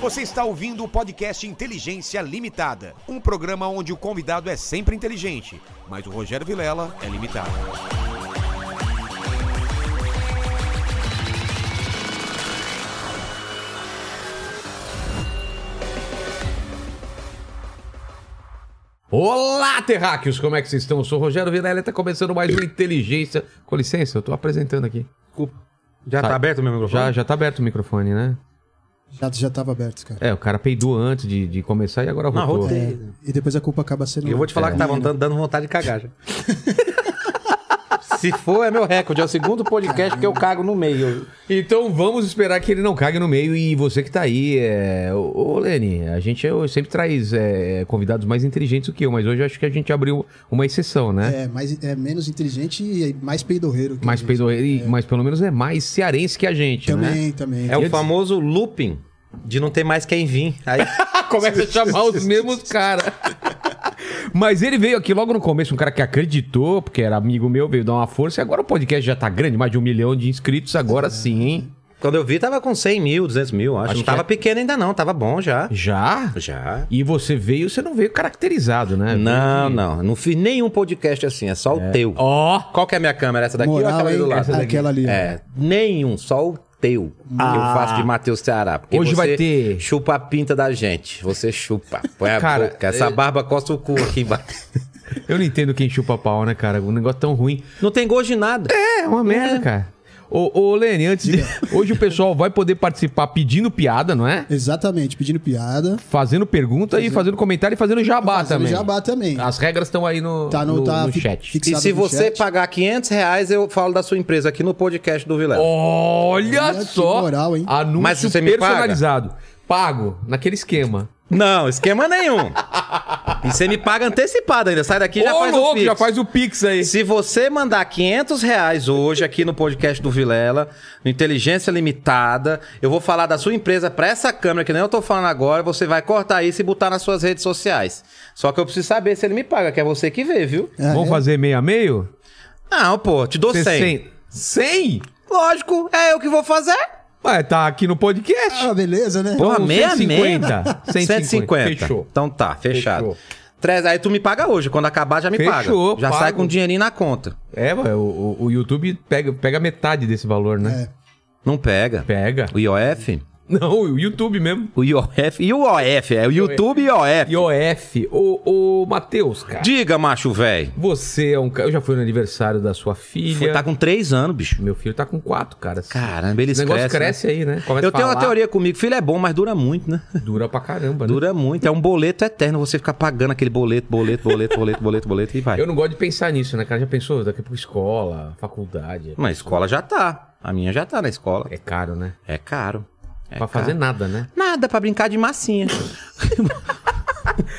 Você está ouvindo o podcast Inteligência Limitada, um programa onde o convidado é sempre inteligente, mas o Rogério Vilela é limitado. Olá, terráqueos! Como é que vocês estão? Eu sou o Rogério Vilela e tá começando mais um Inteligência. Com licença, eu tô apresentando aqui. Já Sai. tá aberto o meu microfone? Já, já tá aberto o microfone, né? Já, já tava aberto, cara. É, o cara peidou antes de, de começar e agora Não, voltou. rotei. É, e depois a culpa acaba sendo. Eu vou te falar que tava dando, dando vontade de cagar já. Se for, é meu recorde. É o segundo podcast que eu cago no meio. Então vamos esperar que ele não cague no meio e você que tá aí, é... ô, ô Lene, a gente eu sempre traz é, convidados mais inteligentes do que eu, mas hoje eu acho que a gente abriu uma exceção, né? É, mais, é menos inteligente e é mais peidorreiro. que mais a gente. peidou, e- mas pelo menos é mais cearense que a gente, né? Também, também. É o famoso looping de não ter mais quem vir. Aí, Começa a chamar os mesmos caras. Mas ele veio aqui logo no começo, um cara que acreditou, porque era amigo meu, veio dar uma força, e agora o podcast já tá grande, mais de um milhão de inscritos, agora sim, hein? quando eu vi, tava com 100 mil, 200 mil, acho. Acho não que tava é- pequeno ainda não, tava bom já. Já? Já. E você veio, você não veio caracterizado, É, né? Não, não. Não fiz nenhum podcast assim, é só o teu. Ó! Qual que é a minha câmera? Essa daqui ou Moral, aquela ali do hein? lado? Essa daqui. Aquela ali, ó. É, Ah. nenhum, só o teu. Que eu faço de Matheus Ceará. porque Hoje você vai ter- Chupa a pinta da gente. Você chupa. Põe a Cara, boca. Essa é- barba costa o cu aqui embaixo. Eu não entendo quem chupa pau, né, cara? Um negócio tão ruim. Não tem gosto de nada. É, uma merda, cara. Ô, ô Lene, antes de... Hoje o pessoal vai poder participar pedindo piada, não é? Exatamente, pedindo piada. Fazendo pergunta e fazendo comentário e fazendo jabá Fazendo também. Jabá também. As regras estão aí no, Tá no- no- tá no fi- chat. fixado E se no você chat. pagar 500 reais, eu falo da sua empresa aqui no podcast do Vilela. Olha Olha que só! moral, hein? Anúncio Mas você me paga? personalizado. Pago, naquele esquema. Não, esquema nenhum. e você me paga antecipado ainda. Sai daqui e já Ô, faz o louco, Pix. já faz o Pix aí. Se você mandar 500 reais hoje aqui no podcast do Vilela, no Inteligência Limitada, eu vou falar da sua empresa pra essa câmera que nem eu tô falando agora, você vai cortar isso e botar nas suas redes sociais. Só que eu preciso saber se ele me paga, que é você que vê, viu? Ah, Vamos é? fazer meio a meio? Não, pô, te dou 100. 100? Lógico, é eu que vou fazer. Ué, tá aqui no podcast. Ah, beleza, né? Então, meia, 150. meia. 150. Fechou. Então tá, fechado. Fechou. Três, aí tu me paga hoje, quando acabar já me Fechou, paga. Já pago. sai com um dinheirinho na conta. É, ué, o, o- o YouTube pega, pega metade desse valor, né? É. Não pega. Pega. O IOF? Não, o YouTube mesmo. O IOF e o OF, é o YouTube e IOF. IOF. Ô, ô Matheus, cara. Diga, macho velho. Você é um cara. Eu já fui no aniversário da sua filha. Tá com três anos, bicho. Meu filho tá com quatro, cara. Caramba, eles Esse negócio crescem, cresce aí, né? né? Começa Eu a tenho uma falar, teoria comigo. Filho é bom, mas dura muito, né? Dura pra caramba, né? Dura muito. É um boleto eterno. Você ficar pagando aquele boleto, boleto, boleto, boleto, boleto, boleto e vai. Eu não gosto de pensar nisso, né, cara? Já pensou? Daqui a pouco escola, faculdade. Mas a escola já tá. A minha já tá na escola. É caro, né? É caro. É pra fazer caro. nada, né? nada, pra brincar de massinha.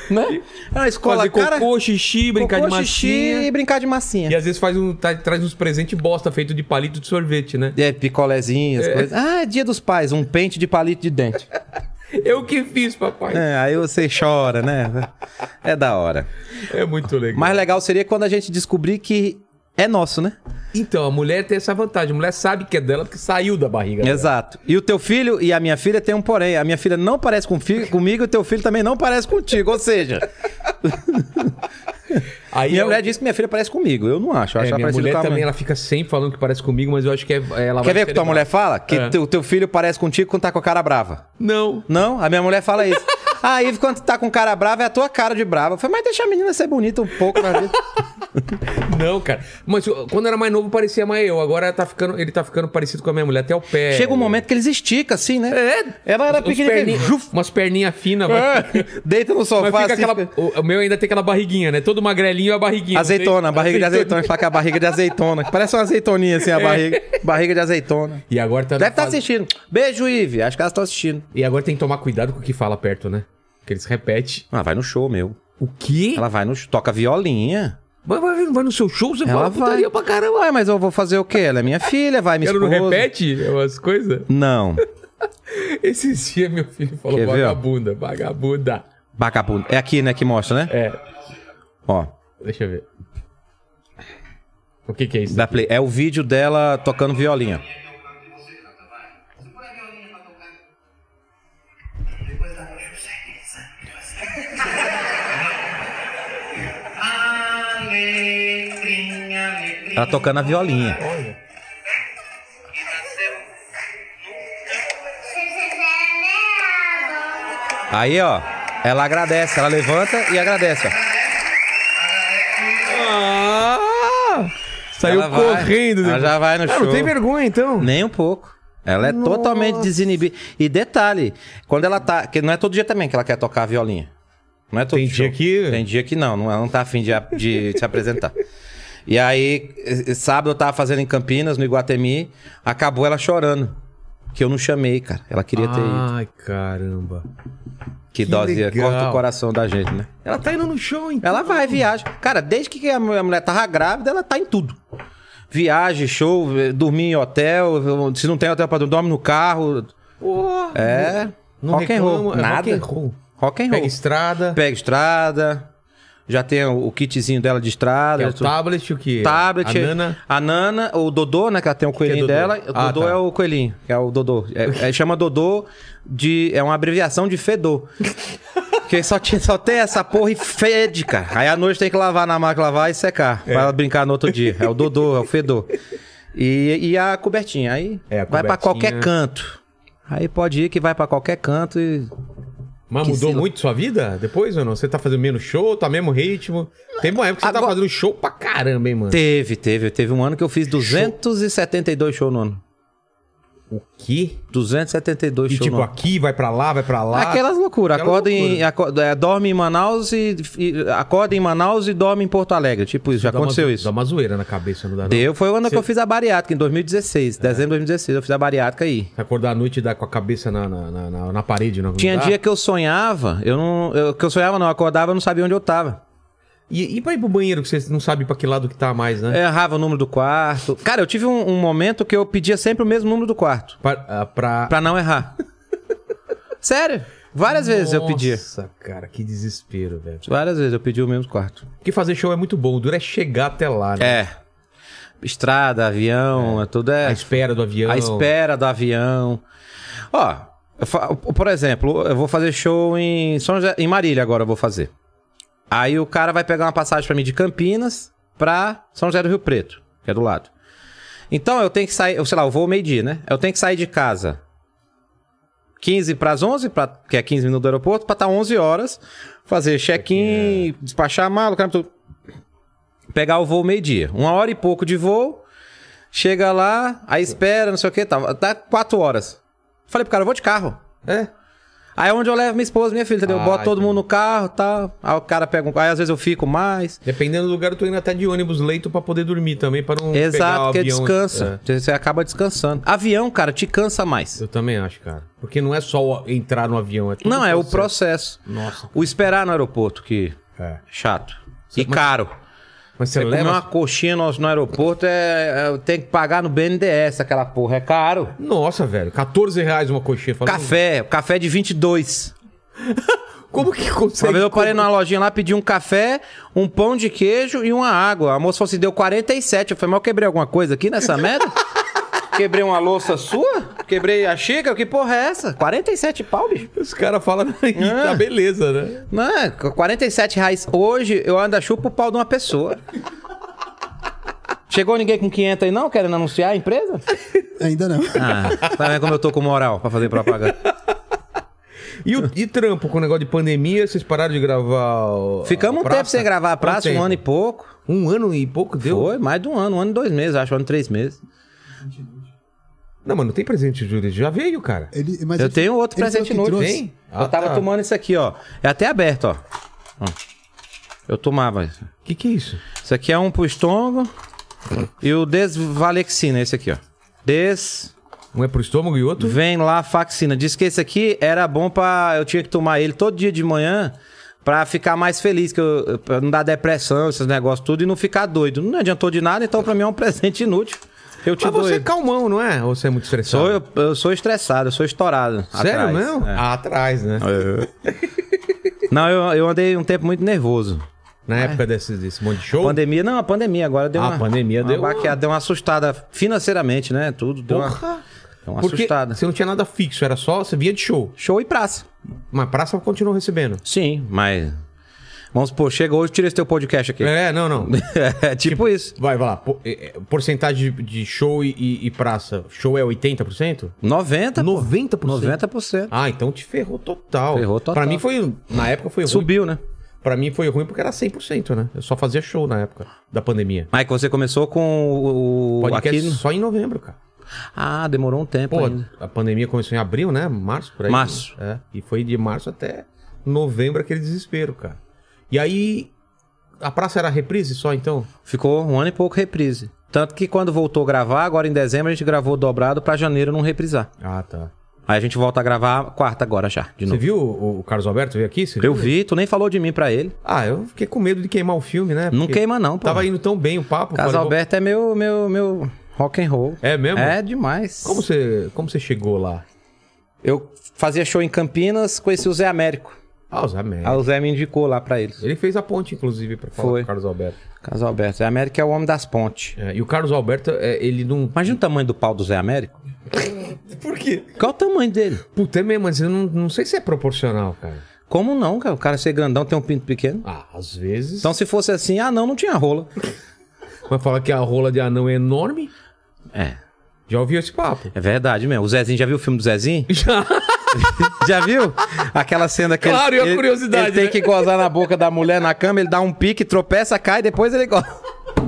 né? É uma escola, fazer cara... cocô, xixi, brincar cocô, de xixi massinha. e brincar de massinha. E às vezes faz um, tra- traz uns presentes bosta feito de palito de sorvete, né? É, picolezinhas, coisas. Ah, dia dos pais, um pente de palito de dente. Eu que fiz, papai. É, aí você chora, né? É da hora. É, muito legal. Mais legal seria quando a gente descobrir que é nosso, né? Então, a mulher tem essa vantagem. A mulher sabe que é dela porque saiu da barriga. dela. Exato. E o teu filho e a minha filha tem um porém. A minha filha não parece com fi- comigo e o teu filho também não parece contigo. Ou seja, Aí minha eu- mulher disse que minha filha parece comigo. Eu não acho. Eu É, acho ela minha parecida mulher com a também, minha. ela fica sempre falando que parece comigo, mas eu acho que é, ela vai Quer ver o que tua cerebral. mulher fala? Que É. o teu, teu filho parece contigo quando tá com a cara brava. Não. Não? A minha mulher fala isso. Ah, Ivo, quando tá com cara brava, é a tua cara de brava. Eu falei, mas deixa a menina ser bonita um pouco na vida. Não, cara. Mas eu- quando era mais novo, parecia mais eu. Agora tá ficando, ele tá ficando parecido com a minha mulher, até o pé. Chega um momento que eles esticam assim, né? É. Ela era Uns pequenininha. perninha- umas perninhas finas, É, mas, Deita no sofá. É. mas fica assim, aquela. O, o meu ainda tem aquela barriguinha, né? Todo magrelinho é a barriguinha. Azeitona, barriga de azeitona. Fala que é a barriga de azeitona. Parece uma azeitoninha assim, a É. barriga. Barriga de azeitona. E agora tá. na Deve assim. estar fase- assistindo. Beijo, Ive. Acho que elas estão assistindo. E agora tem que tomar cuidado com o que fala perto, né? Porque eles repetem. Ela Ah, vai no show, meu. O quê? Ela vai no show. Toca violinha. Vai, vai, vai no seu show, você Ela fala vai. putaria pra caramba. Ué, mas eu vou fazer o quê? Ela é minha filha, vai me Ela não esposa. repete as coisas? Não. Esses dias meu filho falou Quer ver, ó? vagabunda, vagabunda. Vagabundo. É aqui, né, que mostra, né? É, Ó. deixa eu ver. O que que é isso? Dá play. É o vídeo dela tocando violinha. alecrim, alecrim. Ela tocando a violinha. que nasceu no campo. Aí, ó, ela agradece, ela levanta e agradece, ó. Ah, saiu Ela vai. correndo. Ela já vai no Ah, show. Não tem vergonha, então. Nem um pouco. Ela é totalmente desinibida. E detalhe, quando ela tá. Que não é todo dia também que ela quer tocar a violinha. Não é todo Tem show. dia que- Tem dia que não, não, ela não tá afim de, de se apresentar. E aí, eh, eh, sábado eu tava fazendo em Campinas, no Iguatemi, acabou ela chorando. Que eu não chamei, cara. Ela queria ter ido. Ai, caramba. Que, Ah, que dose, é, legal. corta o coração da gente, né? Ela tá indo no show, então. Ela vai, viaja. Cara, desde que a mu- a mulher tava grávida, ela tá em tudo. Viagem, show, eh, dormir em hotel, se não tem hotel pra dormir, dorme no carro. Pô, É. não rock and roll. reclama, é Nada. Rock and roll. Rock and roll. Pega Pega, estrada, estrada. Já tem o o kitzinho dela de que estrada. é o tudo. tablet, o que é? tablet. A nana. a Nana, o Dodô, né? Que ela tem o coelhinho Dodô? dela. O Ah, Dodô tá. é o coelhinho, que é o Dodô. É, é- chama Dodô de. É uma abreviação de fedor. Porque só, tinha, só tem essa porra e fede, cara. Aí à noite tem que lavar na máquina, lavar e secar. É. Pra ela brincar no outro dia. É o Dodô, é o fedor. E, e a cobertinha. Aí É, a vai pra cobertinha. qualquer canto. Aí pode ir que vai pra qualquer canto e Mas Que mudou sei lá. muito sua vida depois ou não? Você tá fazendo menos show, tá mesmo ritmo? Tem uma época que você tá Agora- fazendo show pra caramba, hein, mano? Teve, teve. Teve um ano que eu fiz 272 shows no ano. O quê? 272 E shows tipo, no ano. aqui, vai pra lá, vai pra lá. Aquelas loucuras. Aquela Acorda em, loucura. acorda- é, dorme em Manaus e, e- acorda em Manaus e dorme em Porto Alegre. Tipo isso, já Dá uma aconteceu zo- isso. Dá uma É. zoeira na cabeça, não dá não. Deu, foi o ano que eu fiz a bariátrica, em 2016. Dezembro de 2016, eu fiz a bariátrica aí. Você acordar à noite e dar com a cabeça na, na, na, na- na parede, não Tinha não dá? dia que eu sonhava, eu não. eu- que eu sonhava, não, eu acordava, eu não sabia onde eu tava. E, e pra ir pro banheiro, que você não sabe pra que lado que tá mais, né? Eu errava o número do quarto. Cara, eu tive um- um momento que eu pedia sempre o mesmo número do quarto. Pra, ah, pra- Pra não errar. Sério. Várias vezes eu pedia. Nossa, cara, que desespero, velho. Várias vezes eu pedi o mesmo quarto. Porque fazer show é muito bom, o duro é chegar até lá, né? É. Estrada, avião, é. tudo é. A espera do avião. A espera do avião. Ó, eu fa- por exemplo, eu vou fazer show em São José, em Marília agora eu vou fazer. Aí o cara vai pegar uma passagem pra mim de Campinas pra São José do Rio Preto, que é do lado. Então eu tenho que sair, eu sei lá, eu vou meio-dia, né? Eu tenho que sair de casa 15 pras 11, pra, que é 15 minutos do aeroporto, pra estar tá 11 horas, fazer check-in, despachar a mala, o cara tudo. Pegar o voo meio-dia. Uma hora e pouco de voo, Chega lá, aí espera, não sei o que, tá, tá quatro horas. Falei pro cara, eu vou de carro. É. Aí é onde eu levo minha esposa, minha filha, entendeu? Ah, Boto todo entendi. mundo no carro, tá? Aí o cara pega um... Aí às vezes eu fico mais. Dependendo do lugar, eu tô indo até de ônibus leito pra poder dormir também, pra não pegar Exato, o porque avião. descansa. Você acaba descansando. Avião, cara, te cansa mais. É, eu também acho, cara. Porque não é só o- entrar no avião, é tudo Não, é o processo. Nossa. O esperar no aeroporto, que É. é chato. Você- e caro. Mas você Você é comer leva... uma coxinha no, no aeroporto, é, é- tem que pagar no BNDES aquela porra. É caro. Nossa, velho, 14 reais uma coxinha. Fala, Café, o café de 22. Como que Uma consegue? vez eu parei numa lojinha lá, pedi um café, um pão de queijo e uma água. A moça falou assim, deu 47. Eu falei, mas eu quebrei alguma coisa aqui nessa merda? quebrei uma louça sua? Quebrei a xícara? Que porra é essa? 47 pau, bicho? Os caras falam aí, tá Ah. beleza, né? Não, é, 47 reais. Hoje eu ainda chupo o pau de uma pessoa. Chegou ninguém com 500 aí não, querendo anunciar a empresa? Ainda não. Ah, tá vendo como eu tô com moral pra fazer propaganda. E, o, e trampo com o negócio de pandemia, vocês pararam de gravar. o- Ficamos a um praça? tempo sem gravar a Quanto praça, um tempo? ano e pouco. Um ano e pouco deu? Foi, mais de um ano, um ano e dois meses, acho, um ano e três meses. Não, mas não tem presente de Júlio, já veio, cara. Ele, mas Eu ele- tenho outro ele foi o presente que novo. trouxe. Tem? Ah, eu tava tá. tomando isso aqui, ó. É até aberto, ó. Ó. Eu tomava isso. O que, que é isso? Isso aqui é um pro estômago e o desvalexina, esse aqui, ó. Des Um é pro estômago e outro? vem lá faxina. Diz que esse aqui era bom pra. eu tinha que tomar ele todo dia de manhã pra ficar mais feliz, que eu pra não dar depressão, esses negócios tudo e não ficar doido. Não adiantou de nada, então pra mim é um presente inútil. Eu te Mas dou você é ele. calmão, não é? Ou você é muito Sou, estressado? eu, eu sou estressado, eu sou estourado. Sério atrás. mesmo? É. Ah, atrás, né? Não, eu, eu andei um tempo muito nervoso. Na época desse, desse monte de show? Pandemia, não, a pandemia agora deu Ah, uma. Oh. a pandemia uma deu uma- baqueada, deu uma assustada financeiramente, né? Tudo deu uma, Porra! deu uma Porque assustada. você não tinha nada fixo, era só, você via de show. Show e praça. Mas praça continuou recebendo. Sim, mas. Vamos supor, chega hoje, tira esse teu podcast aqui. É, É, não, não. tipo, isso. Vai, vai lá. Por- é, é, porcentagem de- de show e- e, e praça. Show é 80%? 90%. 90%. 90%. Ah, então te ferrou total. Ferrou total. Pra mim foi. Na época foi ruim. Subiu, né? Pra mim foi ruim porque era 100%, né? Eu só fazia show na época da pandemia. Mike, você começou com o. o Podcast aqui... é só em novembro, cara. Ah, demorou um tempo Pô, ainda. a pandemia começou em abril, né? Março, por aí. Março. É. E foi de março até novembro aquele desespero, cara. E aí. A praça era reprise só então? Ficou um ano e pouco reprise. Tanto que quando voltou a gravar, agora em dezembro, a gente gravou dobrado pra janeiro não reprisar. Ah, tá. Aí a gente volta a gravar quarta agora já, de Você novo. viu o, o Carlos Alberto veio aqui? Você Eu viu? vi, tu nem falou de mim pra ele. Ah, eu fiquei com medo de queimar o filme, né? Não Porque queima não, pô. Tava indo tão bem o papo. Casa falei, Alberto é meu, meu, meu rock and roll. É mesmo? É demais. "Pô, Como assim? você, como você chegou lá? Eu fazia show em Campinas, conheci o Zé Américo. Ah, os América. Aí o Zé me indicou lá pra eles. Ele fez a ponte, inclusive, pra falar Foi. com o Carlos Alberto. Casa Alberto. Zé Américo é o homem das pontes. É, e o Carlos Alberto, é, ele não. Imagina o tamanho do pau do Zé Américo. Por quê? Qual o tamanho dele? Puta, é mesmo, mas eu não, não sei se é proporcional, cara. Como não, cara? O cara ser grandão tem um pinto pequeno. Ah, às vezes. Então se fosse assim, ah não, não tinha rola. Mas fala que a rola de anão é enorme. É, Já ouviu esse papo? é verdade mesmo. O Zezinho, já viu o filme do Zezinho? Já. já viu? Aquela cena que Claro, e a ele, curiosidade, ele tem né? que gozar na boca da mulher na cama, ele dá um pique, tropeça, cai, depois ele goza.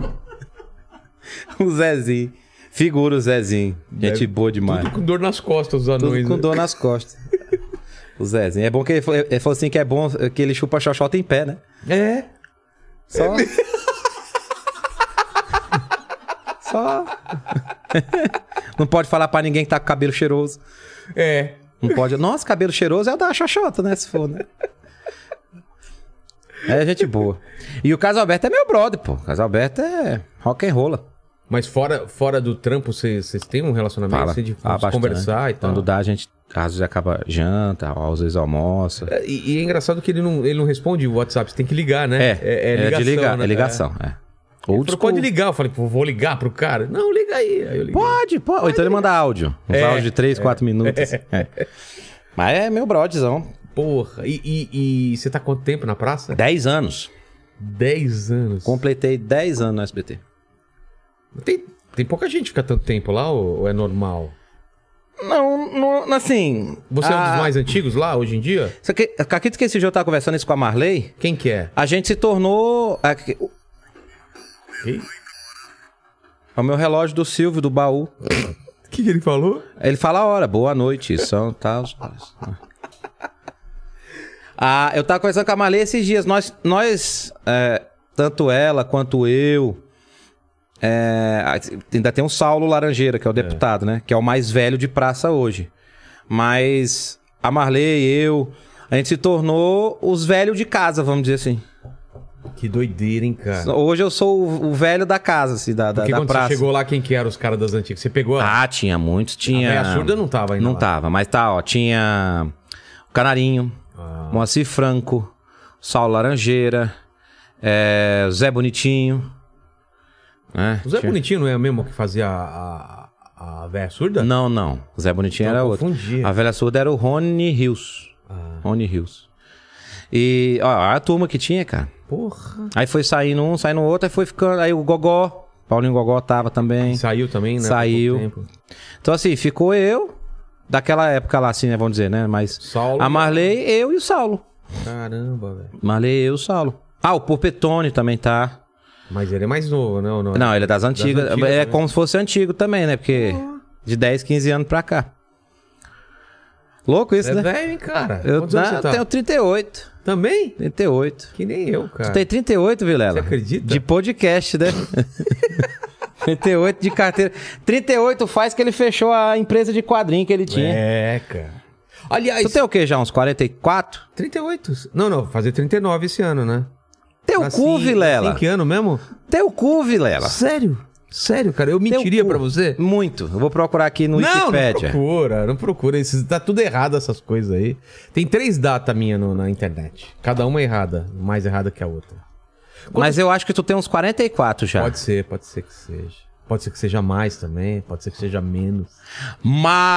o Zezinho. Figura o Zezinho. Gente boa demais. Tudo com dor nas costas, os Tudo anões. com né? dor nas costas. O Zezinho. É bom que ele falou, ele falou assim que é bom que ele chupa xoxota em pé, né? É. Só. Só. Não pode falar pra ninguém que tá com cabelo cheiroso. É. Não pode. Nossa, cabelo cheiroso é o da xoxota, né? Se for, né? É gente boa. E o Casalberto é meu brother, pô. O Casalberto é rock and roll. Mas fora, fora do trampo, vocês vocês têm um relacionamento assim de de conversar e tal? Quando dá, a gente às vezes acaba janta, às vezes almoça. É, E, e é engraçado que ele não, ele não responde o WhatsApp, você tem que ligar, né? É, é, ligação, de ligar, né? é ligação, é. Ou Ele falou, pode ligar. Eu falei, pô, vou ligar pro cara. Não, liga aí. Aí eu liguei. Pode, pode. Ou então ele manda áudio. Uns É, áudios de 3, 4 minutos. É. Mas é meu brodzão. Porra. E, e- e você tá quanto tempo na praça? 10 anos. Dez anos. Completei 10 anos no SBT. Tem, tem pouca gente que fica tanto tempo lá ou, ou é normal? Não, não assim. Você é um a- dos mais antigos lá hoje em dia? Só que, Caquito, que esse dia eu tava conversando isso com a Marley. Quem que é? A gente se tornou. é, a- Ei, É o meu relógio do Silvio, do baú. O que, que ele falou? Ele fala a hora, boa noite, são tal. ah, eu tava conversando com a Malê esses dias. Nós, nós é, tanto ela quanto eu. é, ainda tem o Saulo Laranjeira, que é o deputado, né? Que é o mais velho de praça hoje. Mas a Marley e eu, a gente se tornou os velhos de casa, vamos dizer assim. Que doideira, hein, cara? Hoje eu sou o, o velho da casa, assim, da, da, É. Porque da quando praça. você chegou lá, quem que eram os caras das antigas? Você pegou a... Ah, tinha muitos, tinha. A velha surda não tava ainda Não lá. tava, mas tá, ó. Tinha o Canarinho, Ah. Moacir Franco, Saulo Laranjeira, é, Zé Bonitinho. Né? O Zé Tinha- Bonitinho não é o mesmo que fazia a, a, a velha surda? Não, não. O Zé Bonitinho Então era eu outro. confundi. A velha surda era o Rony Rios. Ah. Rony Rios. E ó, a turma que tinha, cara. Porra. Aí foi saindo um, saindo outro, aí foi ficando. Aí o Gogó, Paulinho Gogó tava também. Saiu também, né? Saiu. Há pouco tempo. Então, assim, ficou eu, daquela época lá, assim, né? Vamos dizer, né? Mas. Saulo. A Marley, eu e o Saulo. Caramba, velho. Marley, eu e o Saulo. Ah, o Porpetone também tá. Mas ele é mais novo, né? ou Não, Não, ele é das antigas. Das antigas, é né? como se fosse antigo também, né? Porque de 10, 15 anos pra cá. Louco isso, é né? velho, hein, cara? Eu, Quantos anos tá- você tá? tenho 38. Também? 38. Que nem eu, cara. Tu tem 38, Vilela? Você acredita? De podcast, né? 38 de carteira. 38 faz que ele fechou a empresa de quadrinho que ele tinha. É, cara. Aliás, Tu tem o quê já? Uns 44? 38. Não, não, vou fazer 39 esse ano, né? Teu Nasci- cu, Vilela. nasci em que ano mesmo? Teu cu, Vilela. Sério? Sério, cara, eu Teu mentiria cu. pra você? Muito. Eu vou procurar aqui no um não, não Wikipedia. procura, não procura. Isso, tá tudo errado essas coisas aí. Tem três datas minha no- na internet. Cada uma errada, mais errada que a outra. Mas eu acho que tu tem uns 44 já. Pode ser, pode ser que seja. Pode ser que seja mais também, pode ser que seja menos.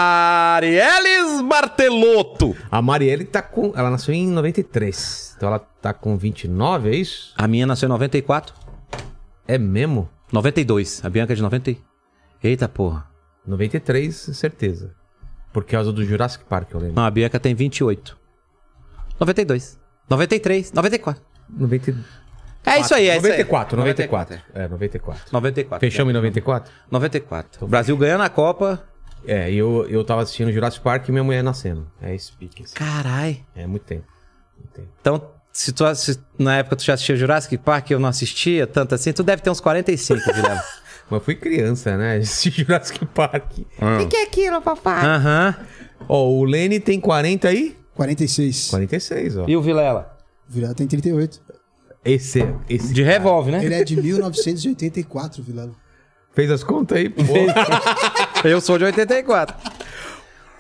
Marielles Bartelotto. A Marielle tá com. Ela nasceu em 93. Então ela tá com 29, é isso? A minha nasceu em 94. É mesmo? 92. A Bianca é de 90. e- Eita porra. 93, certeza. Por causa do Jurassic Park, eu lembro. Não, a Bianca tem 28. 92. 93. 94. 90... É isso aí, é isso aí. 94, 94. É, 94. 94. Fechamos em 94? 94. O Brasil ganhando a Copa. É, e eu, eu tava assistindo Jurassic Park e minha mulher nascendo. É isso, pique. assim. Carai. É muito tempo. Muito tempo. Então, se tu se na época tu já assistia Jurassic Park, eu não assistia tanto assim, tu deve ter uns 45, Guilherme. Mas eu fui criança, né? Esse Jurassic Park. O que é aquilo, papai? Aham. Ó, o Lenny tem 40 aí? 46. 46, ó. E o Vilela? Vilela tem 38. Esse, esse De revólver, né? Ele é de 1984, Vilela. fez as contas aí? Pô. Eu sou de 84.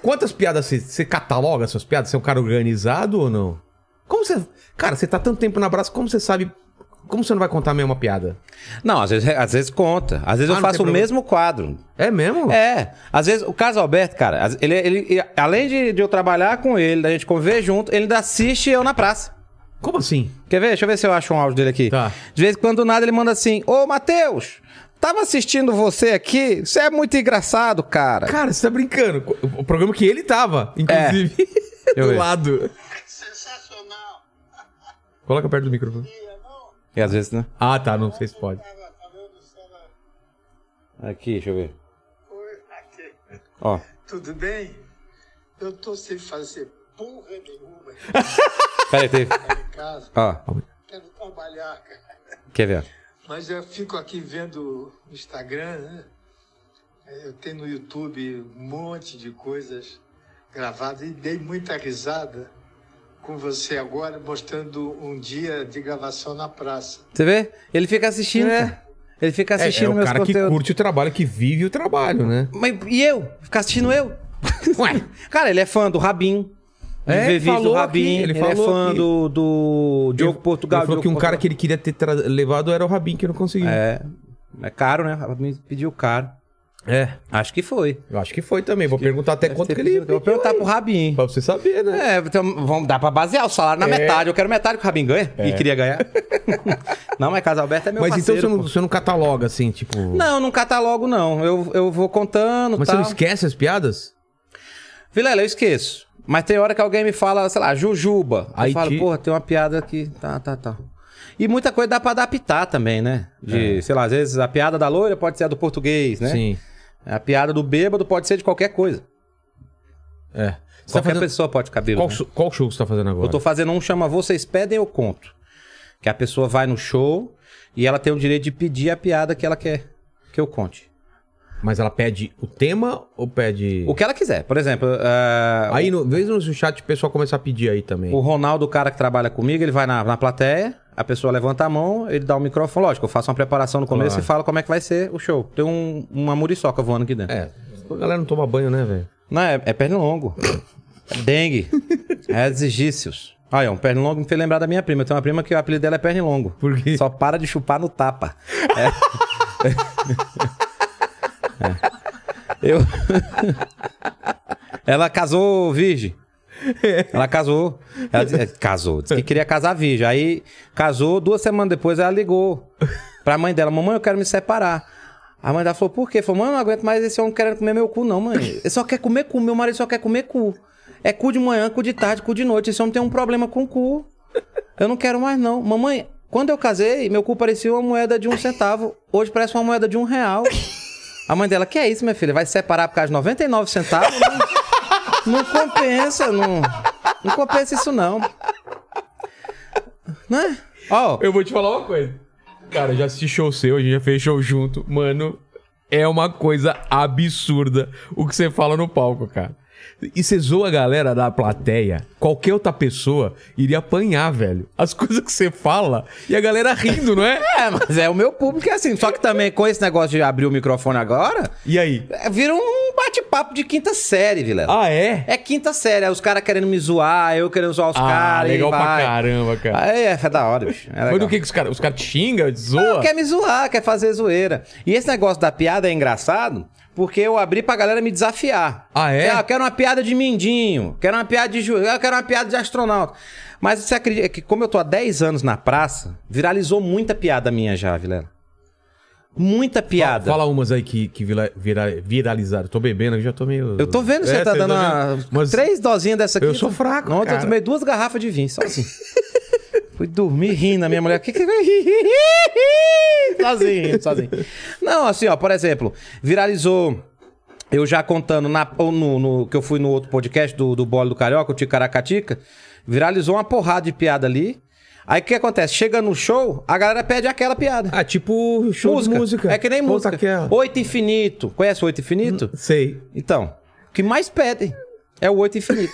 Quantas piadas você, você cataloga suas piadas? Você é um cara organizado ou não? Como você. Cara, você tá tanto tempo na Brasa, como você sabe. Como você não vai contar a mesma piada? Não, às vezes, às vezes conta. Às vezes Ah, eu não faço tem o problema. mesmo quadro. É mesmo? É. Às vezes, o caso Alberto, cara, as- ele, ele- ele- além de, de eu trabalhar com ele, da gente conviver junto, ele ainda assiste eu na praça. Como assim? Quer ver? Deixa eu ver se eu acho um áudio dele aqui. Tá. De vez em quando, do nada, ele manda assim: Ô, Matheus, tava assistindo você aqui. Você é muito engraçado, cara. Cara, você tá brincando. O programa que ele tava, inclusive. É. Eu do vi. lado. Sensacional. Coloca perto do microfone. E às vezes, né? Ah, tá. Não sei se pode. Ela falando se ela Aqui, deixa eu ver. foi aqui. Ó. Tudo bem? Eu tô sem fazer porra nenhuma Peraí, teve. em casa. Ó. Quero trabalhar, cara. Quer ver? Mas eu fico aqui vendo o Instagram, né? É, Eu tenho no YouTube um monte de coisas gravadas e dei muita risada com você agora, mostrando um dia de gravação na praça. Você vê? Ele fica assistindo. É. cara. Ele fica É, é assistindo o meus cara que conteúdos. curte o trabalho, que vive o trabalho, né? Mas e eu? Ficar assistindo eu? Ué. Cara, ele é fã do Rabin. de É, ver vídeo falou do Rabin. aqui, ele ele falou é fã aqui. do, do Diogo Portugal. Ele falou Diogo que um cara Portugal. que ele queria ter tra- levado era o Rabin, que não conseguiu. É. É caro, né? O Rabin pediu caro. É. Acho que foi. Eu acho que foi também. Vou perguntar até Deve quanto ter que ele. pedido. Eu Vou pediu perguntar aí. pro Rabin. Pra você saber, né? É, então vamos, dá pra basear o salário na É. metade. Eu quero metade que o Rabin ganha. E queria ganhar. não, mas Casa Alberto é meu Mas parceiro. então você pô. não, você não cataloga, assim, tipo. Não, tá. não catalogo, não. Eu, eu vou contando Mas tal. você não esquece as piadas? Vilela, eu esqueço. Mas tem hora que alguém me fala, sei lá, Jujuba. Aí Aí eu falo, te- porra, tem uma piada aqui. Tá, tá, tá. E muita coisa dá pra adaptar também, né? De, sei lá, às vezes a piada da loira pode ser a do português, né? É. Sim. A piada do bêbado pode ser de qualquer coisa. É. Você tá qualquer fazendo... pessoa pode ficar bêbada. qual, né? so- qual show você tá fazendo agora? Eu tô fazendo um chama Vocês Pedem Eu Conto. Que a pessoa vai no show e ela tem o direito de pedir a piada que ela quer que eu conte. Mas ela pede o tema ou pede. O que ela quiser. Por exemplo, ah, Aí, no... vez no chat, o pessoal começar a pedir aí também. O Ronaldo, o cara que trabalha comigo, ele vai na, na plateia, a pessoa levanta a mão, ele dá o microfone. Lógico, eu faço uma preparação no começo Claro. e falo como é que vai ser o show. Tem um- uma muriçoca voando aqui dentro. É. A galera não toma banho, né, velho? Não, é, é pernilongo. é dengue. É exigícios. Olha, um pernilongo me fez lembrar da minha prima. Tem uma prima que o apelido dela é pernilongo. Por quê? Só para de chupar no tapa. É. É. Eu... Ela casou virgem. Ela casou. Ela disse- é, casou. Disse que queria casar virgem. Aí casou, duas semanas depois ela ligou pra mãe dela: Mamãe, eu quero me separar. A mãe dela falou: Por quê? Falou: Mãe, eu não aguento mais esse homem querendo comer meu cu, não, mãe. Ele só quer comer cu. Meu marido só quer comer cu. É cu de manhã, cu de tarde, cu de noite. Esse homem tem um problema com o cu. Eu não quero mais, não. Mamãe, quando eu casei, meu cu parecia uma moeda de um centavo. Hoje parece uma moeda de um real. A mãe dela, que é isso, minha filha? Vai se separar por causa de 99 centavos? né?" Não, não compensa, não. Não compensa isso, não. Né? Ó, Eu vou te falar uma coisa. Cara, eu já assisti show seu, a gente já fez show junto. Mano, é uma coisa absurda o que você fala no palco, cara. E você zoa a galera da plateia, qualquer outra pessoa iria apanhar, velho. As coisas que você fala e a galera rindo, não é? é, mas é o meu público é assim. Só que também com esse negócio de abrir o microfone agora, E aí? é, vira um bate-papo de quinta série, Vilela. Ah, é? É quinta série, aí os caras querendo me zoar, eu querendo zoar os ah, caras. e legal pra vai. caramba, cara. Aí é, é da hora, bicho. É Mas do legal. que, é que os caras? Os caras te xingam, te zoam? Não, quer me zoar, quer fazer zoeira. E esse negócio da piada é engraçado porque eu abri pra galera me desafiar. Ah, é? Sei lá, eu quero uma piada de mindinho, quero uma piada de juiz, eu quero uma piada de astronauta. Mas você acredita que, como eu tô há 10 anos na praça, viralizou muita piada minha já, Vilela. Muita piada. Fala umas aí que, que vira- vira- viralizaram. Eu Tô bebendo, eu já tô meio. Eu tô vendo que você É, tá vendo? dando uma... Mas três dosinhas dessa aqui. eu sou fraco, Ontem cara. eu tomei duas garrafas de vinho, sozinho. Fui dormir rindo, a minha mulher. Que que... sozinho, sozinho. Não, assim, ó, por exemplo, viralizou. Eu já contando na, ou no, no- que eu fui no outro podcast do, do Bolo do Carioca, o Ticaracatica, viralizou uma porrada de piada ali. Aí o que acontece? Chega no show, a galera pede aquela piada. Ah, tipo show música. de música. É que nem Volta música. aquela. Hum, Oito Infinito. Conhece o Oito Infinito? Sei. Então, o que mais pedem é o oito infinito.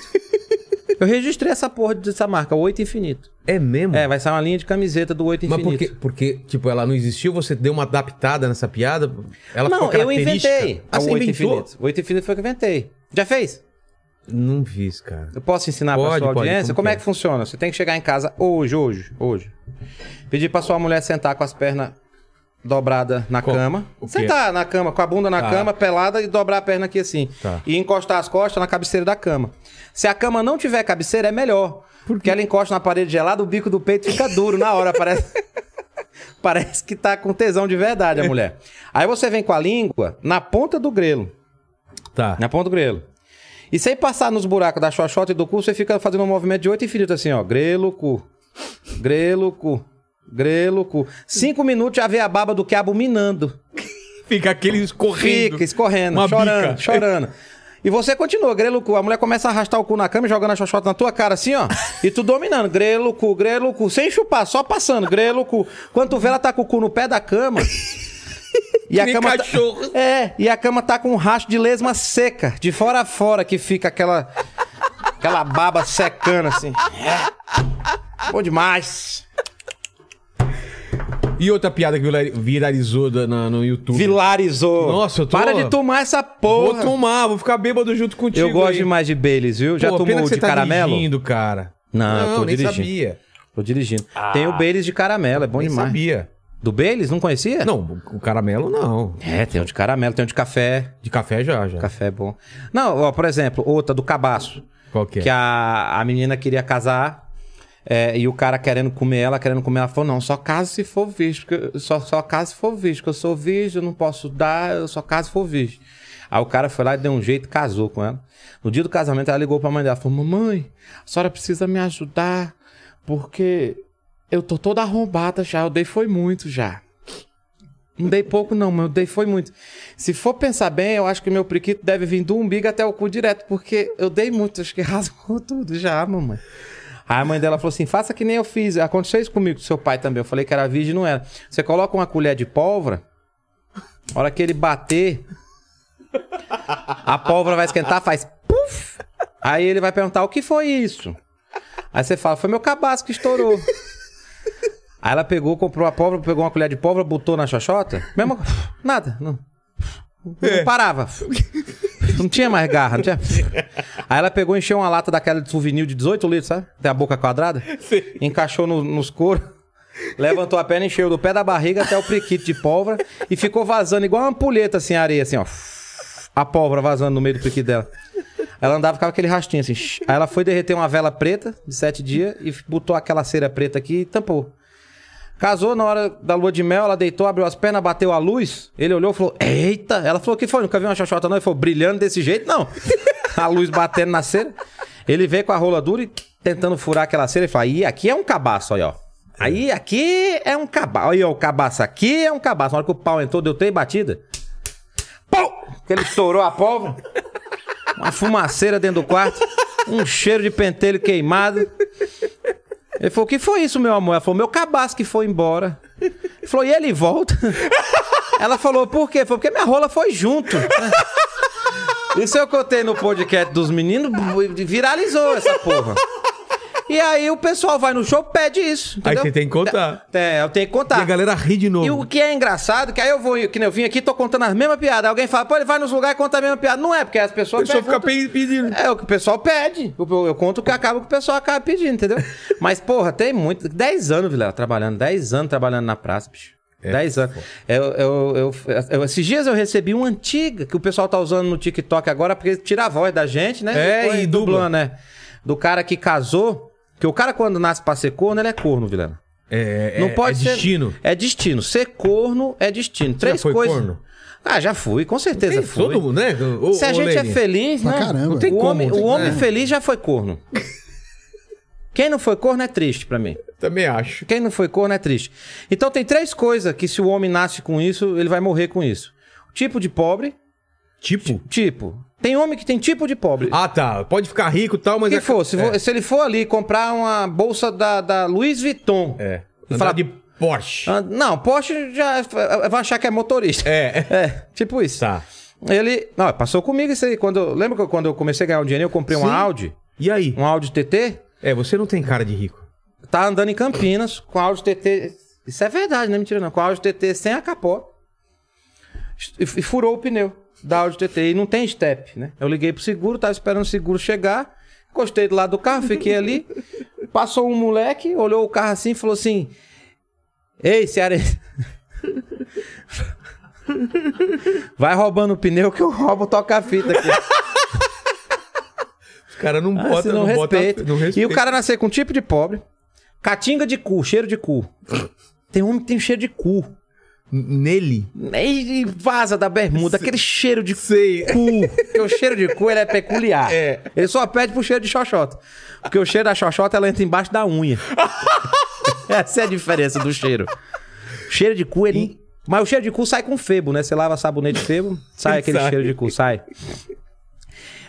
Eu registrei essa porra dessa marca, o oito infinito. É mesmo? É, vai sair uma linha de camiseta do oito Mas infinito. por quê? porque, tipo, ela não existiu, você deu uma adaptada nessa piada? Ela Não, ficou eu inventei. Ah, o você oito inventou? infinito. O oito infinito foi o que eu inventei. Já fez? Não fiz, cara. Eu posso ensinar pra Pode, sua pode, audiência? como Como, é que que funciona? Você tem que chegar em casa hoje, hoje, hoje. Pedir pra sua mulher sentar com as pernas dobradas na Como? cama. O quê? Sentar na cama, com a bunda na Tá. cama, pelada e dobrar a perna aqui assim. Tá. E encostar as costas na cabeceira da cama. Se a cama não tiver cabeceira, é melhor. Porque ela encosta na parede gelada, o bico do peito fica duro na hora, parece. Parece que tá com tesão de verdade a mulher. Aí você vem com a língua na ponta do grelo. Tá. Na ponta do grelo. E sem passar nos buracos da xoxota e do cu, você fica fazendo um movimento de oito infinitos assim, ó. Grelo, cu. Grelo, cu. Grelo, cu. Cinco minutos já vê a baba do quiabo minando. Fica aquele escorrendo. Fica escorrendo, Uma chorando, bica. chorando. E você continua, grelo, cu. A mulher começa a arrastar o cu na cama, e jogando a xoxota na tua cara assim, ó. E tu dominando. Grelo, cu, grelo, cu. Sem chupar, só passando. Grelo, cu. Quando tu vê ela tá com o cu no pé da cama... E a nem cama tá- cachorro. é, e a cama tá com um rastro de lesma seca, de fora a fora que fica aquela aquela baba secando assim. É. Bom demais. E outra piada que vira- viralizou da- na- no YouTube. Vilarizou. Nossa, eu tô- Para de tomar essa Vou porra. tomar, vou ficar bêbado junto contigo. Eu gosto aí. demais de Baileys, viu? Já Pô, pena tomou que o você de tá caramelo? dirigindo, cara. Não, eu tô nem dirigindo. sabia. Ah. Tô dirigindo. Tem o Baileys de caramelo, é bom Nem demais. É. sabia. Do Baileys, não conhecia? Não, o caramelo não. É, tem um de caramelo, tem um de café. De café já, já. Café é bom. Não, ó, por exemplo, outra do cabaço. Qual que é? Que a, a menina queria casar é, e o cara querendo comer ela, querendo comer ela, falou: não, só caso se for virgem, porque eu- só, só caso se for virgem, porque eu sou virgem, eu não posso dar, eu só caso se for virgem. Aí o cara foi lá e deu um jeito, casou com ela. No dia do casamento, ela ligou pra mãe dela, falou: mamãe, a senhora precisa me ajudar, porque eu tô toda arrombada já, eu dei foi muito já. Não dei pouco, não, mas eu dei foi muito. Se for pensar bem, eu acho que meu priquito deve vir do umbigo até o cu direto, porque eu dei muito, acho que rasgou tudo já, mamãe. Aí a mãe dela falou assim: faça que nem eu fiz. Aconteceu isso comigo, com seu pai também. Eu falei que era virgem, não era. Você coloca uma colher de pólvora, a hora que ele bater, a pólvora vai esquentar, faz puff. Aí ele vai perguntar: o que foi isso? Aí você fala: foi meu cabaço que estourou. Aí ela pegou, comprou a pólvora, pegou uma colher de pólvora, botou na xoxota. Mesma co- Nada, não. Não parava. Não tinha mais garra, não tinha. Aí ela pegou, encheu uma lata daquela de souvenir de 18 litros, sabe? Tem a boca quadrada. Encaixou no- nos coros. Levantou a perna, encheu do pé da barriga até o priquito de pólvora e ficou vazando igual uma ampulheta assim, a areia, assim, ó. A pólvora vazando no meio do priquito dela. Ela andava com aquele rastinho assim. shh. Aí ela foi derreter uma vela preta de sete dias e botou aquela cera preta aqui e tampou. Casou na hora da lua de mel, ela deitou, abriu as pernas, bateu a luz. Ele olhou e falou: Eita! Ela falou: Que foi? Nunca vi uma xoxota não? Ele falou: Brilhando desse jeito? Não. a luz batendo na cera. Ele veio com a rola dura e tentando furar aquela cera. Ele falou: Aí aqui é um cabaço, aí ó. Aí aqui é um cabaço. Aí ó, o cabaço aqui é um cabaço. Na hora que o pau entrou, deu três batidas. Pau! Que ele estourou a pólvora. Uma fumaceira dentro do quarto. Um cheiro de pentelho queimado. Ele falou, o que foi isso, meu amor? Ela falou, meu cabaço que foi embora. Ele falou, e ele volta? Ela falou, por quê? Foi porque minha rola foi junto. Isso eu contei no podcast dos meninos, viralizou essa porra. E E aí o pessoal vai no show, pede isso. Aí entendeu? você tem que contar. É, eu tenho que E contar. a galera ri de novo. E o que é engraçado, que aí eu vou, que nem eu vim aqui, tô contando as mesmas piadas. Alguém fala, pô, ele vai nos lugares e conta a mesma piada. Não é, porque as O pessoas. pessoal fica perguntam- pe- pedindo. É o que o pessoal pede. Eu, eu conto o que acaba o que o pessoal acaba pedindo, entendeu? Mas, porra, tem muito. 10 anos, Vilela, trabalhando. 10 anos trabalhando na praça, bicho. É 10 anos. Eu, eu- eu- eu- esses dias eu recebi uma antiga que o pessoal tá usando no TikTok agora, porque tira a voz da gente, né? É, põe e dubla. né? Do cara que casou. Que o cara, quando nasce pra ser corno, ele é corno, Vilela. É, Não pode ser. destino. É destino. Ser corno é destino. Três foi coisas. corno? Ah, já fui, com certeza Tem fui. todo mundo, né? Ô, Se a ô, gente Lene. é feliz, Pra né? caramba. Não tem o como, homem, não tem o homem como. feliz já foi corno. Quem não foi corno é triste pra mim. Também acho. Quem não foi corno é triste. Então tem três coisas que se o homem nasce com isso, ele vai morrer com isso. Tipo de pobre, Tipo. tipo. Tem homem que tem tipo de pobre. Ah, tá. Pode ficar rico e tal, mas. Quem é- for, se, vo- se ele for ali comprar uma bolsa da, da Louis Vuitton. É. é. E Andar falar- de Porsche. Ah, Não, Porsche já vai achar que é motorista. É. É, tipo isso. Tá. Ele. Não, passou comigo isso aí. Quando, eu- lembra que eu- quando eu comecei a ganhar um dinheiro, eu comprei um Sim. Audi? E aí? Um Audi TT? É, você não tem cara de rico. Tá andando em Campinas com Audi TT. Isso é verdade, não é mentira, não. Com Audi TT sem a capó. E e furou o pneu da Audi TT. E não tem step, né? Eu liguei pro seguro, tava esperando o seguro chegar. Encostei do lado do carro, fiquei ali. Passou um moleque, olhou o carro assim e falou assim: Ei, cearense. Vai roubando o pneu que eu roubo o toca-fita aqui. Os caras não Ah, botam, você não, não, botam- respeita. não E respeita. o cara nascer com um tipo de pobre, catinga de cu, cheiro de cu. tem homem que tem cheiro de cu. N- Nele. E e vaza da bermuda, aquele cheiro de cu. Sei. Porque o cheiro de cu ele é peculiar. É. Ele só pede pro cheiro de xoxota. Porque o cheiro da xoxota ela entra embaixo da unha. Essa é a diferença do cheiro. O cheiro de cu ele. Mas o cheiro de cu sai com febo, né? Você lava sabonete febo, sai aquele Sai. cheiro de cu, sai.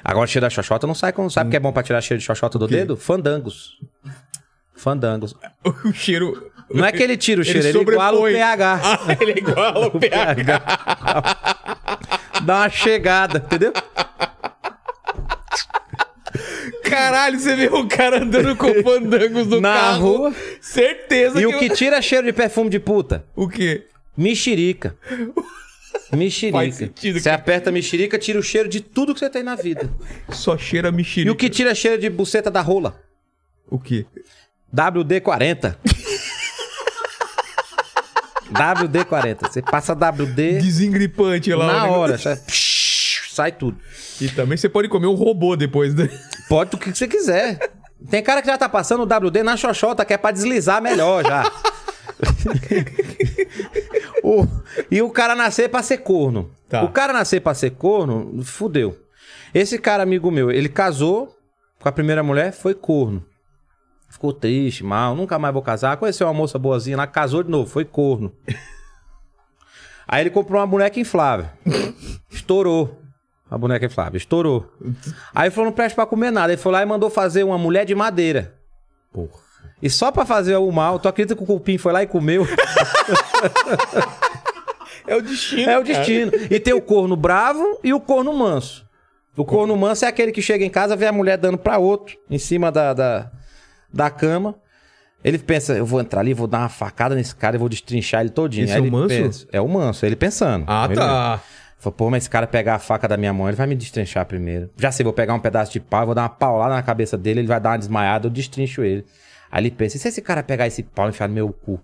Agora o cheiro da xoxota não sai com. Sabe o que é bom pra tirar cheiro de xoxota do dedo? Fandangos. Fandangos. O cheiro. Não é que ele tira o Ele cheiro, ele, iguala o sobrepõe. pH. Ah, ele é igual ao PH. Dá uma chegada, entendeu? Caralho, você vê o cara andando com fandangos no Na carro. rua. Certeza E é que o que tira cheiro de perfume de puta? O quê? Mexerica. Faz Mexerica. sentido, Você aperta a mexerica, tira o cheiro de tudo que você tem na vida. Só cheira mexerica. E o que tira cheiro de buceta da rola? O quê? WD-40. WD-40. Você passa WD Desengripante lá. o na negócio. hora. Sai, psh, sai tudo. E também você pode comer um robô depois, né? Pode o que você quiser. Tem cara que já tá passando o WD na xoxota, que é pra deslizar melhor já. O- e o cara nascer pra ser corno. Tá. O cara nascer pra ser corno, fudeu. Esse cara, amigo meu, ele casou com a primeira mulher, foi corno. Ficou triste, mal, nunca mais vou casar. Conheceu uma moça boazinha lá, casou de novo, foi corno. Aí ele comprou uma boneca inflável. Estourou. A boneca inflável, estourou. Aí falou, não presta pra comer nada. Ele foi lá e mandou fazer uma mulher de madeira. Porra. E só pra fazer o mal, tu acredita que o cupim foi lá e comeu? É o destino. É o destino. E tem o corno bravo e o corno manso. O corno manso é aquele que chega em casa, vê a mulher dando pra outro, em cima da, da, da cama. Ele pensa, eu vou entrar ali, vou dar uma facada nesse cara e vou destrinchar ele todinho. Esse Aí é o ele manso? pensa- é o manso, ele pensando. Ah, Ele- tá. Falei, pô, mas esse cara pegar a faca da minha mão, ele vai me destrinchar primeiro. Já sei, vou pegar um pedaço de pau, vou dar uma paulada na cabeça dele, ele vai dar uma desmaiada, eu destrincho ele. Aí ele pensa, e se esse cara pegar esse pau e enfiar no meu cu?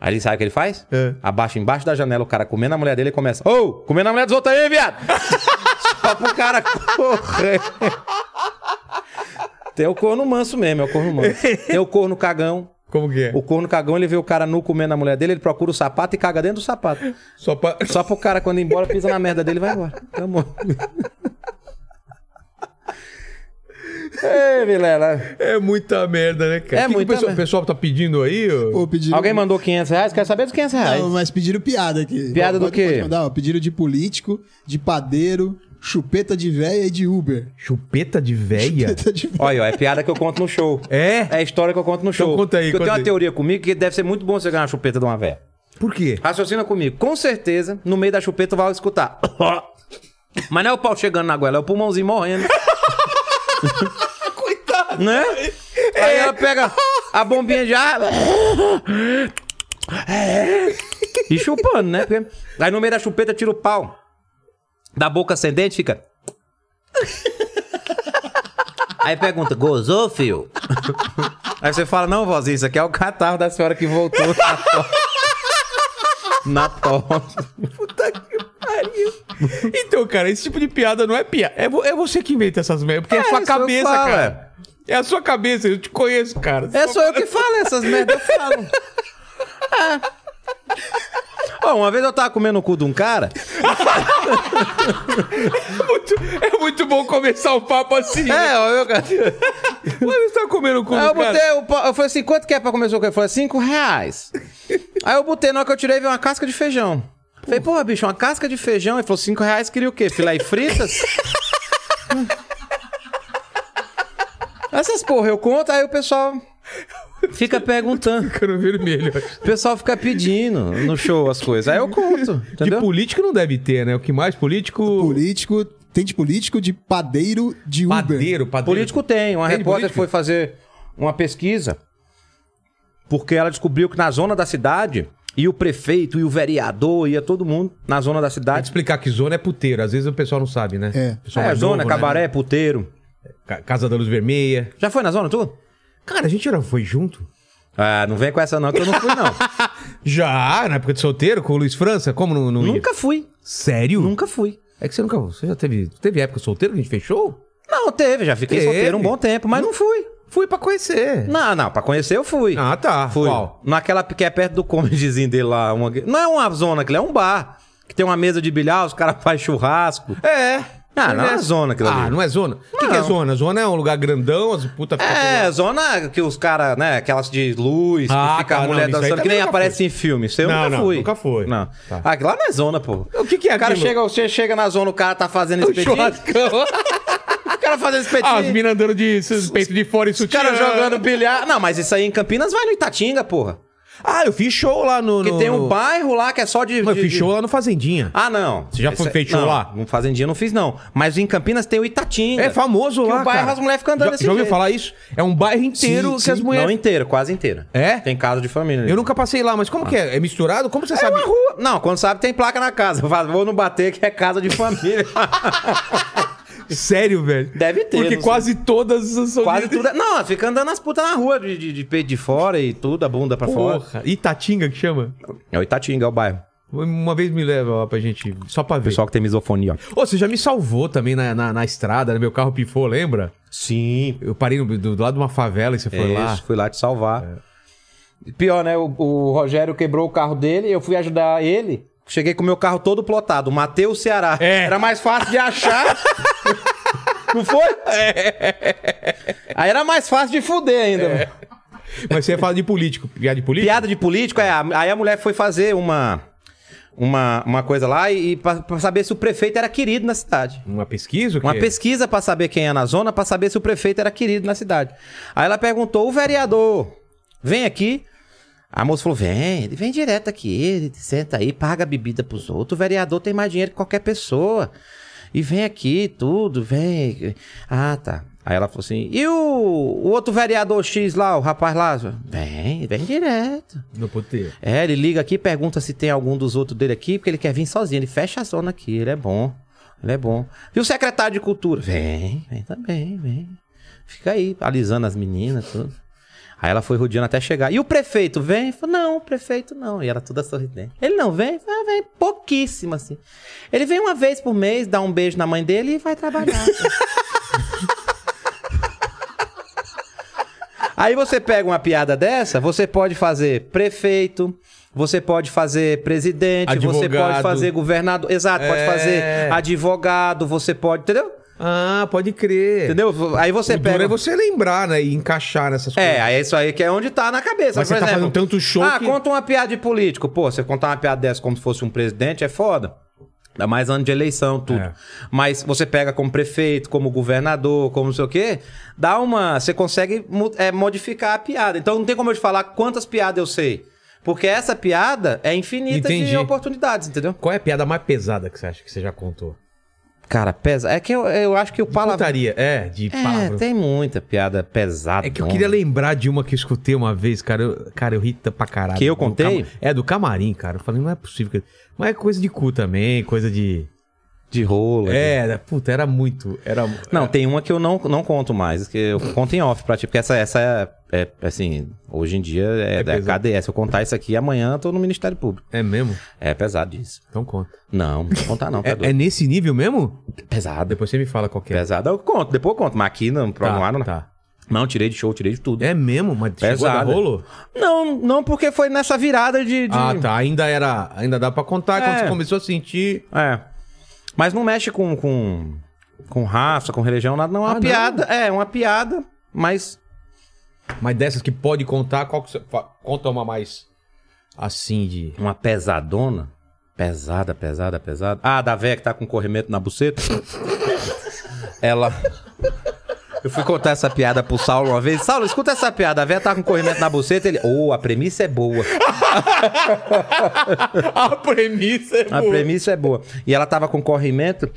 Aí ele sabe o que ele faz? É. Abaixa embaixo da janela, o cara comendo a mulher dele e começa, ô, comendo a mulher dos outros aí, viado! Só pro cara correr. Tem o corno manso mesmo, é o corno manso. Tem o corno cagão. Como que é? O corno cagão, ele vê o cara nu comendo a mulher dele, ele procura o sapato e caga dentro do sapato. Só pra. Só pro cara, quando ir embora, pisa na merda dele e vai embora. Tá Tamo. Ei, Vilela. É muita merda, né, cara? É O que que o muita pessoal, merda. O pessoal tá pedindo aí? ô? Pô, pediram... Alguém mandou 500 reais? Quero saber dos 500 reais. Não, mas pediram piada aqui. Piada do Pode- quê? pode mandar, ó. Pediram de político, de padeiro, chupeta de véia e de Uber. Chupeta de véia? Chupeta de véia. Olha, ó, é piada que eu conto no show. É? Então É a história que eu conto no show. conta aí, Porque eu conta tenho uma aí. teoria comigo que deve ser muito bom você ganhar uma chupeta de uma véia. Por quê? Raciocina comigo. Com certeza, no meio da chupeta, tu vai escutar. Mas não é o pau chegando na goela, é o pulmãozinho morrendo. Coitado. Né? Aí ela pega a bombinha de ar. E chupando, né? Porque- Aí no meio da chupeta tira o pau. Da boca ascendente fica. Aí pergunta, gozou, fio? Aí você fala, não, vozinha, isso aqui é o catarro da senhora que voltou na tosse. Na tosse. Puta que pariu. Então, cara, esse tipo de piada não é piada. É, vo- é você que inventa essas merdas, porque é, a É, sua isso eu cabeça, falo, cara. É a sua cabeça, eu te conheço, cara. É só eu que falo essas merdas, eu falo. É. Ó, uma vez eu tava comendo o cu de um cara. muito, é muito bom começar um papo assim. É, ó, eu, eu, Mas você tá comendo com Aí eu botei, o pau- eu falei assim, quanto que é pra comer o seu cu? Ele falou, cinco reais. Aí eu botei, na hora que eu tirei, veio uma casca de feijão. Falei, porra, bicho, uma casca de feijão. Ele falou, cinco reais, queria o quê? Filé e fritas? Essas porra, eu conto, aí o pessoal fica perguntando. Ficando vermelho. O pessoal fica pedindo no show as coisas. Aí eu conto, De entendeu? político não deve ter, né? O que mais? Político. Político, é. tem de político, de padeiro, de Uber. Padeiro, padeiro. Político tem. Uma Tem de repórter político? foi fazer uma pesquisa porque ela descobriu que na zona da cidade e o prefeito e o vereador ia todo mundo na zona da Tem que cidade. explicar que zona é puteiro. Às vezes o pessoal não sabe, né? É. O pessoal É, mais zona, novo, né? cabaré, puteiro. Ca- Casa da Luz Vermelha. Já foi na zona tu? Cara, a gente já foi junto? Ah, não vem com essa não, que eu não fui não. Já, na época de solteiro, com o Luiz França. Como não, não ia? nunca fui, Sério? nunca fui. É que você nunca. Você já teve. Teve época solteiro que a gente fechou? Não, teve, já fiquei Teve. solteiro um bom tempo, mas não fui. Fui pra conhecer. Não, não, pra conhecer eu fui. Ah, tá. Fui. Qual? Naquela que é perto do comedyzinho dele lá. uma- Não é uma zona, aquilo é um bar. Que tem uma mesa de bilhar, os caras fazem churrasco. É. Ah, não é zona aquilo Ah, ali. não é zona? O que, que é Não. zona? Zona é um lugar grandão, as putas ficam É, zona que os caras, né? Aquelas de luz, Ah, que fica tá, a mulher não, isso aí dançando, que também nem nunca aparece em filme. Isso eu Não, nunca não, fui. nunca foi. Não. Tá. Ah, lá não é zona, pô. O que que é O cara aquilo? chega, você chega na zona, o cara tá fazendo com- espetinho. Churrascão. O cara fazendo espetinho. Ah, as minas andando de peito de fora e os sutiã. caras jogando bilhar. Não, mas isso aí em Campinas vai no Itatinga, porra. Ah, eu fiz show lá no... Porque no- tem um no- bairro lá que é só de. Eu de- fiz de- show lá no Fazendinha. Ah, não. Você já Esse- foi- fez show não, lá? Um fazendinha eu não fiz, não. Mas em Campinas tem o Itatinga. é famoso que lá, o bairro cara. as mulheres ficam andando Já, desse já ouviu jeito. falar isso? É um bairro inteiro Sim, que sim. as Não mulheres... inteiro, quase inteiro. É? Tem casa de família. Eu nunca passei lá, mas como que é? É misturado? Como você sabe? rua. Não, quando sabe tem placa na casa. Fala, Vou não bater que é casa de família. Sério, velho? Deve ter, Porque não sei. quase todas são... Quase tudo. é- Não, fica andando as putas na rua, de, de, de peito de fora e tudo, a bunda pra é fora. Porra. Itatinga que chama? É o Itatinga, é o bairro. Uma vez me leva lá pra gente, só pra O ver. pessoal que tem misofonia, ó. Ô, você já me salvou também na, na, na estrada, né? meu carro pifou, lembra? Sim. É Eu parei no- do, do lado de uma favela e você foi Foi lá. É. Fui lá te salvar. Pior, né? O, o Rogério quebrou o carro dele, eu fui ajudar ele. Cheguei com o meu carro todo plotado, matei o Ceará. É. Era mais fácil de achar. Não foi? É. Aí era mais fácil de fuder ainda. mano. Mas você fala de político. Piada de político? Piada de político, é. Aí a mulher foi fazer uma, uma, uma coisa lá e, e pra, pra saber se o prefeito era querido na cidade. Uma pesquisa? o Uma quê? pesquisa pra saber quem é na zona, pra saber se o prefeito era querido na cidade. Aí ela perguntou: o vereador, vem aqui. A moça falou: vem, ele vem direto aqui, ele senta aí, paga a bebida pros outros. O vereador tem mais dinheiro que qualquer pessoa. E vem aqui, tudo, vem. Ah, tá. Aí ela falou assim: e o, o outro vereador X lá, o rapaz lá? Vem, vem direto. No puteiro. É, ele liga aqui, pergunta se tem algum dos outros dele aqui, porque ele quer vir sozinho. Ele fecha a zona aqui, ele é bom. Ele é bom. E o secretário de cultura? Vem, vem também, vem. Fica aí, alisando as meninas, tudo. Aí ela foi rodeando até chegar. E o prefeito vem? Falou, não, o prefeito não. E ela toda sorridente. Ele não vem? Ah, vem pouquíssimo, assim. Ele vem uma vez por mês, dá um beijo na mãe dele e vai trabalhar. Aí você pega uma piada dessa, você pode fazer prefeito, você pode fazer presidente, você Advogado. pode fazer governador. Exato, pode É. fazer advogado, você pode. Entendeu? Ah, pode crer. Entendeu? Aí Você você o duro pega. é você lembrar, né? E encaixar nessas É, coisas. aí é isso aí que é onde tá na cabeça. Mas você tá fazendo tanto show Ah, que- conta uma piada de político. Pô, você contar uma piada dessa como se fosse um presidente é foda. Ainda mais ano de eleição, tudo. É. Mas você pega como prefeito, como governador, como não sei o quê, dá uma. Você consegue mu- é, modificar a piada. Então não tem como eu te falar quantas piadas eu sei. Porque essa piada é infinita Entendi. de oportunidades, entendeu? Qual é a piada mais pesada que você acha que você já contou? Cara, pesa. É que eu, eu acho que o palavrão. Putaria, é, de É, palavra. tem muita piada pesada. É que eu queria lembrar de uma que eu escutei uma vez, cara. Eu, cara, eu ri ta- pra caralho. Que eu Do contei? cama- é, do camarim, cara. Eu falei, não é possível. que- Mas é coisa de cu também, coisa de. De rola. de- É, puta, era muito. Era... É. Não, tem uma que eu não, não conto mais, que eu conto em off pra ti, porque essa, essa é, é, assim, hoje em dia é, É da pesado. KDS. Se eu contar isso aqui, amanhã eu tô no Ministério Público. É mesmo? É pesado isso. Então conta. Não, não vou contar não, tá É, é doido. nesse nível mesmo? pesado. Depois você me fala qual que é. Pesado, eu conto, depois eu conto, mas aqui não, pro Tá, no ar não. tá. Não, tirei de show, tirei de tudo. É mesmo? Mas chegou a dar Pesado. rolo? Não, não porque foi nessa virada de... de- Ah, tá. Ainda era. Ainda dá pra contar. Quando É. você começou a sentir. É. Mas não mexe com, com, com raça, com religião, nada, não. É uma Ah, não? piada, é, uma piada, mas Mas dessas que pode contar, qual que você. fa- Conta uma mais. Assim de. Uma pesadona? Pesada, pesada, pesada. Ah, da véia que tá com corrimento na buceta? Ela. Eu fui contar essa piada pro Saulo uma vez. Saulo, escuta essa piada. A véia tá com corrimento na buceta. Ele. Ô, a premissa é boa. A premissa é A premissa é boa. E ela tava com corrimento.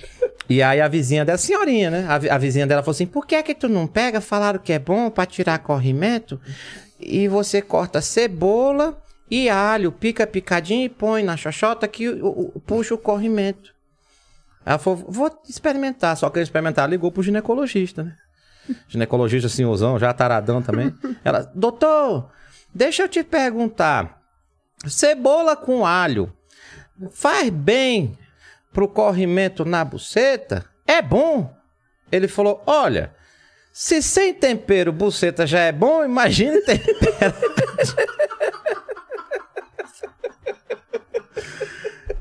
E aí a vizinha dela, senhorinha, né? A, vi- a vizinha dela falou assim: por que é que tu não pega? Falaram que é bom pra tirar corrimento. E você corta cebola e alho, pica picadinho e põe na xoxota que o- o- puxa o corrimento. Ela falou: vou experimentar. Só que eu experimentar, ligou pro ginecologista, né? Ginecologista senhorzão, já taradão também. Ela, doutor, deixa eu te perguntar. Cebola com alho faz bem pro corrimento na buceta? É bom? Ele falou: olha, se sem tempero buceta já é bom, imagine tempero.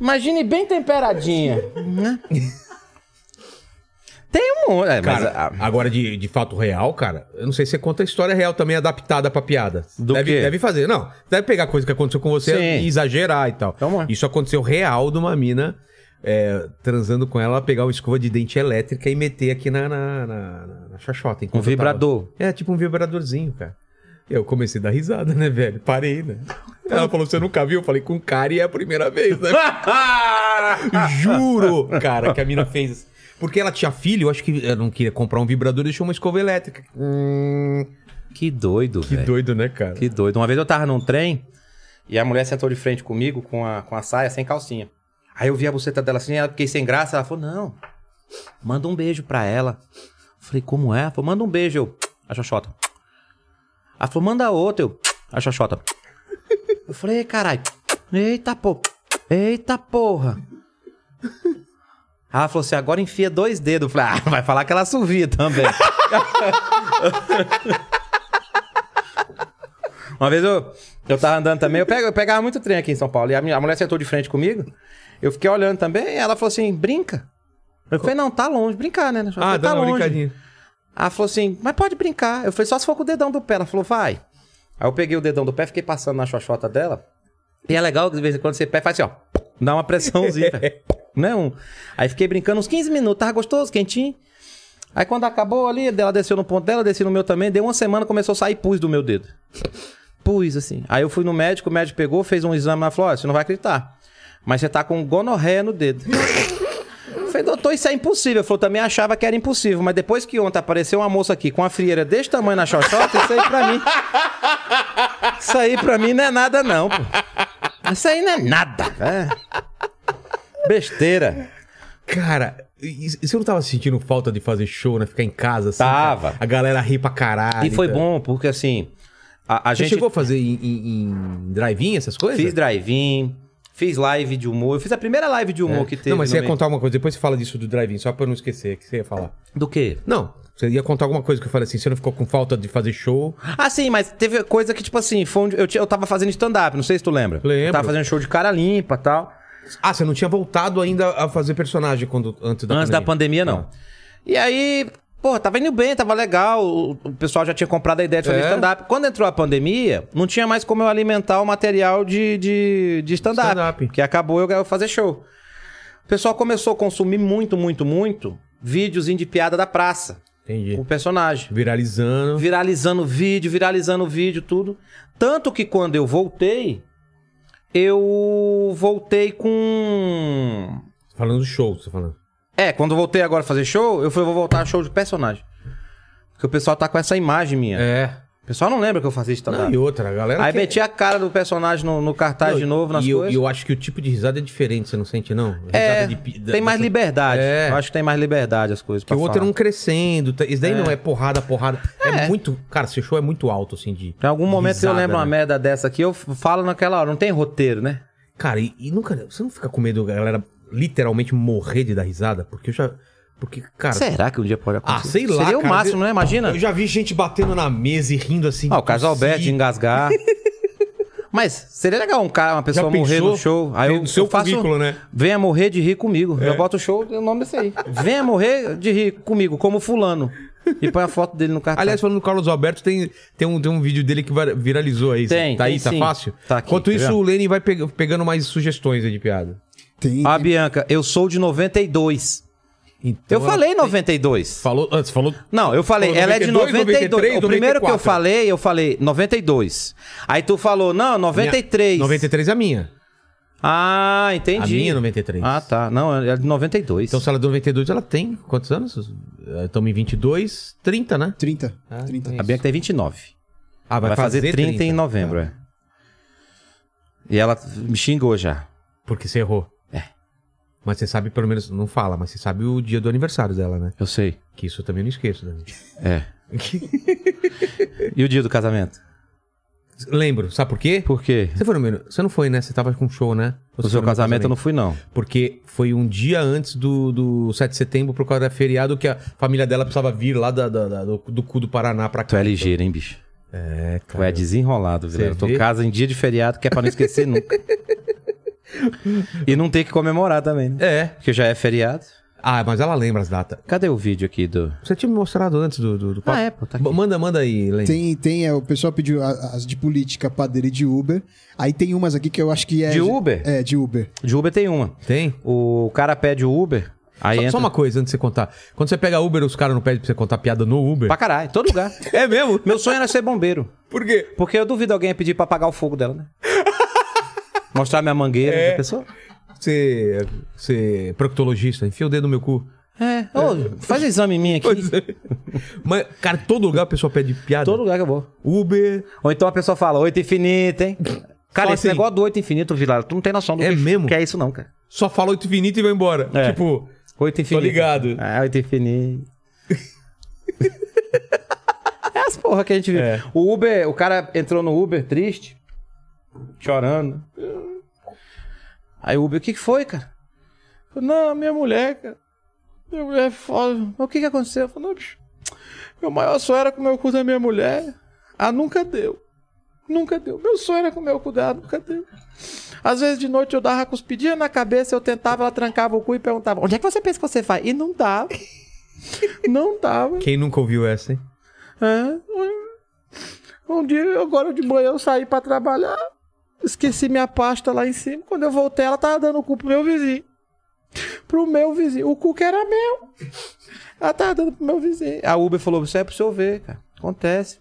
imagine bem temperadinha, né? Tem um. É, mas Cara, a- agora de, de fato real, cara, eu não sei se você conta a história real também adaptada pra piada. Do deve, quê? deve fazer. Não, deve pegar coisa que aconteceu com você Sim. e exagerar e tal. Vamos lá. Isso aconteceu real de uma mina é, transando com ela, pegar uma escova de dente elétrica e meter aqui na, na, na, na- na chachota. um enquanto eu tava- vibrador. É, tipo um vibradorzinho, cara. Eu comecei a dar risada, né, velho? Parei, né? Ela falou, você nunca viu? Eu falei, com cara e é a primeira vez, né? Juro, cara, que a mina fez. assim. Porque ela tinha filho, eu acho que ela não queria comprar um vibrador, deixou uma escova elétrica. Que doido, Que velho. doido, né, cara? Que doido. Uma vez eu tava num trem e a mulher sentou de frente comigo com a, com a saia sem calcinha. Aí eu vi a buceta dela assim, ela fiquei sem graça. Ela falou: Não, manda um beijo pra ela. Eu falei: Como é? Ela falou: Manda um beijo. Eu, a xoxota. Ela falou: Manda outro. Eu, a xoxota. Eu falei: "Ei, Caralho. Eita, pô. Eita porra. Ela falou assim: Agora enfia dois dedos. Eu falei: Ah, vai falar que ela suvia também. Uma vez eu, eu tava andando também, eu, pego- eu pegava muito trem aqui em São Paulo. E a, minha- a mulher sentou de frente comigo. Eu fiquei olhando também, e ela falou assim: brinca. Eu falei, não, tá longe, brincar, né? Eu falei, Ah, tá dá uma longe. brincadinha. Ela falou assim, mas pode brincar. Eu falei, só se for com o dedão do pé. Ela falou, vai. Aí eu peguei o dedão do pé, fiquei passando na xoxota dela. E é legal que de vez em quando você pega e faz assim, ó. Dá uma pressãozinha. velho. né? Um. Aí fiquei brincando uns 15 minutos, tava gostoso, quentinho. Aí quando acabou ali, ela desceu no ponto dela, desci no meu também. Deu uma semana, começou a sair pus do meu dedo. Pus, assim. Aí eu fui no médico, o médico pegou, fez um exame, ela falou, ó, você não vai acreditar. Mas você tá com gonorreia no dedo. Eu falei, doutor, isso é impossível. Ele falou, também achava que era impossível, mas depois que ontem apareceu uma moça aqui com uma frieira desse tamanho na xoxota, isso aí pra mim. Isso aí pra mim não é nada, não, pô. Isso aí não é nada. É. Besteira. Cara, e- e você não tava sentindo falta de fazer show, né? Ficar em casa assim? Tava. cara? A galera ri pra caralho. E foi tá? bom, porque assim, a, a Você gente. chegou a fazer em, em, em drive-in, essas coisas? Fiz drive-in, fiz live de humor. Eu fiz a primeira live de humor que É. teve. Não, mas no você ia meio. contar uma coisa. Depois você fala disso do drive-in, só pra eu não esquecer que você ia falar. Do quê? Não, você ia contar alguma coisa que eu falei assim, você não ficou com falta de fazer show? Ah, sim, mas teve coisa que, tipo assim, foi onde eu, ti- eu tava fazendo stand-up, não sei se tu lembra. Lembro. Eu tava fazendo show de cara limpa e tal. Ah, você não tinha voltado ainda a fazer personagem quando, antes da Antes da pandemia, não. Tá. E aí, pô, tava indo bem, tava legal. O, o pessoal já tinha comprado a ideia de fazer É? stand-up. Quando entrou a pandemia, não tinha mais como eu alimentar o material de, de, de stand-up. Stand-up. que acabou eu eu fazer show. O pessoal começou a consumir muito, muito, muito videozinho de piada da praça. Entendi. O personagem. Viralizando. Viralizando o vídeo, viralizando o vídeo, tudo. Tanto que quando eu voltei, eu voltei com. Falando do show, você falando. É, quando eu voltei agora a fazer show, eu falei, eu vou voltar a show de personagem. Porque o pessoal tá com essa imagem minha. É. O pessoal não lembra que eu fazia isso Não, e também. outra, a galera. Aí quer- meti a cara do personagem no, no cartaz é Não, de novo nas e eu- coisas. E eu, acho que o tipo de risada é diferente, você não sente, não? Risada É, de pi- da- tem mais dessa- liberdade. É. Eu acho que tem mais liberdade as coisas. Que pra o outro era falar. um crescendo. tá- Isso daí não é porrada, porrada. É, É. muito. Cara, seu show é muito alto, assim, de. Em algum de momento que eu risada, lembro uma né? merda dessa aqui, eu f- falo naquela hora. Não tem roteiro, né? Cara, e, e nunca. Você não fica com medo da galera literalmente morrer de dar risada? Porque eu já. Porque, cara. Será que um dia pode acontecer? Ah, sei lá, Seria o cara, máximo, né? Imagina. Eu já vi gente batendo na mesa e rindo assim. Ah, o caso Alberto de Sim. engasgar. Mas seria legal um cara, uma pessoa Já morrer pensou? no show. Aí Tem eu, no seu eu faço. um currículo, né? É. Venha morrer de rir comigo. Eu boto o show o nome desse aí. Venha morrer de rir comigo, como fulano. E põe a foto dele no cartaz. Aliás, falando do Carlos Alberto, tem, tem, um, tem um vídeo dele que va- viralizou aí. Tem, Tá tem aí, tá sim. fácil? Tá aqui, Enquanto quer isso, ver? o Lenny vai pe- pegando mais sugestões aí de piada. Tem. a Ah, Bianca, eu sou de 92. Então, Eu falei 92. Falou, ah, você falou. Não, eu falei, Falou ela é de 92, 92. 93, o primeiro que 94. eu falei, eu falei 92. Aí tu falou, não, 93. 93 é a minha. Ah, entendi. A minha é 93. Ah, tá. Não, é de 92. Então, se ela é de 92, ela tem quantos anos? Eh, Estamos em 22, 30, né? 30. Ah, 30. tem. a Bianca tem 29. Ah, Vai, fazer, 30, em novembro, é. E ela me xingou já. Porque você errou. É. Mas você sabe, pelo menos, não fala, mas você sabe o dia do aniversário dela, né? Eu sei. Que isso eu também não esqueço, né? Dani. É. e o dia do casamento? Lembro, sabe por quê? Por quê? Você foi no meu. Você não foi, né? Você tava com um show, né? O seu casamento eu não fui, não. Porque foi um dia antes do, do 7 de setembro, por causa da feriado, que a família dela precisava vir lá da- da- da- do, do cu do Paraná pra cá. Tu é ligeiro, hein, bicho? É, Tu é cara. desenrolado, Vilela. Você Tu vê? casa em dia de feriado, que é pra não esquecer nunca. e não tem que comemorar também, né? É. Porque já é feriado. Ah, mas ela lembra as datas. Cadê o vídeo aqui do... Você tinha me mostrado antes do, do, do papo. Ah, é, pô, tá aqui. B- Manda, manda aí, Lenny. Tem, tem, é, o pessoal pediu a- as de política, padeira e de Uber. Aí tem umas aqui que eu acho que é. De Uber? É, de Uber. De Uber tem uma. Tem? O cara pede o Uber, aí Só, entra... só uma coisa antes de você contar. Quando você pega Uber, os caras não pedem pra você contar piada no Uber. Pra caralho, em todo lugar. É mesmo? Meu sonho era ser bombeiro. Por quê? Porque eu duvido alguém pedir pra apagar o fogo dela, né? Mostrar minha mangueira, é. pessoa? Você. Você. é Proctologista, enfia o dedo no meu cu. É. Ô, faz um exame em mim aqui. Mas, cara, todo lugar o pessoal pede piada. Todo lugar que eu vou. Uber. Ou então a pessoa fala, oito infinito, hein? Cara, Só esse assim. negócio do oito infinito, Vilar, tu não tem noção do É que, mesmo? que é isso não, cara. Só fala oito infinito e vai embora. É. Tipo, Oito infinito. ligado. É, oito infinito. é as porra que a gente viu. É. O Uber, o cara entrou no Uber triste, chorando. Aí o Uber, o que que foi, cara? Falei, Não, minha mulher, cara. Minha mulher é foda. Mas o que que aconteceu? Eu falei, não, bicho. Meu maior sonho era comer o cu da minha mulher. Ah, nunca deu. Nunca deu. Meu sonho era comer o cu dela, nunca deu. Às vezes de noite eu dava cuspidinha na cabeça, eu tentava, ela trancava o cu e perguntava: Onde é que você pensa que você vai? E não dava. não dava. quem nunca ouviu essa, hein? É. Um dia, eu- agora de manhã, eu saí pra trabalhar, esqueci minha pasta lá em cima. Quando eu voltei, ela tava dando o cu pro meu vizinho. Pro meu vizinho. O cu que era meu. Ela tava dando pro meu vizinho. A Uber falou: Isso é pro senhor ver, cara. Acontece.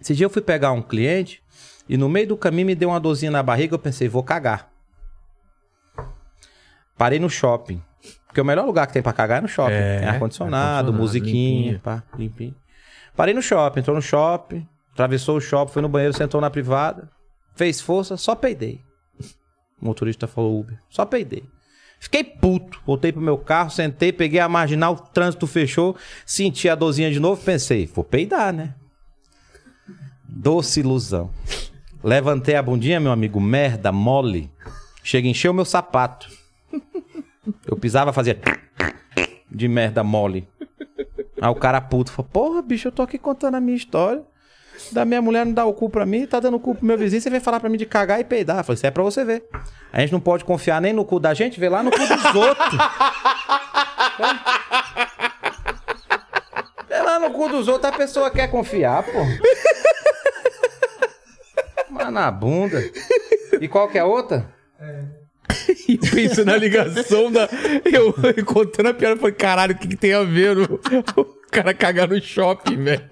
Esse dia eu fui pegar um cliente e no meio do caminho me deu uma dorzinha na barriga. Eu pensei: Vou cagar. Parei no shopping. Porque o melhor lugar que tem pra cagar é no shopping. É, tem ar-condicionado, ar-condicionado, musiquinha, limpinho. pá, limpinho. Parei no shopping, entrou no shopping, atravessou o shopping, foi no banheiro, sentou na privada, fez força, só peidei. O motorista falou Uber, só peidei. Fiquei puto, voltei pro meu carro, sentei, peguei a marginal, o trânsito fechou, senti a dorzinha de novo, pensei, vou peidar, né? Doce ilusão. Levantei a bundinha, meu amigo, merda, mole. Chega, encheu meu sapato. Eu pisava, fazia de merda mole. Aí o cara puto falou: Porra, bicho, eu tô aqui contando a minha história. Da minha mulher não dá o cu pra mim, tá dando o cu pro meu vizinho, você vem falar pra mim de cagar e peidar. Eu falei, isso é pra você ver. A gente não pode confiar nem no cu da gente, vê lá no cu dos outros. vê lá no cu dos outros, a pessoa quer confiar, pô. Mas na bunda. E qual que é a outra? E eu penso na ligação da. Eu eu contando a piada, eu falei, caralho, o que, que tem a ver? no- O cara cagar no shopping, velho.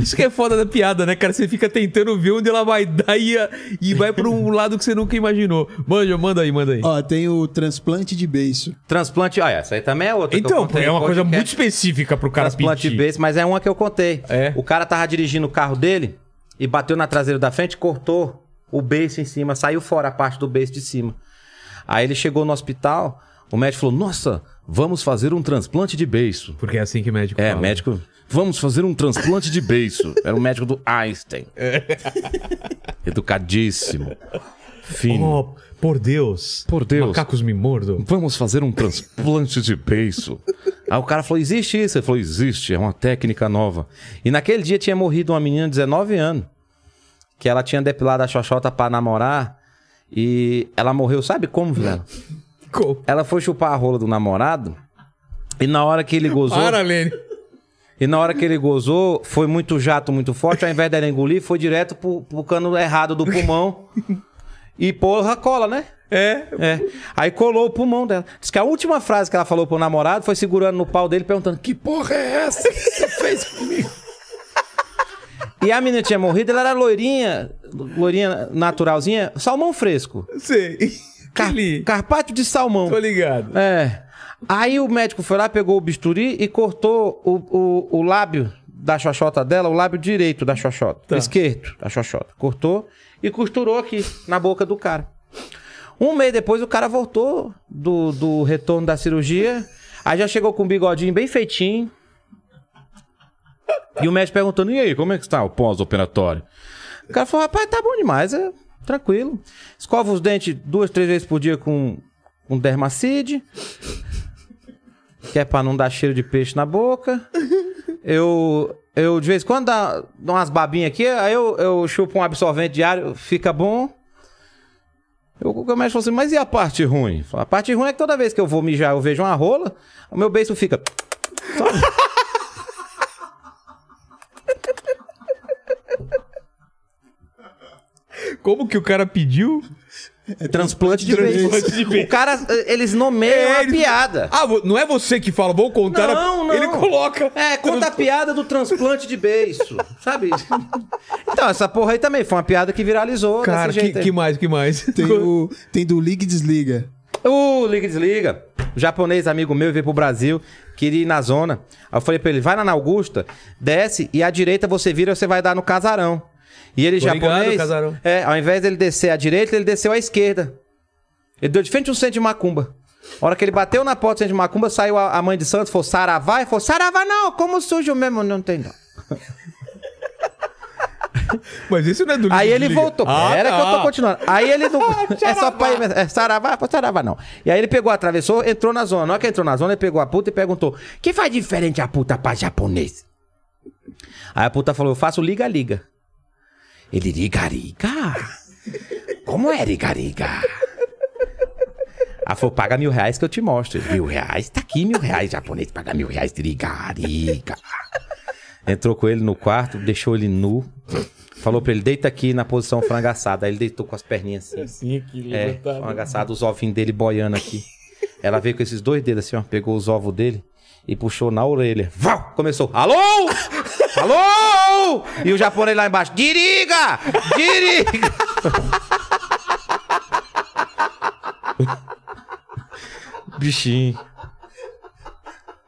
Isso que é foda da piada, né, cara? Você fica tentando ver onde ela vai dar e, e vai pra um lado que você nunca imaginou. Manja, manda aí, manda aí. Ó, tem o transplante de beiço. Transplante. Ah, essa aí também é outra. que eu então, contei é no uma coisa podcast. muito específica pro cara transplante pedir. base, mas é uma que eu contei. É. O cara tava dirigindo o carro dele e bateu na traseira da frente, cortou o beiço em cima, saiu fora a parte do beiço de cima. Aí ele chegou no hospital, o médico falou: Nossa, vamos fazer um transplante de beiço. Porque é assim que médico É, fala. médico. Vamos fazer um transplante de beiço. Era o médico do Einstein. É. Educadíssimo. Fino. Oh, por Deus. Por Deus. Macacos me mordam. Vamos fazer um transplante de beiço. Aí o cara falou: existe isso? Ele falou: existe, é uma técnica nova. E naquele dia tinha morrido uma menina de 19 anos, que ela tinha depilado a xoxota pra namorar. E ela morreu, sabe como, Vilela? Co- Ela foi chupar a rola do namorado. E na hora que ele gozou. Para, Lene. E na hora que ele gozou, foi muito jato, muito forte. Ao invés dela engolir, foi direto pro, pro cano errado do pulmão. E porra, cola, né? É. É. Aí colou o pulmão dela. Diz que a última frase que ela falou pro namorado foi segurando no pau dele, perguntando: Que porra é essa que você fez comigo? E a menina tinha morrido, ela era loirinha, loirinha naturalzinha, salmão fresco. Sei. Car Carli. carpaccio de salmão. Tô ligado. É. Aí o médico foi lá, pegou o bisturi e cortou o, o, o lábio da xoxota dela, o lábio direito da xoxota. Tá. Esquerdo da xoxota. Cortou e costurou aqui, na boca do cara. Um mês depois o cara voltou do, do retorno da cirurgia. Aí já chegou com o bigodinho bem feitinho. E o médico perguntando: e aí, como é que está o pós-operatório? O cara falou: rapaz, tá bom demais, é tranquilo. Escova os dentes duas, três vezes por dia com um dermacide, que é pra não dar cheiro de peixe na boca. Eu, eu de vez em quando dá, dá umas babinhas aqui, aí eu, eu chupo um absorvente diário, fica bom. Eu, o médico falou assim, mas e a parte ruim? Falei, A parte ruim é que toda vez que eu vou mijar, eu vejo uma rola, o meu beijo fica... Como que o cara pediu? É transplante de Transplante beijo. de beijo. O cara, eles nomeiam É, a eles- piada. Ah, vo- não é você que fala, vou contar. a- Não, não. Ele coloca. É, conta a piada do transplante de beiço, sabe? Então, essa porra aí também foi uma piada que viralizou Cara, desse que, jeito aí. que mais, que mais? Tem, o, tem do liga e desliga. O Liga e Desliga. Um japonês amigo meu veio pro Brasil, queria ir na zona. Aí eu falei pra ele, vai lá na Augusta, desce e à direita você vira, você vai dar no casarão. E ele Tô ligado, japonês, casarão. é, ao invés dele descer à direita, ele desceu à esquerda. Ele deu de frente um centro de macumba. A hora que ele bateu na porta do centro de macumba, saiu a, a mãe de Santos, falou saravá, e falou saravá não, como sujo mesmo, não tem não. Mas esse não é do Aí Liga ele Desliga. voltou. Ah, Era que eu tá. tô continuando. Aí ele não. é só pra. É saravá, pô, saravá não. E aí ele pegou, atravessou, entrou na zona. Na hora que entrou na zona, ele pegou a puta e perguntou: que faz diferente a puta pra japonês? Aí a puta falou: eu faço liga-liga. Ele, liga-liga? Como é liga-liga? Ela falou, paga mil reais que eu te mostro. Ele, Mil reais? Tá aqui mil reais, japonês. Paga mil reais, liga-liga. Entrou com ele no quarto, deixou ele nu. Falou pra ele, deita aqui na posição frango assado. Aí ele deitou com as perninhas assim. Assim, que É, frango assado, os ovinhos dele boiando aqui. Ela veio com esses dois dedos assim, ó. Pegou os ovos dele e puxou na orelha. Vau! Começou. Alô? Alô? E o japonês lá embaixo. Diriga! Diriga! Bichinho.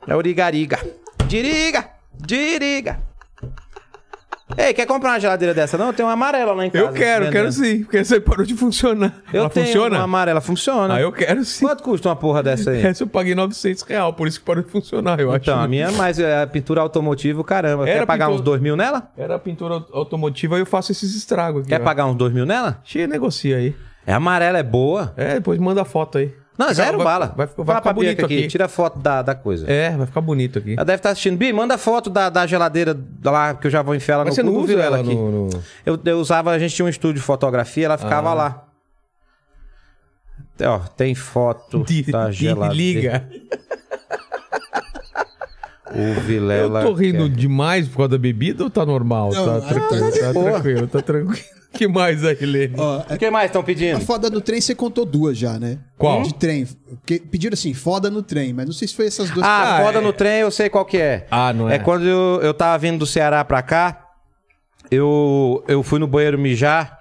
É origariga. Diriga! Diriga! Ei, quer comprar uma geladeira dessa? Não, tem uma amarela lá em casa. Eu quero, quero vendendo. sim. Porque essa aí parou de funcionar. Eu Ela tenho funciona? uma amarela, funciona. Ah, eu quero sim. Quanto custa uma porra dessa aí? Essa eu paguei 900 real, por isso que parou de funcionar, eu acho. Então, a minha é mais é a pintura automotiva, caramba. Era Quer pagar pintura- uns dois mil nela? Era pintura aut- automotiva, aí eu faço esses estragos aqui. Quer ó. pagar uns dois mil nela? Cheio, negocia aí. É amarela, é boa. É, depois manda a foto aí. Não, zero vai- bala. vai- vai ficar Fala pra bonito Bianca aqui. Tira foto da, da coisa. É, vai ficar bonito aqui. Ela deve estar assistindo. Bi, manda foto da, da geladeira da lá, que eu já vou enfiar ela Mas você no não cu, usa viu ela no- no- Eu, eu usava, a gente tinha um estúdio de fotografia, ela ficava Ah. lá. Ó, tem foto Di- da di- geladeira. Liga. O Eu Vilela. tô rindo quer. demais por causa da bebida ou tá normal? Não, tá, ah, tranquilo, tá de tá boa. tranquilo, tá tranquilo. que mais aí, Lene? Ó, O que mais estão a pedindo? foda no trem você contou duas já, né? Qual? De trem. Porque pediram assim, foda no trem, mas não sei se foi essas duas. Ah, Ah, foda é. no trem, eu sei qual que é. Ah, não é? É quando eu, eu tava vindo do Ceará pra cá, eu, eu fui no banheiro mijar,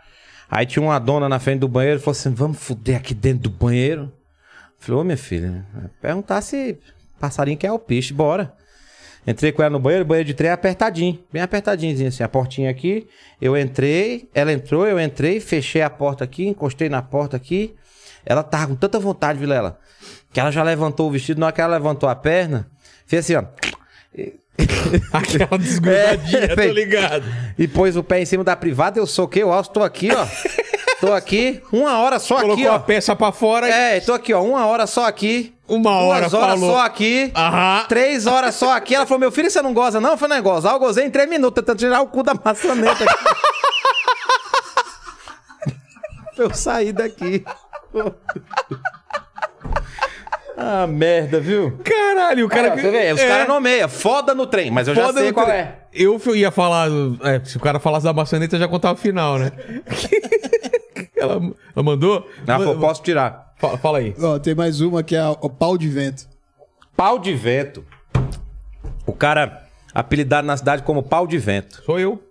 aí tinha uma dona na frente do banheiro, falou assim, vamos fuder aqui dentro do banheiro? Falei, ô minha filha, perguntar se passarinho quer alpiste, bora. Entrei com ela no banheiro, o banheiro de trem é apertadinho, bem apertadinhozinho assim, a portinha aqui, eu entrei, ela entrou, eu entrei, fechei a porta aqui, encostei na porta aqui, ela tava com tanta vontade, Vilela, que ela já levantou o vestido, na hora que ela levantou a perna, fez assim, ó, Aquela desgrudadinha, É, tô velho. ligado. e pôs o pé em cima da privada, eu soquei o alço, tô aqui, ó. Tô aqui, uma hora só aqui, Colocou a ó. peça pra fora e É, tô aqui, ó, uma hora só aqui. uma hora duas horas falou. só aqui. Aham. Três horas só aqui. Ela falou, meu filho, você não goza não? Eu falei, não, gozar. Eu gozei em três minutos, tentando tirar o cu da maçaneta aqui. pra eu sair daqui. ah, merda, viu? Caralho, o cara... Cara, que- você vê, os É, caras nomeiam, foda no trem, mas eu já foda sei no qual tre- é. Eu fui- ia falar... é, se o cara falasse da maçaneta, eu já contava o final, né? ela, ela mandou? Ela falou, posso tirar. Fala, fala aí. Ó, tem mais uma que é a- o pau de vento. Pau de vento. O cara apelidado na cidade como pau de vento. Sou eu.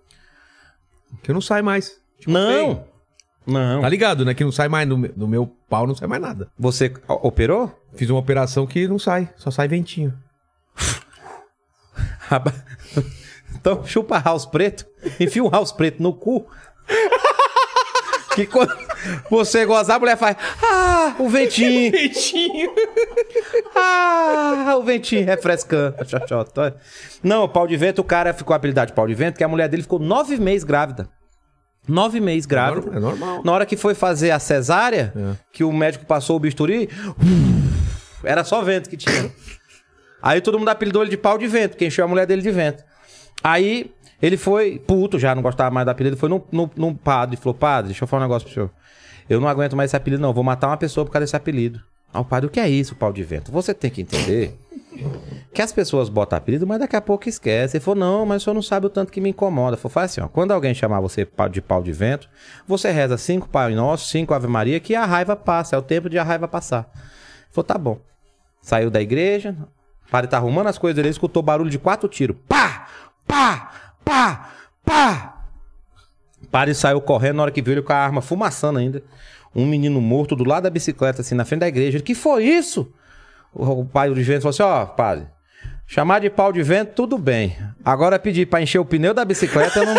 Que não sai mais. Te contei. Não. Tá Não. ligado, né? Que não sai mais. No, me- no meu pau não sai mais nada. Você o- operou? Fiz uma operação que não sai. Só sai ventinho. Aba- Então chupa house preto, enfia um house preto no cu. Que quando você gozar, a mulher faz. Ah, o ventinho. Ventinho. Ah, o ventinho refrescando. Xoxota. Não, o pau de vento, o cara ficou apelidado de pau de vento, que a mulher dele ficou nove meses grávida. Nove meses grávida. É normal. Na hora que foi fazer a cesárea, que o médico passou o bisturi, era só vento que tinha. Aí todo mundo apelidou ele de pau de vento, que encheu a mulher dele de vento. Aí ele foi, puto já, não gostava mais do apelido, ele foi num, num, num padre e falou: Padre, deixa eu falar um negócio pro senhor. Eu não aguento mais esse apelido, não. Vou matar uma pessoa por causa desse apelido. Aí o padre, o que é isso, pau de vento? Você tem que entender que as pessoas botam apelido, mas daqui a pouco esquece. Ele falou, não, mas o senhor não sabe o tanto que me incomoda. Ele falou, faz assim, ó, quando alguém chamar você pa- de pau de vento, você reza cinco Pai Nosso, cinco Ave Maria, que a raiva passa, é o tempo de a raiva passar. Ele falou, tá bom. Saiu da igreja, o padre tá arrumando as coisas, ele escutou barulho de quatro tiros. Pá! Pá! Pá! Pá! O padre saiu correndo, na hora que viu ele com a arma fumaçando ainda. Um menino morto do lado da bicicleta, assim, na frente da igreja. Ele, que foi isso? O o pai do vento falou assim: ó, padre, chamar de pau de vento, tudo bem. Agora é pedir pra encher o pneu da bicicleta, eu não.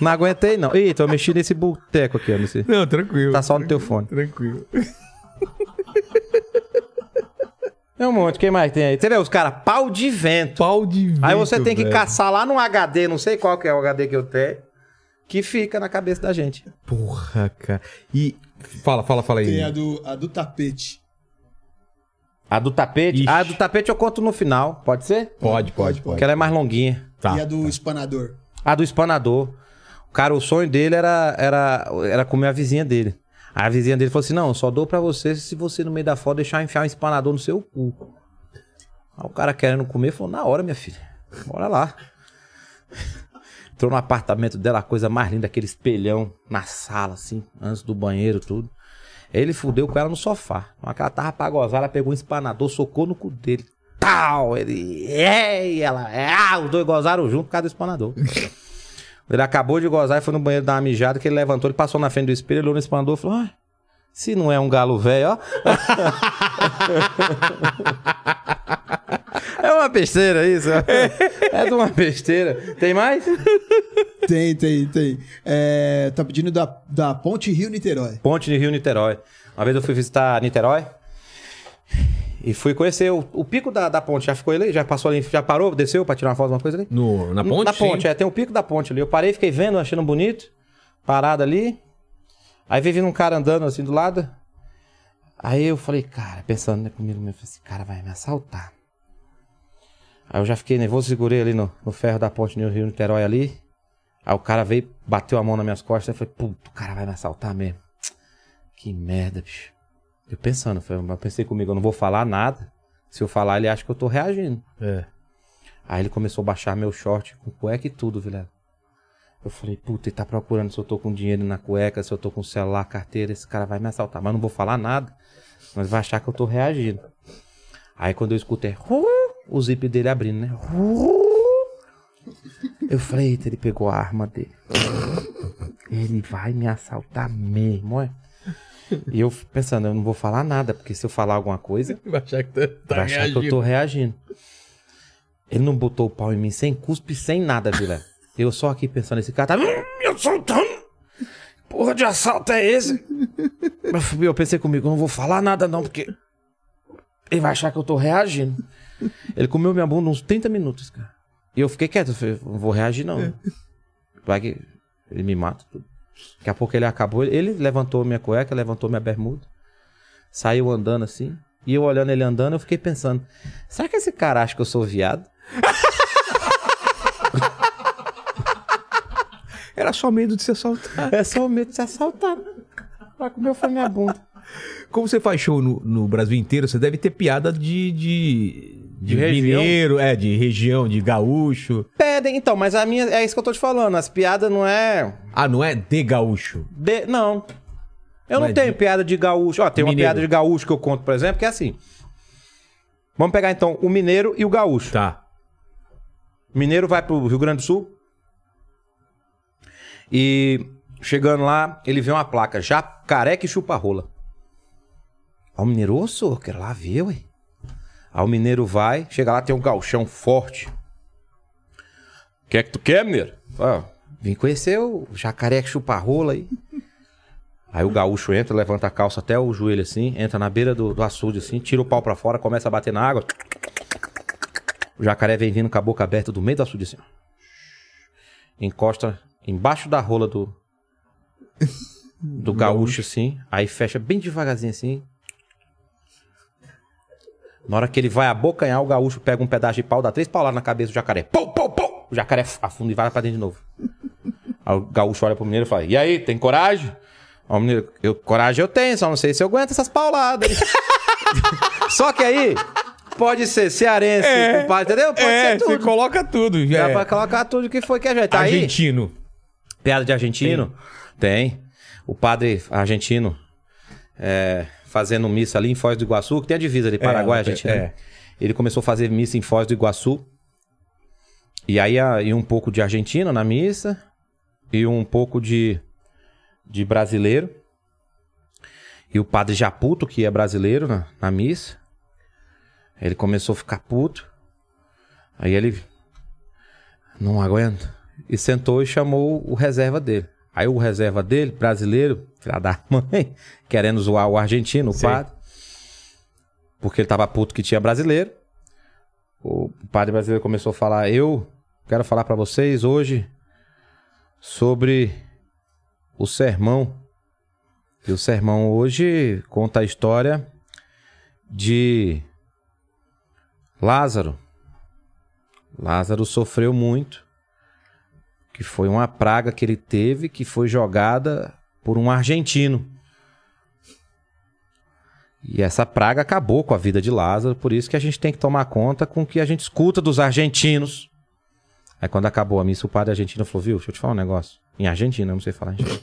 não aguentei, não. Ih, tô mexendo nesse boteco aqui, ó. nesse- Não, tranquilo. Tá só no teu fone. Tranquilo. É um monte, quem mais tem aí? Você vê os caras, pau de vento. Pau de vento. Aí você tem que velho. caçar lá no HD, não sei qual que é o HD que eu tenho, que fica na cabeça da gente. Porra, cara. E. Fala, fala, fala aí. Tem a do, a do tapete. A do tapete? Ixi. A do tapete eu conto no final, pode ser? Pode, pode, Pode, pode. Porque ela é mais longuinha. Tá. E a do espanador. A do espanador. O cara, o sonho dele era, era, era comer a vizinha dele. Aí A vizinha dele falou assim: Não, eu só dou pra você se você no meio da foto deixar enfiar um espanador no seu cu. Aí o cara querendo comer falou: Na hora, minha filha, bora lá. Entrou no apartamento dela, a coisa mais linda, aquele espelhão na sala, assim, antes do banheiro, tudo. Ele fudeu com ela no sofá. Na hora que ela tava pra gozar, ela pegou um espanador, socou no cu dele. Tal! Ele. É, e ela. Ah, os dois gozaram junto por causa do espanador. Ele acabou de gozar e foi no banheiro dar uma mijada, que ele levantou, ele passou na frente do espelho, olhou no espanador e falou: "Ah, se não é um galo velho, ó. é uma besteira isso. É de uma besteira. Tem mais? Tem, tem, tem. É, tá pedindo da, da Ponte Rio Niterói. Ponte de Rio Niterói. Uma vez eu fui visitar Niterói e fui conhecer o, o pico da, da ponte. Já ficou ele? Já passou ali, já parou, desceu pra tirar uma foto, alguma coisa ali? No, na ponte? Na ponte, é. Tem o pico da ponte ali. Eu parei, fiquei vendo, achando bonito. Parado ali. Aí veio vindo um cara andando assim do lado. Aí eu falei, cara, pensando né, comigo mesmo, falei, esse cara vai me assaltar. Aí eu já fiquei nervoso, segurei ali no, no ferro da ponte no Rio Niterói ali. Aí o cara veio, bateu a mão nas minhas costas. Eu falei, puto, o cara vai me assaltar mesmo. Que merda, bicho. Eu pensando, eu falei, eu pensei comigo, eu não vou falar nada. Se eu falar, ele acha que eu tô reagindo. É. Aí ele começou a baixar meu short com cueca e tudo, Vilela. Eu falei, puta, ele tá procurando se eu tô com dinheiro na cueca, se eu tô com celular, carteira, esse cara vai me assaltar, mas não vou falar nada, mas vai achar que eu tô reagindo. Aí quando eu escutei, "Ru", o zip dele abrindo, né? "Ru", Eu falei, eita, ele pegou a arma dele. Ele vai me assaltar mesmo, olha. E eu pensando, eu não vou falar nada, porque se eu falar alguma coisa, Vai achar que tá, tá é. vai achar que eu tô reagindo. Ele não botou o pau em mim sem cuspe, sem nada, Vila. Eu só aqui pensando, esse cara tá "Hum, me assaltando. Porra de assalto é esse? Mas Eu pensei comigo, eu não vou falar nada não, porque ele vai achar que eu tô reagindo. Ele comeu minha bunda uns 30 minutos, cara. E eu fiquei quieto, eu falei, não vou reagir não. Vai que ele me mata. tudo. Daqui a pouco ele acabou, ele levantou minha cueca, levantou minha bermuda. Saiu andando assim. E eu olhando ele andando, eu fiquei pensando: será que esse cara acha que eu sou viado? Era só medo de ser assaltado. É só o medo de ser assaltado. Vai comer foi minha bunda. Como você faz show no, no Brasil inteiro, você deve ter piada de. de... De, De região. mineiro, é, de região, de gaúcho. Pedem, então, mas a minha. É isso que eu tô te falando. As piadas não é. Ah, não é de gaúcho. de- não. Eu não, Não é tenho de- piada de gaúcho. Ó, tem uma Mineiro. piada de gaúcho que eu conto, por exemplo, que é assim. Vamos pegar então o mineiro e o gaúcho. Tá. Mineiro vai pro Rio Grande do Sul. E chegando lá, ele vê uma placa: Jacaré que chupa rola. Aí o mineiro, ô senhor, quero lá ver, ué. Aí o mineiro vai, chega lá, tem um galchão forte. O que é que tu quer, mineiro? Ah, vim conhecer o jacaré que chupa rola aí. Aí o gaúcho entra, levanta a calça até o joelho assim, entra na beira do, do açude assim, tira o pau pra fora, começa a bater na água. O jacaré vem vindo com a boca aberta do meio do açude assim. ó. Encosta embaixo da rola do. Do gaúcho, assim. Aí fecha bem devagarzinho assim. Na hora que ele vai abocanhar, o gaúcho pega um pedaço de pau, dá três pauladas na cabeça do jacaré. Pou, pou, pou! O jacaré afunda e vai lá pra dentro de novo. Aí o gaúcho olha pro mineiro e fala: E aí, tem coragem? Aí o mineiro, eu, coragem eu tenho, só não sei se eu aguento essas pauladas. só que aí, pode ser cearense, compadre, entendeu? Pode é, ser tudo. você coloca tudo. Dá É. pra colocar tudo que foi que a gente. Tá aí? Argentino. Piada de argentino? Tem. O padre argentino é, fazendo missa ali em Foz do Iguaçu, que tem a divisa ali, é, Paraguai, Argentina. né? é. Ele começou a fazer missa em Foz do Iguaçu. E aí a- e um pouco de argentino na missa e um pouco de, de brasileiro. E o padre Japuto, que é brasileiro na, na missa, ele começou a ficar puto. Aí ele não aguenta. E sentou e chamou o reserva dele. Aí o reserva dele, brasileiro, filha da mãe, querendo zoar o argentino, o Sei. padre. Porque ele tava puto que tinha brasileiro. O padre brasileiro começou a falar: Eu quero falar pra vocês hoje sobre o sermão. E o sermão hoje conta a história de Lázaro. Lázaro sofreu muito, que foi uma praga que ele teve, que foi jogada por um argentino. E essa praga acabou com a vida de Lázaro, por isso que a gente tem que tomar conta com o que a gente escuta dos argentinos. Aí quando acabou a missa, o padre argentino falou, viu, deixa eu te falar um negócio. Em Argentina, eu não sei falar argentino.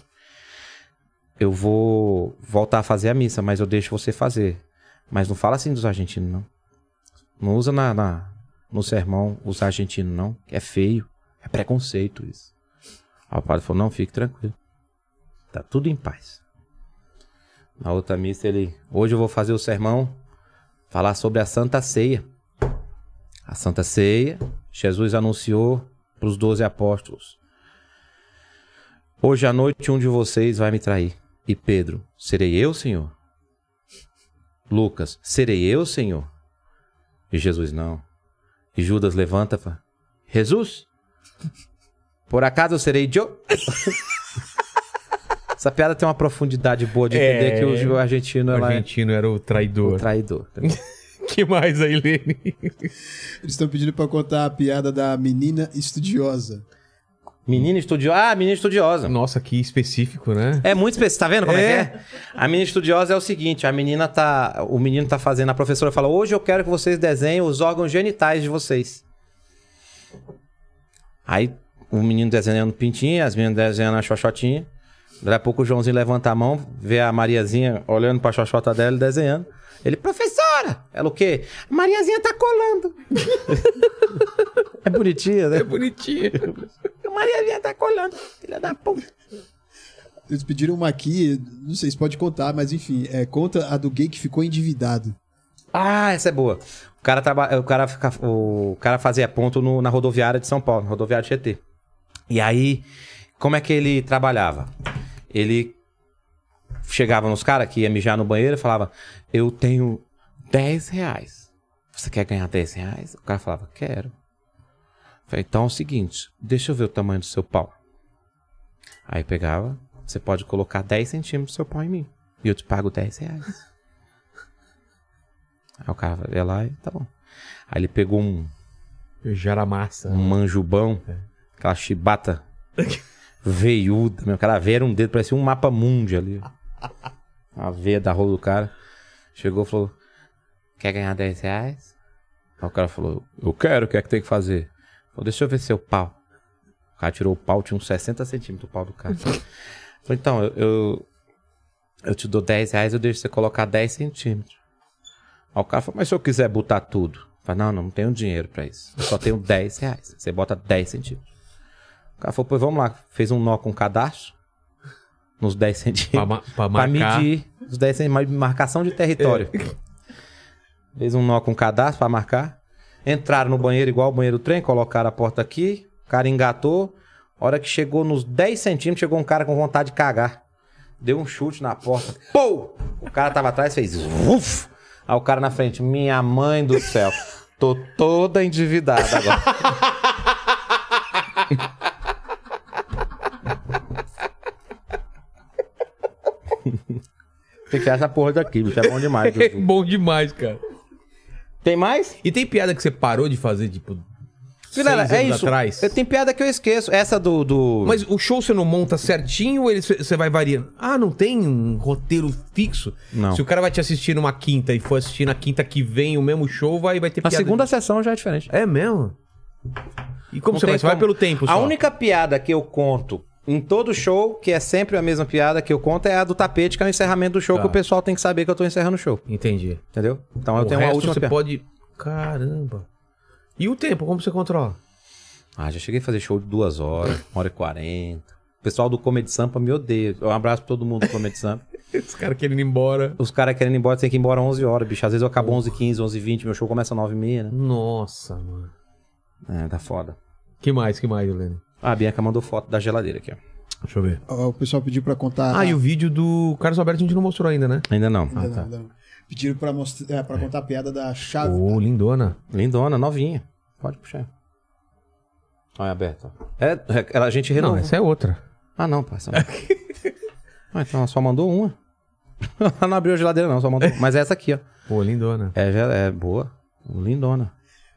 Eu vou voltar a fazer a missa, mas eu deixo você fazer. Mas não fala assim dos argentinos, não. Não usa na, na- no sermão os argentinos, não. É feio. É preconceito isso. Aí o padre falou, não, fique tranquilo. Tá tudo em paz. Na outra missa ele, hoje eu vou fazer o sermão, falar sobre a Santa Ceia. A Santa Ceia, Jesus anunciou para os doze apóstolos. Hoje à noite um de vocês vai me trair. E Pedro, serei eu, Senhor? Lucas, serei eu, Senhor? E Jesus, não. E Judas levanta e fala, Jesus, por acaso serei eu? Essa piada tem uma profundidade boa de entender É. que o o argentino O ela é argentino era o traidor. o traidor. tá Que mais aí, Lene? Eles estão pedindo pra eu contar a piada da menina estudiosa. Menina estudiosa. Ah, menina estudiosa. Nossa, que específico, né? É muito específico, tá vendo como é, que é? A menina estudiosa é o seguinte, a menina tá, o menino tá fazendo, a professora fala: "Hoje eu quero que vocês desenhem os órgãos genitais de vocês". Aí o menino desenhando pintinha, as meninas desenhando a xoxotinha. Daí a pouco o Joãozinho levanta a mão, vê a Mariazinha olhando pra xoxota dela e desenhando. Ele, professora! Ela o quê? A Mariazinha tá colando. é bonitinha, né? É bonitinho. A Mariazinha tá colando, filha da puta. Eles pediram uma aqui, não sei se pode contar, mas enfim, é, conta a do gay que ficou endividado. Ah, essa é boa. O cara, traba... o cara, fica... o cara fazia ponto no- na rodoviária de São Paulo, na rodoviária Tietê. E aí, como é que ele trabalhava? Ele chegava nos caras que ia mijar no banheiro e falava: Eu tenho 10 reais. Você quer ganhar 10 reais? O cara falava: Quero. Eu Falei, então é o seguinte: Deixa eu ver o tamanho do seu pau. Aí pegava: Você pode colocar 10 centímetros do seu pau em mim. E eu te pago 10 reais. Aí o cara ia lá e tá bom. Aí ele pegou um, Jaramassa. um manjubão, aquela chibata veiuda, meu. Aquela veia era um dedo, parecia um mapa mundi ali. A veia da rola do cara. Chegou e falou: Quer ganhar 10 reais? Aí o cara falou: Eu quero, o que é que tem que fazer? Falou, Deixa eu ver seu pau. O cara tirou o pau, tinha uns 60 centímetros o pau do cara. Falou: Então, eu, eu, eu te dou 10 reais, eu deixo você colocar 10 centímetros. Aí o cara falou, mas se eu quiser botar tudo? Falei, não, não, não tenho dinheiro pra isso. Eu só tenho 10 reais. Você bota 10 centímetros. O cara falou, pois vamos lá. Fez um nó com o cadastro. Nos 10 Pra, centímetros. ma- pra Pra marcar. É. medir os 10 centímetros. Marcação de território. Fez um nó com o cadastro pra marcar. Entraram no banheiro igual o banheiro do trem, colocaram a porta aqui. O cara engatou. A hora que chegou nos 10 centímetros, chegou um cara com vontade de cagar. Deu um chute na porta. Pou! O cara tava atrás fez. Uf! Aí o cara na frente. Minha mãe do céu. Tô toda endividada agora. Tem que achar essa porra daqui, bicho. É bom demais. É Juju. bom demais, cara. Tem mais? E tem piada que você parou de fazer, tipo. Vilela, seis é anos isso. Atrás. Eu tenho piada que eu esqueço. Essa do. do... Mas o show você não monta certinho ou ele- você vai variando? Ah, não tem um roteiro fixo? Não. Se o cara vai te assistir numa quinta e for assistir na quinta que vem o mesmo show, vai, vai ter na piada. segunda sessão já é diferente. É mesmo? E como Não você tem vai? Você vai como. pelo tempo só. A única piada que eu conto em todo show, que é sempre a mesma piada que eu conto, é a do tapete, que é o encerramento do show, Tá. que o pessoal tem que saber que eu tô encerrando o show. Entendi. Entendeu? Então eu o tenho resto uma última você piada. pode... Caramba. E o tempo, como você controla? Ah, já cheguei a fazer show de duas horas, uma hora e quarenta. O pessoal do Comedy Sampa me odeia. Um abraço pra todo mundo do Comedy Sampa. Esse cara querendo ir embora. Os caras querendo ir embora, tem que ir embora 11 horas, bicho. Às vezes eu acabo 11 15 11 20 meu show começa 9 e meia, né? Nossa, mano. É, tá foda. Que mais, que mais, Helena? Ah, a Bianca mandou foto da geladeira aqui, ó. Deixa eu ver. Ó, O pessoal pediu pra contar. Ah, e o vídeo do Carlos Alberto a gente não mostrou ainda, né? Ainda não. Ah, tá. Ainda não, ainda não. Pediram pra, mostrar, é, pra contar a piada da chave. Ô, lindona. Lindona, novinha. Pode puxar. Olha, aberta. É, é- ela, a gente renovou. Não, essa é outra. Ah, não, passa. ah, então ela só mandou uma. ela não abriu a geladeira, não, só mandou. Mas é essa aqui, ó. Pô, lindona. É, já- é boa. Lindona.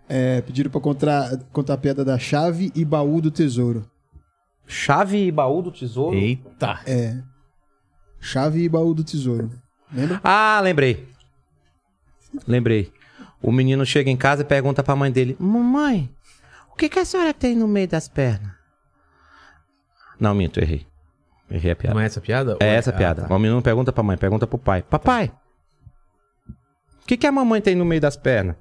É, pediram pra contar, contar a piada da chave e baú do tesouro. Chave e baú do tesouro. Eita. É. Chave e baú do tesouro. Lembra? Ah, lembrei. Lembrei. O menino chega em casa e pergunta pra mãe dele: Mamãe, o que, que a senhora tem no meio das pernas? Não, minto, errei. Errei a piada. Não é essa piada? É essa a Ah, piada. tá. O menino não pergunta pra mãe, pergunta pro pai. Papai, o que, que a mamãe tem no meio das pernas?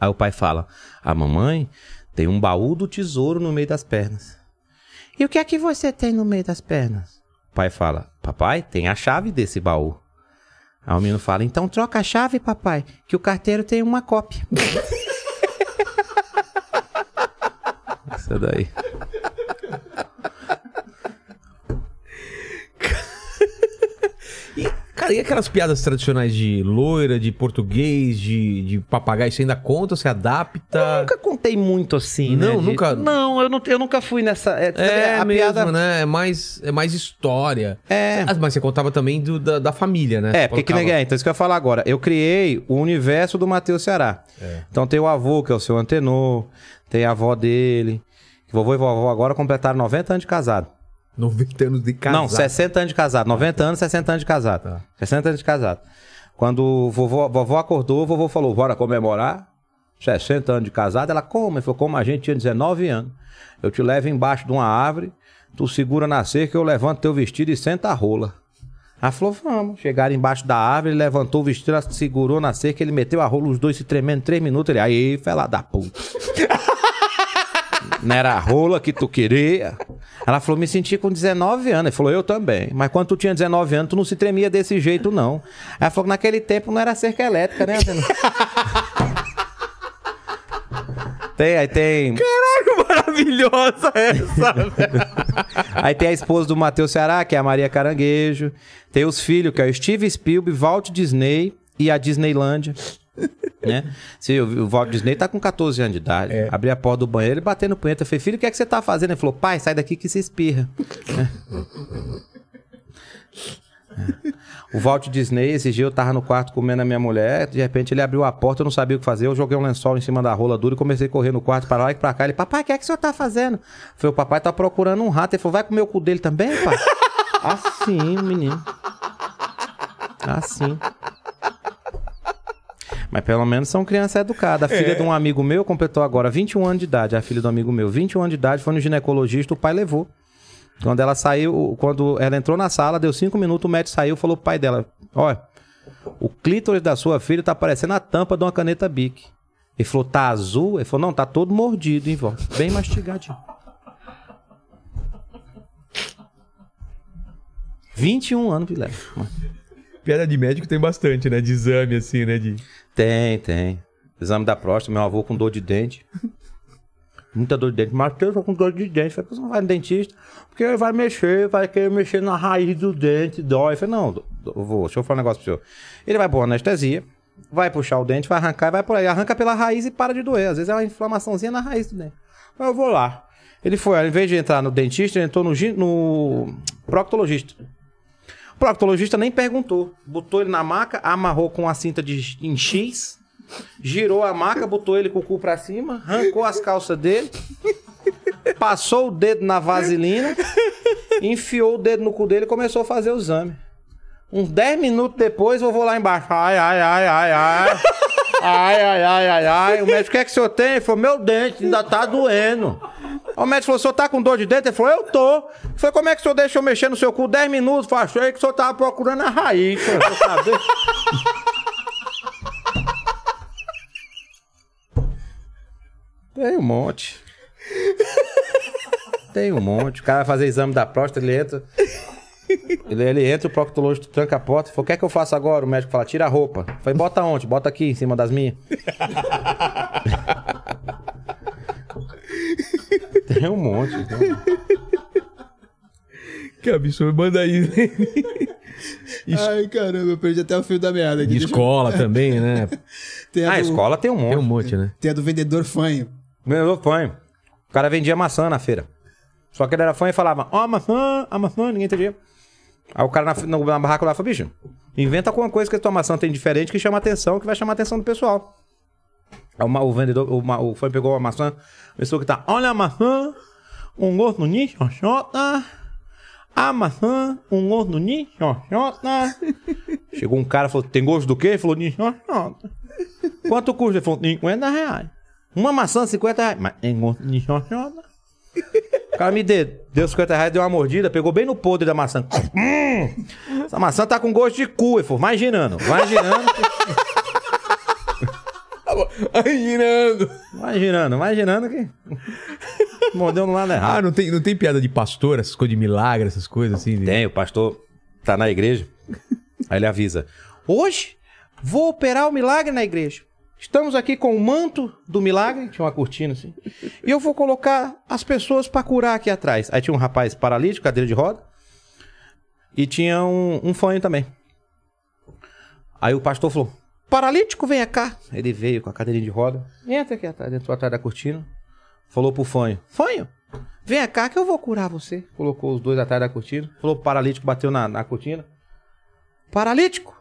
Aí o pai fala, a mamãe tem um baú do tesouro no meio das pernas. E o que é que você tem no meio das pernas? O pai fala, papai, tem a chave desse baú. Aí o menino fala, então troca a chave, papai, que o carteiro tem uma cópia. Essa daí. Cara, e aquelas piadas tradicionais de loira, de português, de, de papagaio, você ainda conta, você adapta? Nunca contei muito assim, né? Não, de- nunca- Não, eu, não, eu nunca fui nessa. É, É, a mesmo, piada. né? É mais, é mais história. É. Ah, Mas você contava também do- da, da família, né? É, Você porque que colocava- ninguém. Então, isso que eu ia falar agora. Eu criei o universo do Matheus Ceará. Então, tem o avô, que é o seu antenor. Tem a avó dele. Vovô e vovó agora completaram 90 anos de casado. 90 anos de casado. Não, 60 anos de casado. 90 anos, 60 anos de casado. Tá. 60 anos de casado. Quando o vovô, vovó acordou, o vovô falou: bora comemorar. 60 anos de casada. Ela, como? Ele falou, como a gente tinha 19 anos. Eu te levo embaixo de uma árvore, tu segura na cerca, eu levanto teu vestido e senta a rola. Ela falou, vamos. Chegaram embaixo da árvore, ele levantou o vestido, ela segurou na cerca, ele meteu a rola, os dois se tremendo, três minutos. Ele, aí, fela da puta. Não era a rola que tu queria. Ela falou, me senti com 19 anos. Ele falou, eu também. Mas quando tu tinha 19 anos, tu não se tremia desse jeito, não. Ela falou, naquele tempo não era cerca elétrica, né? Adelino? tem, aí tem... Maravilhosa essa. Aí tem a esposa do Matheus Ceará, que é a Maria Caranguejo. Tem os filhos, que é o Steve Spielberg, Walt Disney e a Disneylândia. né? Se o o Walt Disney tá com 14 anos de idade. Abri a porta do banheiro e batendo punheta. Eu Falei, filho, o que é que você tá fazendo? Ele falou, pai, sai daqui que se espirra. O Walt Disney, esse dia eu tava no quarto comendo a minha mulher, de repente ele abriu a porta, eu não sabia o que fazer, eu joguei um lençol em cima da rola dura e comecei a correr no quarto para lá e pra cá. Ele, papai, o que é que o senhor tá fazendo? Eu falei, o papai tá procurando um rato. Ele falou, vai comer o cu dele também, pai? assim, menino. Assim. Mas pelo menos são crianças educadas. A filha de um amigo meu completou agora 21 anos de idade. A filha do amigo meu, 21 anos de idade, foi no ginecologista, o pai levou. Quando ela saiu, quando ela entrou na sala, deu cinco minutos, o médico saiu e falou pro pai dela: Olha, o clítoris da sua filha tá parecendo a tampa de uma caneta bic. Ele falou: Tá azul? Ele falou: Não, tá todo mordido em volta, bem mastigadinho. 21 anos, Vilela. Piada de médico tem bastante, né? De exame, assim, né? De... Tem, tem. Exame da próstata, meu avô com dor de dente. Muita dor de dente. Matheus tá com dor de dente. Falei, você não vai no dentista? Porque ele vai mexer, vai querer mexer na raiz do dente, dói. Eu Falei, não, do- do- vou, deixa eu falar um negócio pro senhor. Ele vai pôr anestesia, vai puxar o dente, vai arrancar e vai por aí. Arranca pela raiz e para de doer. Às vezes é uma inflamaçãozinha na raiz do dente. Mas eu vou lá. Ele foi, ao invés de entrar no dentista, ele entrou no, gi- no proctologista. O proctologista nem perguntou. Botou ele na maca, amarrou com a cinta de, em X, girou a maca, botou ele com o cu pra cima, arrancou as calças dele, passou o dedo na vaselina, enfiou o dedo no cu dele e começou a fazer o exame. Uns 10 minutos depois, eu vou lá embaixo. Ai, ai, ai, ai, ai. Ai, ai, ai, ai, ai. O médico, o que é que o senhor tem? Ele falou, meu dente ainda tá doendo. Aí O médico falou, o senhor tá com dor de dente? Ele falou, eu tô. Ele falou, como é que o senhor deixa eu mexer no seu cu 10 minutos? Eu falei, achei que o senhor tava procurando a raiz. senhor, pra saber. Tem um monte. Tem um monte. O cara vai fazer exame da próstata, ele entra. Ele, ele entra, o proctologista tranca a porta. Falou: O que é que eu faço agora? O médico fala: Tira a roupa. Eu Falei: Bota onde? Bota aqui, em cima das minhas. Tem um monte. né? Que absurdo. Manda aí. Ai, caramba, eu perdi até o fio da meada aqui. Escola também, né? Tem a, Ah, a É do, escola tem um Tem um monte. monte, né? tem a do vendedor fanho. Vendedor fanho. O cara vendia maçã na feira. Só que ele era fanho e falava: Ó, a maçã, a maçã, ninguém entendia. Aí o cara na, na, na barraca lá falou: Bicho, inventa alguma coisa que a tua maçã tem diferente que chama atenção, que vai chamar a atenção do pessoal. Aí o, ma- o vendedor, o, ma- o fanho pegou a maçã, começou a gritar: Olha a maçã, um gordo nicho, xota. A maçã, um gordo nicho, xota. Chegou um cara e falou: Tem gosto do quê? Ele falou: Nicho, xota. Quanto custa? Ele falou: 50 reais. Uma maçã, 50 reais. Mas tem gosto de xoxota. O cara me deu, deu 50 reais, deu uma mordida, pegou bem no podre da maçã. Hum, essa maçã tá com gosto de cu. Ele falou, vai girando, vai girando, Ai, girando. vai girando, vai girando que... Mordeu no lado errado. Ah, não tem, não tem piada de pastor, essas coisas de milagre, essas coisas assim? de- Tem, o pastor tá na igreja. Aí ele avisa: Hoje vou operar o milagre na igreja. Estamos aqui com o manto do milagre, tinha uma cortina assim. E eu vou colocar as pessoas pra curar aqui atrás. Aí tinha um rapaz paralítico, cadeira de roda. E tinha um, um fanho também. Aí o pastor falou: Paralítico, venha cá. Ele veio com a cadeirinha de roda. Entra aqui atrás, entrou atrás da cortina. Falou pro fanho: Fanho, Vem cá que eu vou curar você. Colocou os dois atrás da cortina. Falou pro paralítico, bateu na, na cortina. Paralítico,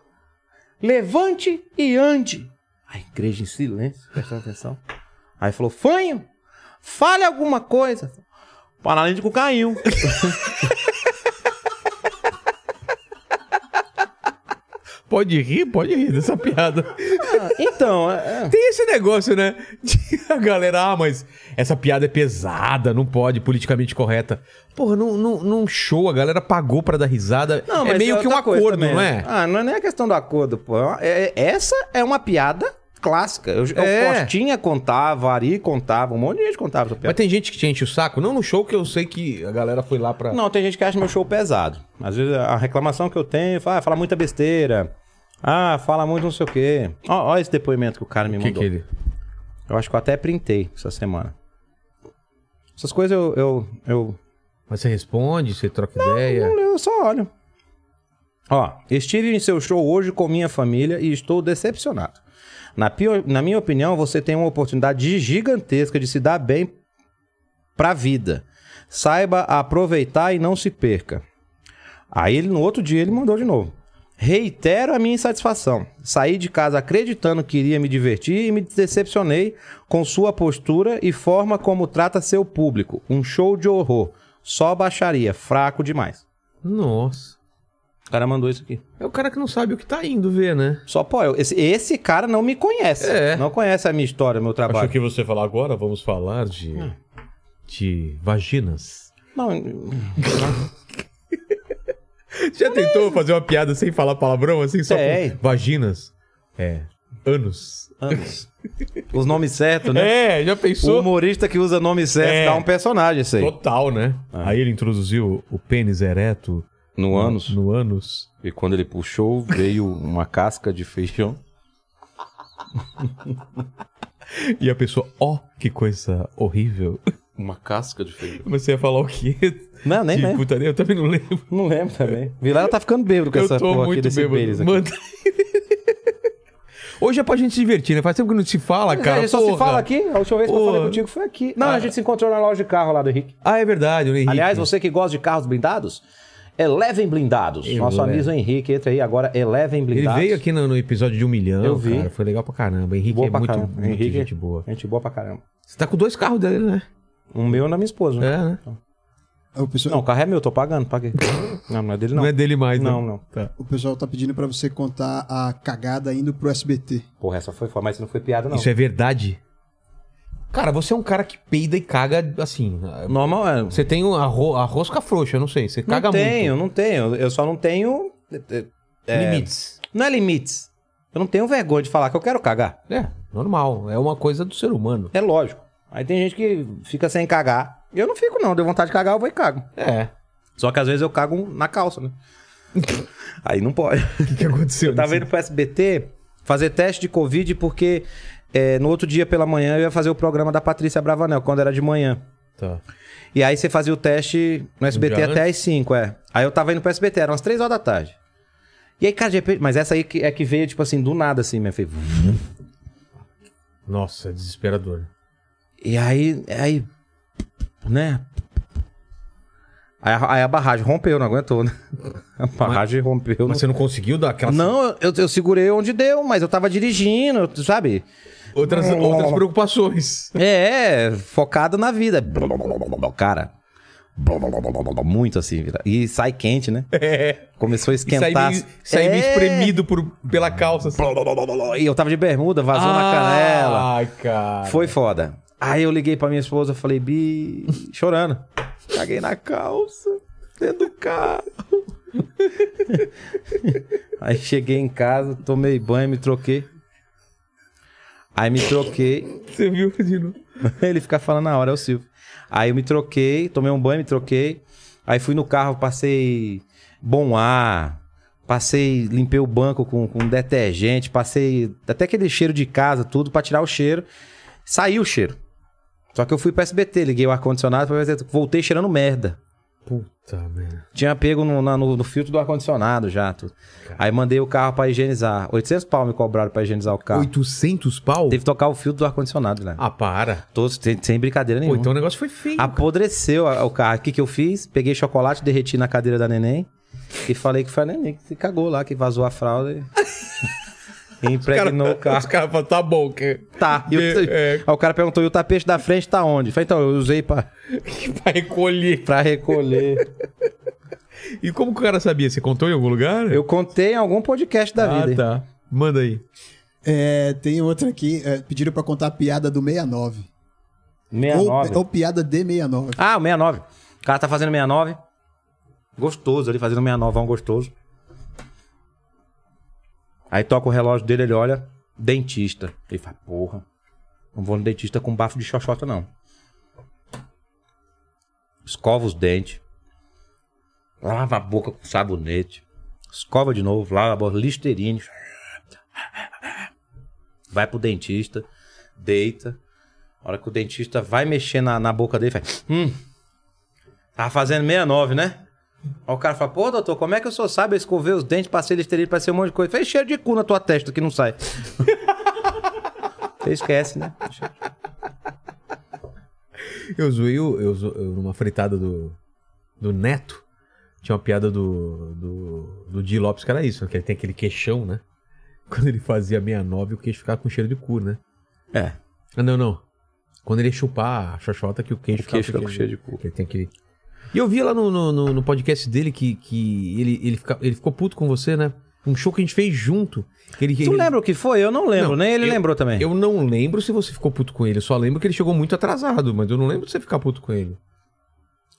levante e ande. A igreja em silêncio, prestando atenção. Aí falou, fanho, fale alguma coisa. O paralítico caiu. Pode rir, pode rir dessa piada. Ah, Então, é- Tem esse negócio, né? De a galera, ah, mas essa piada é pesada, não pode, politicamente correta. Porra, num, num, num show a galera pagou pra dar risada. Não, é mas meio que um outra coisa acordo, também, não né? é? Ah, não é nem a questão do acordo, pô. É- é- essa é uma piada clássica. Eu, É. o Costinha contava, a Ari contava, um monte de gente contava essa Mas piada. tem gente que te enche o saco. Não no show que eu sei que a galera foi lá pra. É. Não, tem gente que acha meu show pesado. Às vezes a reclamação que eu tenho, fala, ah, fala muita besteira. Ah, fala muito não sei o quê. Ó, ó esse depoimento que o cara me O mandou. que que ele? Eu acho que eu até printei essa semana. Essas coisas eu, eu, eu Mas você responde, você troca ideia. Não, eu só olho. Ó, estive em seu show hoje com minha família e estou decepcionado. Na, pio- na minha opinião, você tem uma oportunidade gigantesca de se dar bem pra vida. Saiba aproveitar e não se perca. Aí ele, no outro dia ele mandou de novo. Reitero a minha insatisfação. Saí de casa acreditando que iria me divertir e me decepcionei com sua postura e forma como trata seu público. Um show de horror. Só baixaria. Fraco demais. Nossa. O cara mandou isso aqui. É o cara que não sabe o que tá indo ver, né? Só pô, eu- esse, esse cara não me conhece. É. Não conhece a minha história, o meu trabalho. Acho que você falar agora, vamos falar de. de vaginas. Não, Já tentou fazer uma piada sem falar palavrão, assim, só Tem. com vaginas? É. Anos. anos. Os nomes certos, né? É, já O pensou? humorista que usa nome certo É. dá um personagem, isso aí. Total, né? Aí ele introduziu o pênis ereto No ânus. no ânus. E quando ele puxou, veio uma casca de feijão. E a pessoa, ó, que coisa horrível. Uma casca de feijão. Você ia falar o quê? Não, nem de lembro. putaria? Eu também não lembro. Não lembro também. Vilela tá ficando bêbado com Eu essa tô porra aqui muito desse pênis bêbado. aqui. Manda... Hoje é pra gente se divertir, né? Faz tempo que não se fala, cara. a gente É, só se porra. fala aqui. A última vez que eu falei Porra. contigo foi aqui. Não, a gente se encontrou na loja de carro lá do Henrique. Ah, é verdade, o Henrique. Aliás, você que gosta de carros blindados, Eleven Blindados. Eu Nosso levo. amigo Henrique entra aí agora, Eleven Ele Blindados. veio aqui no, no episódio de um milhão, é Eu vi. cara. Foi legal pra caramba. Henrique Boa é pra muito, caramba. muito Henrique- gente boa. Gente boa pra caramba. Você tá com dois carros dele, né? O meu e da minha esposa. né? É, né? O pessoal, Não, o carro é meu, tô pagando. Paguei. não, não é dele não. Não, é dele mais, né? Não, não. Tá. o pessoal tá pedindo pra você contar a cagada indo pro SBT. Porra, essa foi foda, mas isso não foi piada não. Isso é verdade? Cara, você é um cara que peida e caga, assim... Normal, é. Você tem um arro- a rosca frouxa, eu não sei. Você caga não tenho, muito. não tenho. Eu só não tenho... é, é, Limites. Não é limites. Eu não tenho vergonha de falar que eu quero cagar. É, normal. É uma coisa do ser humano. É lógico. Aí tem gente que fica sem cagar. Eu não fico não. Deu vontade de cagar, eu vou e cago. É. Só que às vezes eu cago na calça, né? Aí não pode. O que, que aconteceu? Eu tava nisso? indo pro SBT fazer teste de Covid porque é, no outro dia pela manhã eu ia fazer o programa da Patrícia Bravanel, quando era de manhã. Tá. E aí você fazia o teste no SBT dia até às 5, é. Aí eu tava indo pro SBT, eram umas 3 horas da tarde. E aí, cara, de repente... Mas essa aí que- é que veio, tipo assim, do nada, assim, minha filha. Nossa, é desesperador. E aí, aí, né? Aí, a- aí a barragem rompeu, não aguentou, né? A barragem rompeu. Mas não- você não conseguiu dar aquela... Não, eu, eu segurei onde deu, mas eu tava dirigindo, tu sabe? Outras, outras preocupações. É, é, focado na vida. Cara. Muito assim, vira. E sai quente, né? É. Começou a E sair esquentar. meio, sair meio É. espremido por, pela calça. Assim. E eu tava de bermuda, vazou na canela. Ai, Ah, cara. Foi foda. Aí eu liguei pra minha esposa, falei, Bi, chorando. Caguei na calça, dentro do carro. Aí cheguei em casa, tomei banho, me troquei. Aí me troquei. Você viu, Dino? Ele fica falando na hora, é o Silvio. Aí eu me troquei, tomei um banho, me troquei. Aí fui no carro, passei bom ar. Passei, limpei o banco com, com detergente, passei até aquele cheiro de casa, tudo, pra tirar o cheiro. Saiu o cheiro. Só que eu fui pro SBT, liguei o ar-condicionado, pra ver se- voltei cheirando merda. Puta merda. Tinha pego no, na- no- no filtro do ar-condicionado já. Tudo. Aí mandei o carro pra higienizar. 800 pau me cobraram pra higienizar o carro. 800 pau? Tá. Teve que tocar o filtro do ar-condicionado, né? Ah, para. Todos, sem, sem brincadeira Pô, nenhuma. então o negócio foi feio. Ah, Apodreceu a- o carro. O que, que eu fiz? Peguei chocolate, derreti na cadeira da neném e falei que foi a neném que se cagou lá, que vazou a fralda e, e impregnou o Os carro. caras falam, tá bom, que... Tá. E o- É, é. Aí o cara perguntou: e o tapete da frente tá onde? Eu Falei, então, eu usei pra, que vai recolher. pra recolher. E como que o cara sabia? Você contou em algum lugar? Eu contei em algum podcast da ah, vida. tá. Manda aí. É, tem outra aqui, é, pediram pra contar a piada do 69. Ou, 69. ou piada de 69. Ah, o 69. O cara tá fazendo 69. Gostoso ali, fazendo 69, um gostoso. Aí toca o relógio dele, ele olha, dentista. Ele fala, porra, não vou no dentista com bafo de xoxota, não. Escova os dentes. Lava a boca com sabonete. Escova de novo, lava a boca, listerine. Vai pro dentista, deita. A hora que o dentista vai mexer na, na boca dele, faz. Hum. Tava Tá fazendo 69, né? Aí o cara fala, pô, doutor, como é que o senhor sabe? Eu escovei os dentes, passei listerina, passei um monte de coisa. Fez cheiro de cu na tua testa que não sai. Você esquece, né? Eu zoei, o- eu, zo- eu numa fritada do, do Neto, tinha uma piada do, do, do Di Lopes que era isso, que ele tem aquele queixão, né? Quando ele fazia 69, o queixo ficava com cheiro de cu, né? É. Ah, não, não. Quando ele ia chupar a xoxota, que o queixo, O queixo fica tá com cheiro de cu. que Ele tem aquele... E eu vi lá no, no, no- no podcast dele que, que ele, ele, fica- ele ficou puto com você, né? Um show que a gente fez junto. que ele- Tu ele- lembra o que foi? Eu não lembro, Não, nem ele eu- lembrou também. Eu não lembro se você ficou puto com ele. Eu só lembro que ele chegou muito atrasado, mas eu não lembro de você ficar puto com ele.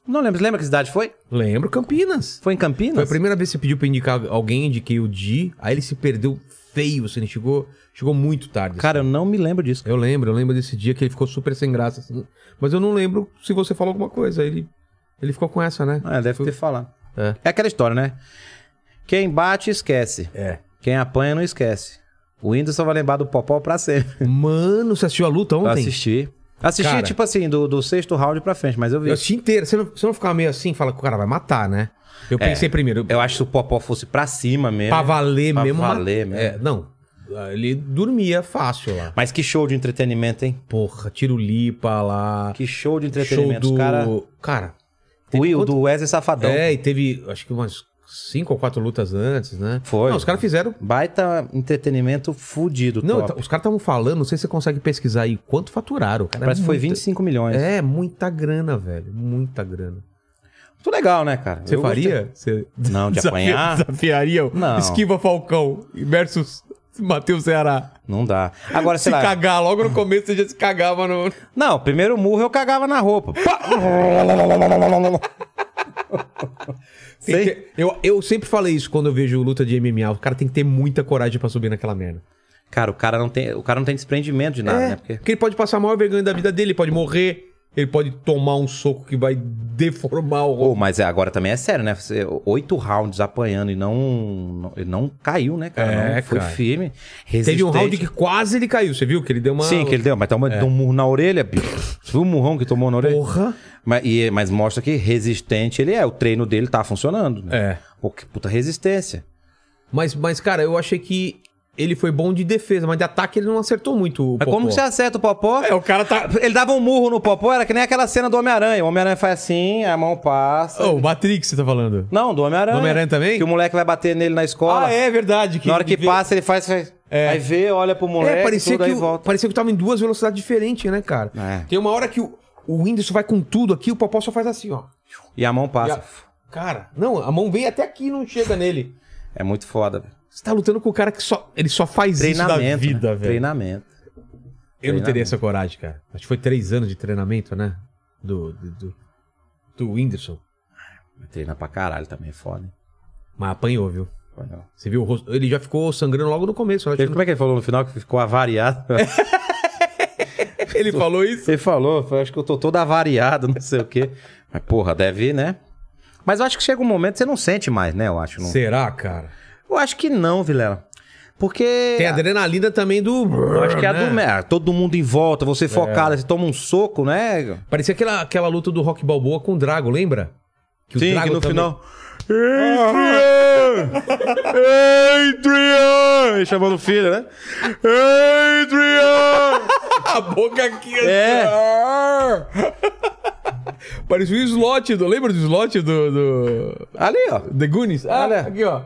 Não lembro. Você lembra que cidade foi? Lembro, Campinas. Foi em Foi Campinas? a primeira vez que você pediu pra indicar alguém, indiquei o Di, aí ele se perdeu feio, assim, ele chegou, chegou muito tarde. assim. Cara, eu não me lembro disso. Eu lembro, eu lembro desse dia que ele ficou super sem graça, assim. Mas eu não lembro se você falou alguma coisa, ele, ele ficou com essa, né? É, deve Foi- ter falado. É. é aquela história, né? Quem bate, esquece. É. Quem apanha, não esquece. O Whindersson vai lembrar do Popó pra sempre. Mano, você assistiu a luta é. Eu ontem? Assisti. Assisti, Cara. tipo assim, do, do sexto round pra frente, mas eu vi. Eu Eu, assisti inteira. Você não, você não ficava meio assim, fala que o cara vai matar, né? Eu pensei primeiro, É, acho que se o Popó fosse pra cima mesmo. pra valer Pra mesmo. ma- valer mesmo. É, não. Ele dormia fácil lá. Mas que show de entretenimento, hein? Porra, tiro lipa lá. Que show de show entretenimento. do. Os Cara, cara o Will, quanto- do Wesley Safadão. É, e teve acho que umas cinco ou quatro lutas antes, né? Foi. Não, os caras fizeram. Baita entretenimento fudido. Não, então, top. t- os caras estavam falando, não sei se você consegue pesquisar aí quanto faturaram. Cara, é Parece que foi muita- 25 milhões. É, muita grana, velho. Muita grana. Muito legal, né, cara? Você Eu faria? Você gostei. Não, de desafi- apanhar, Desafiaria o Não. Esquiva Falcão versus Matheus Ceará. não dá. Agora, sei Se lá. cagar, logo no começo você já se cagava no. Não, primeiro murro eu cagava na roupa. Pá! Tem Sei. que ter- Eu, eu sempre falei isso quando eu vejo luta de MMA. O cara tem que ter muita coragem pra subir naquela merda. Cara, o cara não tem, o cara não tem desprendimento de nada, é, né? porque... Porque ele pode passar a maior vergonha da vida dele, ele pode morrer, ele pode tomar um soco que vai deformar o Pô, rosto. mas é- agora também é sério, né? Você- oito rounds apanhando e não, não- ele não caiu, né, cara? É, não, foi cara. firme. Resistente. Teve um round que quase ele caiu, você viu? Que ele deu uma. Sim, que ele deu, mas tomou deu um murro na orelha. Você viu o murrão que tomou na orelha? Porra! Mas, e- mas mostra que resistente ele é. O treino dele tá funcionando. Né? É. Um Pô, que puta resistência. Mas, mas, cara, eu achei que ele foi bom de defesa, mas de ataque ele não acertou muito. O Mas como Popó. que você acerta o popó? É, o cara tá. Ele dava um murro no popó, era que nem aquela cena do Homem-Aranha. O Homem-Aranha faz assim, a mão passa. Ô, o Matrix, você tá falando. Não, do Homem-Aranha. Do Homem-Aranha também? Que o moleque vai bater nele na escola. Ah, é verdade. Na hora que vê- passa, ele faz. faz Aí vê, olha pro moleque, É, parecia tudo que, aí o- volta. parecia que tava em duas velocidades diferentes, né, cara? É. Tem uma hora que o, o Whindersson vai com tudo aqui, o Popó só faz assim, ó. E a mão passa. E a- Cara, não, a mão vem até aqui e não chega nele. É muito foda. velho. Você tá lutando com o cara que só. Ele só faz isso da Treinamento. vida, né? velho. Treinamento. Eu não teria treinamento. essa coragem, cara. Acho que foi três anos de treinamento, né? Do. Do, do, do Whindersson. Treina pra caralho também, é foda. hein? Mas apanhou, viu? Foi não. Você viu o rosto. Ele já ficou sangrando logo no começo. eu acho Ele, como é que ele falou no final que ficou avariado? que- Ele falou isso? Ele falou, foi, acho que eu tô todo avariado, não sei o quê. Mas porra, deve ir, né? Mas eu acho que chega um momento que você não sente mais, né? Eu acho. Não... Será, cara? Eu acho que não, Vilela. Porque. Tem a adrenalina também do. É. Eu acho que é a do. né? ah, Todo mundo em volta, você focado, você toma um soco, né? Parecia aquela, aquela luta do Rock Balboa com o Drago, lembra? Que Sim, que no também- final. Adrian! Adrian! Ele chamando o filho, né? Adrian! A boca aqui, assim. É. ó. Parecia o slot do. Lembra do slot do. do... Ali, ó. The Goonies? Ah, Olha. aqui, ó.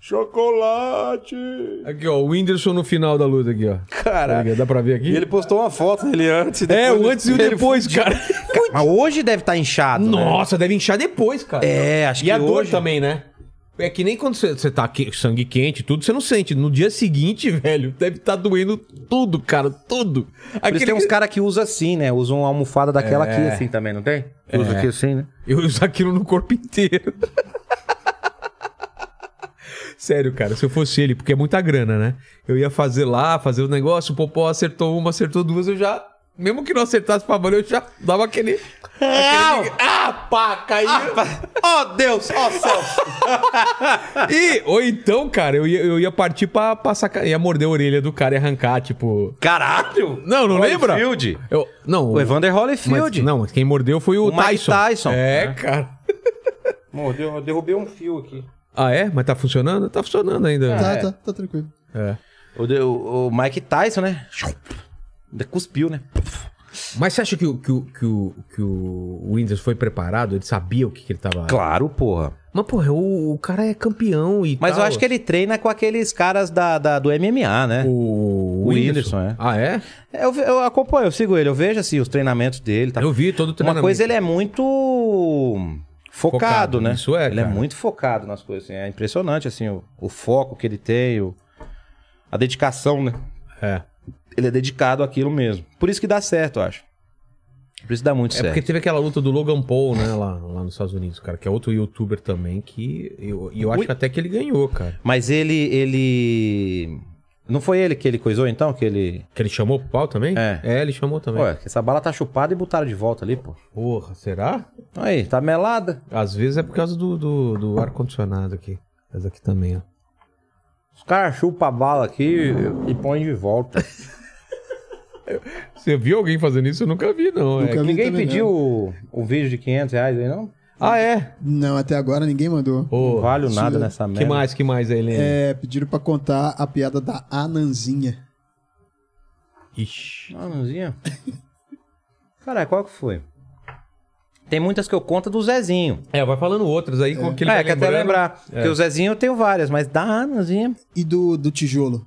Chocolate! Aqui, ó. O Whindersson no final da luta aqui, ó. Tá Caraca. Dá pra ver E aqui? ele postou uma foto dele antes e É, depois o do- antes e o ele depois, cara. Cara, doido. Mas hoje deve estar inchado. né? Nossa, deve inchar depois, cara. É, acho E que a dor hoje- também, né? É que nem quando você, você tá que- sangue quente e tudo, você não sente. No dia seguinte, velho, deve estar doendo tudo, cara, tudo. Por isso Aquele tem uns que- caras que usam assim, né? Usam uma almofada daquela É. aqui assim também, não tem? Usa aqui assim, né? Eu uso aquilo no corpo inteiro. Sério, cara, se eu fosse ele, porque é muita grana, né? Eu ia fazer lá, fazer o negócio, o Popó acertou uma, acertou duas, eu já. Mesmo que não acertasse pra valer, eu já dava aquele. aquele- Ah, pá, caiu. Ó Deus, ó céu. E, ou então, cara, eu ia, eu ia partir pra, pra sacar. Ia morder a orelha do cara e arrancar, tipo. Caralho! Não, não lembra? Holyfield. Eu, não, O Evander mas- Holyfield. Não, mas quem mordeu foi o, O Mike Tyson. Tyson. É, cara. Mordeu, né? eu derrubei um fio aqui. Ah, é? Mas tá funcionando? Tá funcionando ainda. Tá, É. tá, tá tranquilo. É. O, de- o- o Mike Tyson, né? Cuspiu, né? Mas você acha que o, que o, que o, que o Winders foi preparado? Ele sabia o que, que ele tava. Claro, porra. Mas, porra, o, o cara é campeão e Mas tal. eu acho que ele treina com aqueles caras da, da- do MMA, né? assim. O, O Whindersson. Whindersson, é. Ah, é? Eu, ve- eu acompanho, eu sigo ele, eu vejo assim os treinamentos dele. Tá... Eu vi todo o Uma treinamento. coisa, ele é muito focado, Focado, né? isso é, Ele cara. é muito focado nas coisas, assim. É impressionante, assim, o, o foco que ele tem, o- a dedicação, né? É. Ele é dedicado àquilo mesmo. Por isso que dá certo, eu acho. Por isso dá muito É certo. porque teve aquela luta do Logan Paul, né, lá, lá nos Estados Unidos, cara, que é outro youtuber também, que eu, e eu acho Ui. que até que ele ganhou, cara. Mas ele, ele... Não foi ele que ele coisou, então? Que ele... Que ele chamou pro pau também? É. ele chamou também. Ué, essa bala tá chupada e botaram de volta ali, pô. Porra, será? Aí, tá melada. Às vezes é por causa do, do, do ar-condicionado aqui. Mas aqui também, ó. Os caras chupam a bala aqui e, e põem de volta. Você viu alguém fazendo isso? Eu nunca vi, não. Nunca é. vi Ninguém também, pediu o, o vídeo de 500 reais aí, não? Ah, é? Não, até agora ninguém mandou. não Ô, vale né? o nada sim. nessa merda. é que mais, que mais, Helena? É, pediram pra contar a piada da Ananzinha. Ixi. Anãozinho. Caralho, qual que foi? Tem muitas que eu conto do Zezinho. É, vai falando outras aí com aquele é, quer até tá lembrando. lembrar. Porque o Zezinho eu tenho várias, mas da Anãozinha. E do, do tijolo.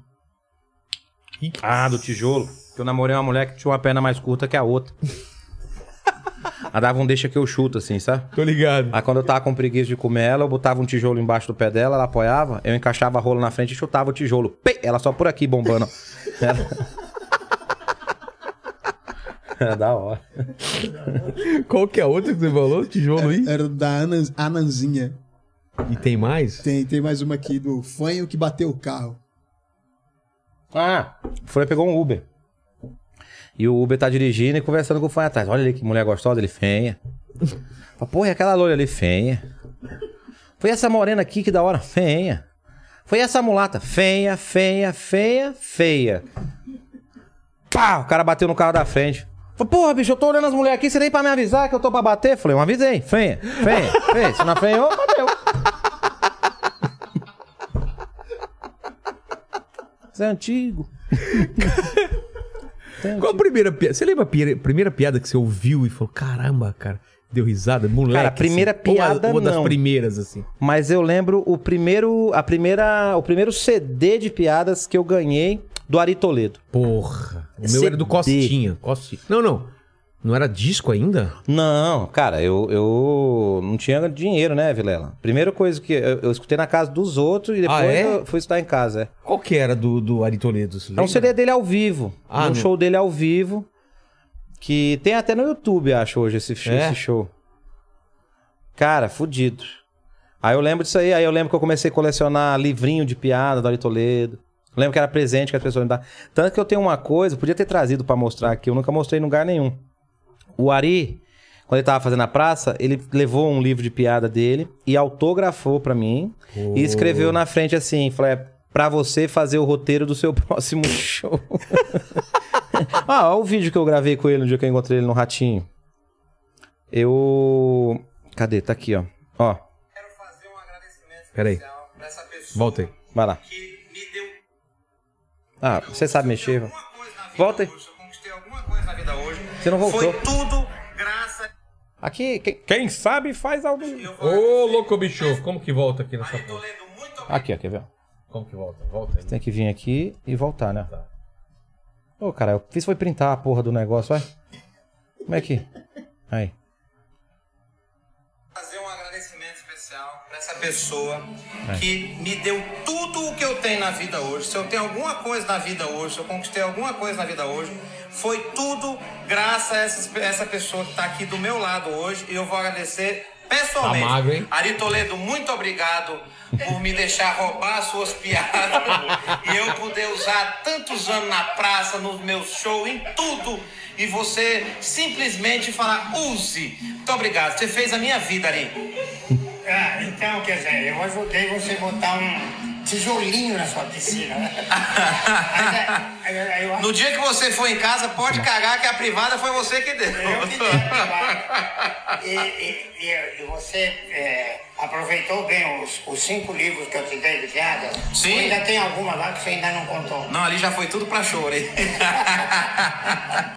Ih, Ah, do tijolo. Que eu namorei uma mulher que tinha uma perna mais curta que a outra. Ela dava um deixa que eu chuto, assim, sabe? Tô ligado. Aí quando eu tava com preguiça de comer ela, eu botava um tijolo embaixo do pé dela, ela apoiava, eu encaixava a rola na frente e chutava o tijolo. Pê! Ela só por aqui bombando. Era... Era É da hora. Ah. Qual que é a outra que você falou? Tijolo É. aí? Era da Anan, Ananzinha. E tem mais? Tem, tem mais uma aqui do fanho que bateu o carro. Ah, foi pegou um Uber. E o Uber tá dirigindo e conversando com o fã atrás. Olha ali que mulher gostosa, ele fenha. Fala, Pô, e aquela loira ali, fenha. Foi essa morena aqui, que da hora, fenha. Foi essa mulata, fenha, fenha, feia, feia. Pá, o cara bateu no carro da frente. Falei, porra, bicho, eu tô olhando as mulheres aqui, você nem pra me avisar que eu tô pra bater? Falei, eu avisei, fenha, fenha, feia. Se não fenhou, bateu. Isso é antigo. um Qual a primeira piada? Você lembra a pi- primeira piada que você ouviu e falou, caramba, cara, deu risada? Moleque. assim." Cara, a primeira Ou a- piada, Ou uma das não. primeiras, assim. Mas eu lembro o primeiro, a primeira, o primeiro CD de piadas que eu ganhei do Ari Toledo. Porra. O meu era do CD. Costinha. Costinha. Não, não. Não era disco ainda? Não, cara, eu, eu não tinha dinheiro, né, Vilela? Primeira coisa que eu, eu escutei na casa dos outros e depois Ah, é? eu fui escutar em casa. É, Qual que era do, do Ari Toledo? você é um lembra? CD dele ao vivo, Ah, um no- show dele ao vivo que tem até no YouTube, acho hoje esse, esse É? show. Cara, fudido. Aí eu lembro disso aí, aí eu lembro que eu comecei a colecionar livrinho de piada do Ari Toledo. Eu Lembro que era presente que as pessoas me davam. Tanto que eu tenho uma coisa, eu podia ter trazido pra mostrar aqui, eu nunca mostrei em lugar nenhum. O Ari, quando ele tava fazendo a praça, ele levou um livro de piada dele e autografou pra mim Oh. e escreveu na frente assim, falei, "É pra você fazer o roteiro do seu próximo show. ah, olha o vídeo que eu gravei com ele no dia que eu encontrei ele no Ratinho. Eu... Cadê? Tá aqui, ó. Ó, Peraí. Volta aí. vai lá. Ah, você sabe mexer, Ivan. Volta aí. Você não voltou. tudo graças Aqui, quem, quem sabe faz algo. Ô, louco bicho, como que volta aqui nessa porra? Aqui, ó, quer ver? Como que volta? Volta aí. Tá. Tem que vir aqui e voltar, né? Ô, cara, eu fiz foi printar a porra do negócio, vai. Como é que? Aí. fazer um agradecimento especial para essa pessoa É. que me deu tudo o que eu tenho na vida hoje. Se eu tenho alguma coisa na vida hoje, se eu conquistei alguma coisa na vida hoje, foi tudo graças a essa, essa pessoa que está Tá aqui do meu lado hoje e eu vou agradecer pessoalmente. Tá magro, hein? Ari Toledo, muito obrigado por me deixar roubar suas piadas e eu poder usar tantos anos na praça, nos meus shows, em tudo. E você simplesmente falar, use. Muito obrigado. Você fez a minha vida, Ari. Ah, então, quer dizer, eu ajudei você a botar um tijolinho na sua piscina. né? Mas, é, é, eu acho No dia que você for em casa, pode cagar que a privada foi você que deu. eu que dei a privada. e, e- e- e você é, aproveitou bem os, os cinco livros que eu te dei de piadas. Sim. Ou Ainda tem alguma lá que você ainda não contou. Não, ali já foi tudo pra choro, hein?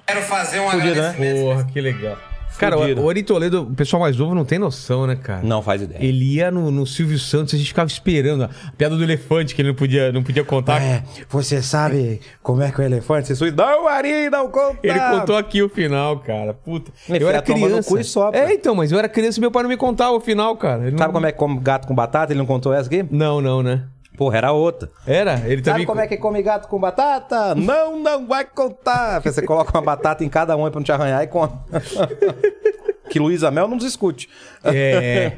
Quero fazer um Fudido, né? agradecimento. Porra, que legal. Cara, Fudido. o Ari Toledo, o pessoal mais novo não tem noção, né, cara? Não faz ideia. Ele ia no, no Silvio Santos, a gente ficava esperando. A piada do elefante que ele não podia, não podia contar. É. você sabe como é que o elefante se suicida? Não, Ari, não conta! Ele contou aqui o final, cara. Puta. Ele eu foi era a tomba no criança. cu e sopra. É, então, mas eu era criança e meu pai não me contava o final, cara. Ele Sabe não... como é que come gato com batata? Ele não contou essa aqui? Não, não, né? Porra, era outra. Era? Ele Sabe também. como é que come gato com batata? Não, não vai contar. Você coloca uma batata em cada um pra não te arranhar e conta. que Luísa Mel não discute. É.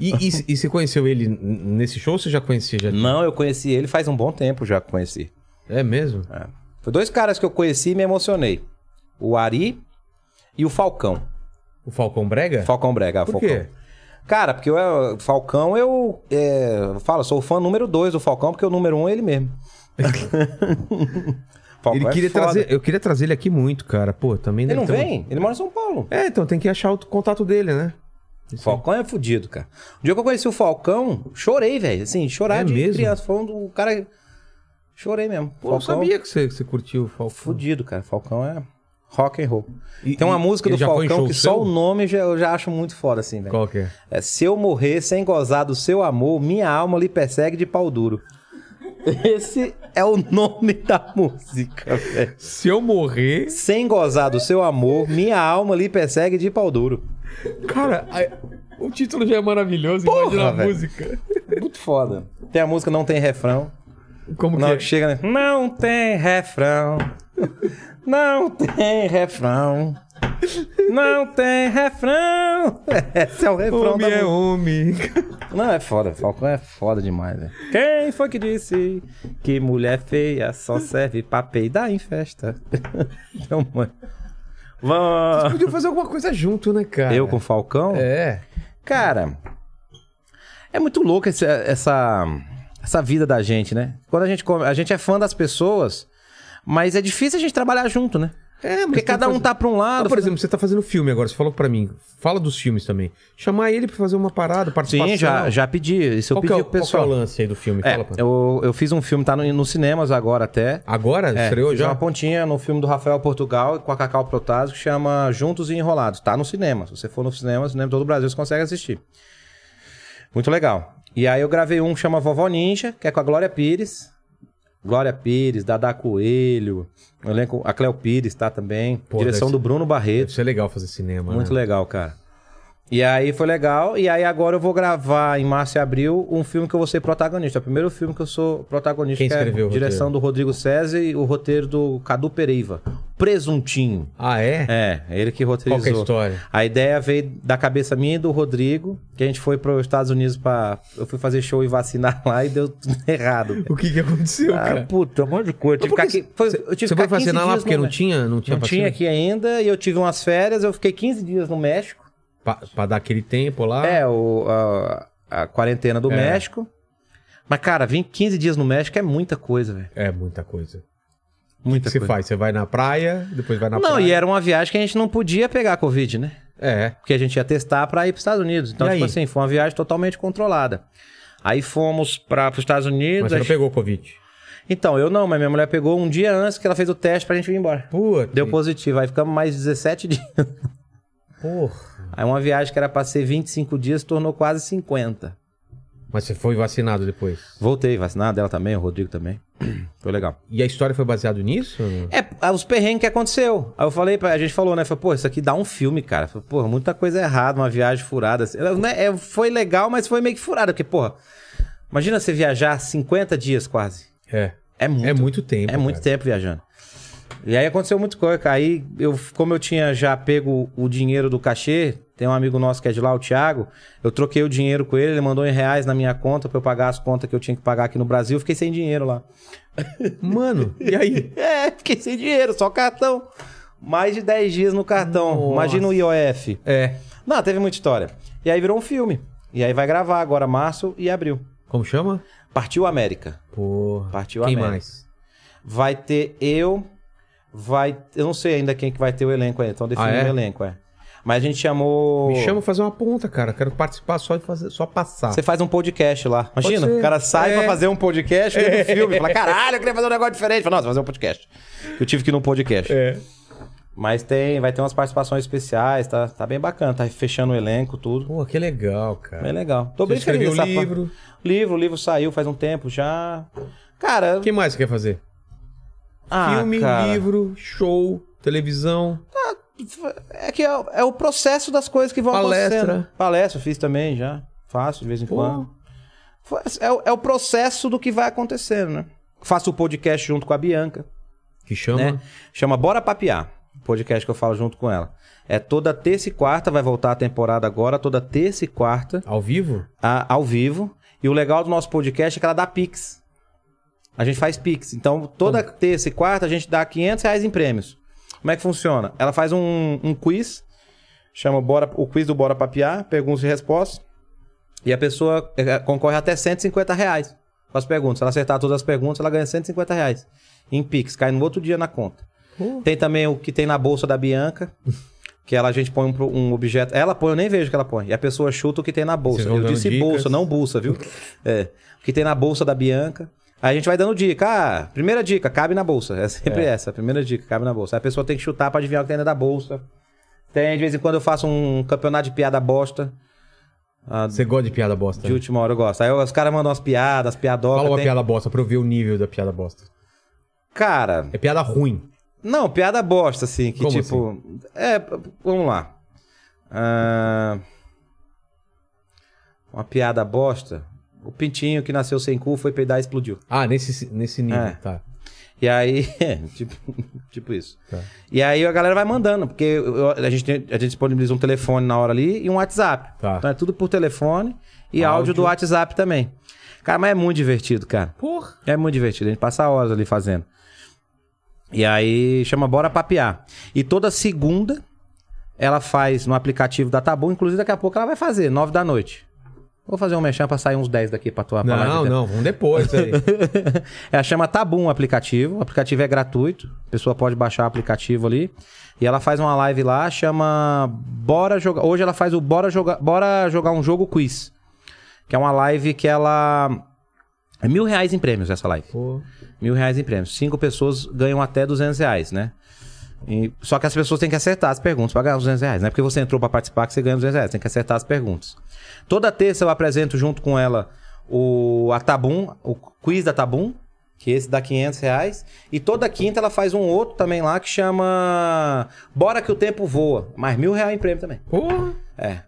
E, e, e você conheceu ele n- nesse show ou você já conhecia? Já? Não, eu conheci ele faz um bom tempo já que conheci. É mesmo? É. Foi dois caras que eu conheci e me emocionei. O Ari e o Falcão. O Falcão Brega? Falcão Brega, Por Falcão. quê? Cara, porque eu, eh, Falcão, eu é, eu falo, sou o fã número dois do Falcão, porque o número um é ele mesmo. Falcão Ele é queria foda. trazer, eu queria trazer ele aqui muito, cara. Pô, também Ele deve não ter um- vem? Ele mora em São Paulo. É, então tem que achar o contato dele, né? O Falcão é fudido, cara. O dia que eu conheci o Falcão, chorei, velho. Assim, chorar É de mesmo? criança. Foi um do cara. Chorei mesmo. Pô, eu não sabia que você, que você curtiu o Falcão. Fudido, cara. Falcão é rock and roll. E- Tem uma e- música ele do já foi em Falcão show que só seu? o nome já- eu já acho muito foda, assim, velho. Qual que é? É, se eu morrer sem gozar do seu amor, minha alma lhe persegue de pau duro. Esse é o nome da música, velho. Se eu morrer. Sem gozar do seu amor, minha alma lhe persegue de pau duro. Cara, a- o título já é maravilhoso. imagina a velho. música. Muito foda. Tem a música Não Tem Refrão. Como Na hora que que é? chega, né? Não tem refrão. Não tem refrão. Não tem refrão. Esse é o refrão Homem da é música. homem. Não, é foda. Falcão é foda demais, velho. Quem foi que disse que mulher feia só serve pra peidar em festa? Então, mano. Vamos. Podia fazer alguma coisa junto, né, cara? Eu com Falcão? É. Cara, é muito louco esse- essa, essa vida da gente, né? Quando a gente come, a gente é fã das pessoas, mas é difícil a gente trabalhar junto, né? É, mas Porque cada um tá pra um Ah, lado. por exemplo, você tá fazendo filme agora, você falou pra mim. Fala dos filmes também. Chamar ele pra fazer uma parada, participação. Sim, já, já pedi. Isso eu Qual que pedi é, o- pro qual que é o pessoal. lance aí do filme? É, Fala pra eu, eu fiz um filme, tá no- nos cinemas agora até. Agora? É, estreou fiz já? uma pontinha no filme do Rafael Portugal com a Cacau Protásio que chama Juntos e Enrolados. Tá no cinema. Se você for no cinema, cinema de todo o Brasil, você consegue assistir. Muito legal. E aí eu gravei um que chama Vovó Ninja, que é com a Glória Pires. Glória Pires, Dada Coelho, o elenco, a Cléo Pires tá também. Pô, direção deve do ser- Bruno Barreto. Isso é legal fazer cinema. Muito né? legal, cara. E aí foi legal. E aí agora eu vou gravar em março e abril um filme que eu vou ser protagonista. É o primeiro filme que eu sou protagonista. Quem que é escreveu o direção roteiro? do Rodrigo César e o roteiro do Cadu Pereiva. Presuntinho. Ah, é? É, ele que Qual roteirizou. que é a história? A ideia veio da cabeça minha e do Rodrigo, que a gente foi para os Estados Unidos para Eu fui fazer show e vacinar lá e deu tudo errado. O que que aconteceu, Ah, cara? puta, um monte de coisa. Eu tive que Mas ficar por aqui. Foi, Você eu tive você que foi ficar 15 vacinar lá dias porque no não Me- tinha, não tinha Não tinha vacina? aqui ainda, e eu tive umas férias, eu fiquei 15 dias no México. Pa- Pra, dar aquele tempo lá. É, o, a, a quarentena do É. México. Mas, cara, vim 15 dias no México é muita coisa, velho. É muita coisa. O Muita que você coisa. faz? Você vai na praia, depois vai na não, praia. e é era uma viagem que a gente não podia pegar Covid, né? É. Porque a gente ia testar pra ir pros Estados Unidos. Então, E tipo aí? assim, foi uma viagem totalmente controlada. Aí fomos para os Estados Mas Unidos. você a não gente- pegou Covid. Então, eu não, mas minha mulher pegou um dia antes que ela fez o teste pra gente ir embora. Puta. Deu positivo, aí ficamos mais 17 dias. Porra. Aí uma viagem que era pra ser 25 dias tornou quase 50. Mas você foi vacinado depois. Voltei, vacinado, ela também, o Rodrigo também. Foi legal. E a história foi baseada nisso? É, ah, os perrengues que aconteceu. Aí eu falei, pra, a gente falou, né? Falei, pô, isso aqui dá um filme, cara. Falei, pô, muita coisa errada, uma viagem furada. assim. Eu, né, é, foi legal, mas foi meio que furada, porque, porra, imagina você viajar 50 dias quase. É. É muito. É muito tempo. É muito cara. tempo viajando. E aí aconteceu muita coisa. cara. Aí, eu, como eu tinha já pego o dinheiro do cachê, tem um amigo nosso que é de lá, o Thiago, eu troquei o dinheiro com ele, ele mandou em reais na minha conta pra eu pagar as contas que eu tinha que pagar aqui no Brasil. Eu Fiquei sem dinheiro lá. Mano, e aí? É, fiquei sem dinheiro, só cartão. Mais de 10 dias no cartão. Imagina o IOF. É. Não, teve muita história. E aí virou um filme. E aí vai gravar agora março e abril. Como chama? Partiu América. Porra. Partiu Quem América. mais? Vai ter eu, vai. Eu não sei ainda quem que vai ter o elenco aí, então definindo Ah, é? o elenco, é. Mas a gente chamou. Me chama pra fazer uma ponta, cara. Quero participar só e fazer, só passar. Você faz um podcast lá. Imagina, ser. o cara sai É. pra fazer um podcast dentro do filme. Fala, caralho, eu queria fazer um negócio diferente. Fala, nossa, vou fazer um podcast. Eu tive que ir num podcast. É. Mas tem, vai ter umas participações especiais, tá, tá bem bacana. Tá fechando o elenco, tudo. Pô, que legal, cara. Bem legal. Tô Você bem feliz. escreveu nessa parte. livro. Livro, o livro saiu faz um tempo já. Cara, O que mais você quer fazer? ah, Filme, cara. livro, show, televisão. É que é, é o processo das coisas que vão Palestra. acontecendo. Palestra, eu fiz também já. Faço de vez em Pô. quando. Foi- É, o- é o processo do que vai acontecendo, né? Faço o podcast junto com a Bianca, Que chama? né? Chama Bora Papear. o Podcast que eu falo junto com ela. É toda terça e quarta, vai voltar a temporada agora, toda terça e quarta, Ao vivo? a- ao vivo. E o legal do nosso podcast é que ela dá Pix. A gente faz Pix. Então, toda terça e quarta a gente dá 500 reais em prêmios. Como é que funciona? Ela faz um, um quiz, chama Bora, o quiz do Bora Papiar, perguntas e respostas. E a pessoa eh, concorre até 150 reais com as perguntas. Se ela acertar todas as perguntas, ela ganha 150 reais em Pix. Cai no outro dia na conta. Pô. Tem também o que tem na bolsa da Bianca. Que ela, a gente põe um, pro- um objeto. Ela põe, eu nem vejo o que ela põe. E a pessoa chuta o que tem na bolsa. Vocês vão Eu dando disse dicas. bolsa, não bolsa, viu? É. O que tem na bolsa da Bianca. Aí a gente vai dando dica. Ah, primeira dica, cabe na bolsa. É sempre essa. a Primeira dica, cabe na bolsa. Aí a pessoa tem que chutar pra adivinhar o que tem dentro da bolsa. Tem, de vez em quando eu faço um campeonato de piada bosta. Ah, Você gosta de piada bosta? de última hora eu gosto. Aí os caras mandam umas piadas, as piadocas. Fala uma tem- piada bosta pra eu ver o nível da piada bosta. Cara, É piada ruim. não, piada bosta, assim, que Como tipo. É, vamos lá. Ah, uma piada bosta. O pintinho que nasceu sem cu foi peidar e explodiu. Ah, nesse, nesse nível, É. tá. E aí, é, tipo, tipo isso. Tá. E aí a galera vai mandando, porque eu- eu- a, gente, tem- a gente disponibiliza um telefone na hora ali e um WhatsApp. Tá. Então é tudo por telefone e Áudio. áudio do WhatsApp também. Cara, mas é muito divertido, cara. Porra. É muito divertido, a gente passa horas ali fazendo. E aí chama Bora Papear. E toda segunda ela faz no aplicativo da Tabu, inclusive daqui a pouco ela vai fazer, nove da noite. Vou fazer um mexão pra sair uns 10 daqui pra tua pra lá de Tá Não, dentro. não, vamos depois aí. Ela É, chama Tabum o aplicativo. O aplicativo é gratuito. A pessoa pode baixar o aplicativo ali. E ela faz uma live lá, chama Bora jogar. Hoje ela faz o Bora jogar, Bora jogar um jogo quiz. Que é uma live que ela é mil reais em prêmios essa live. Pô. Mil reais em prêmios. Cinco pessoas ganham até 200 reais, né? E- só que as pessoas têm que acertar as perguntas para ganhar os 200 reais. Não é porque você entrou para participar que você ganha os 200 reais. Tem que acertar as perguntas. Toda terça eu apresento junto com ela o, a Tabum, o quiz da Tabum, que esse dá 500 reais. E toda quinta ela faz um outro também lá que chama Bora que o Tempo Voa. Mais mil reais em prêmio também. Porra. É.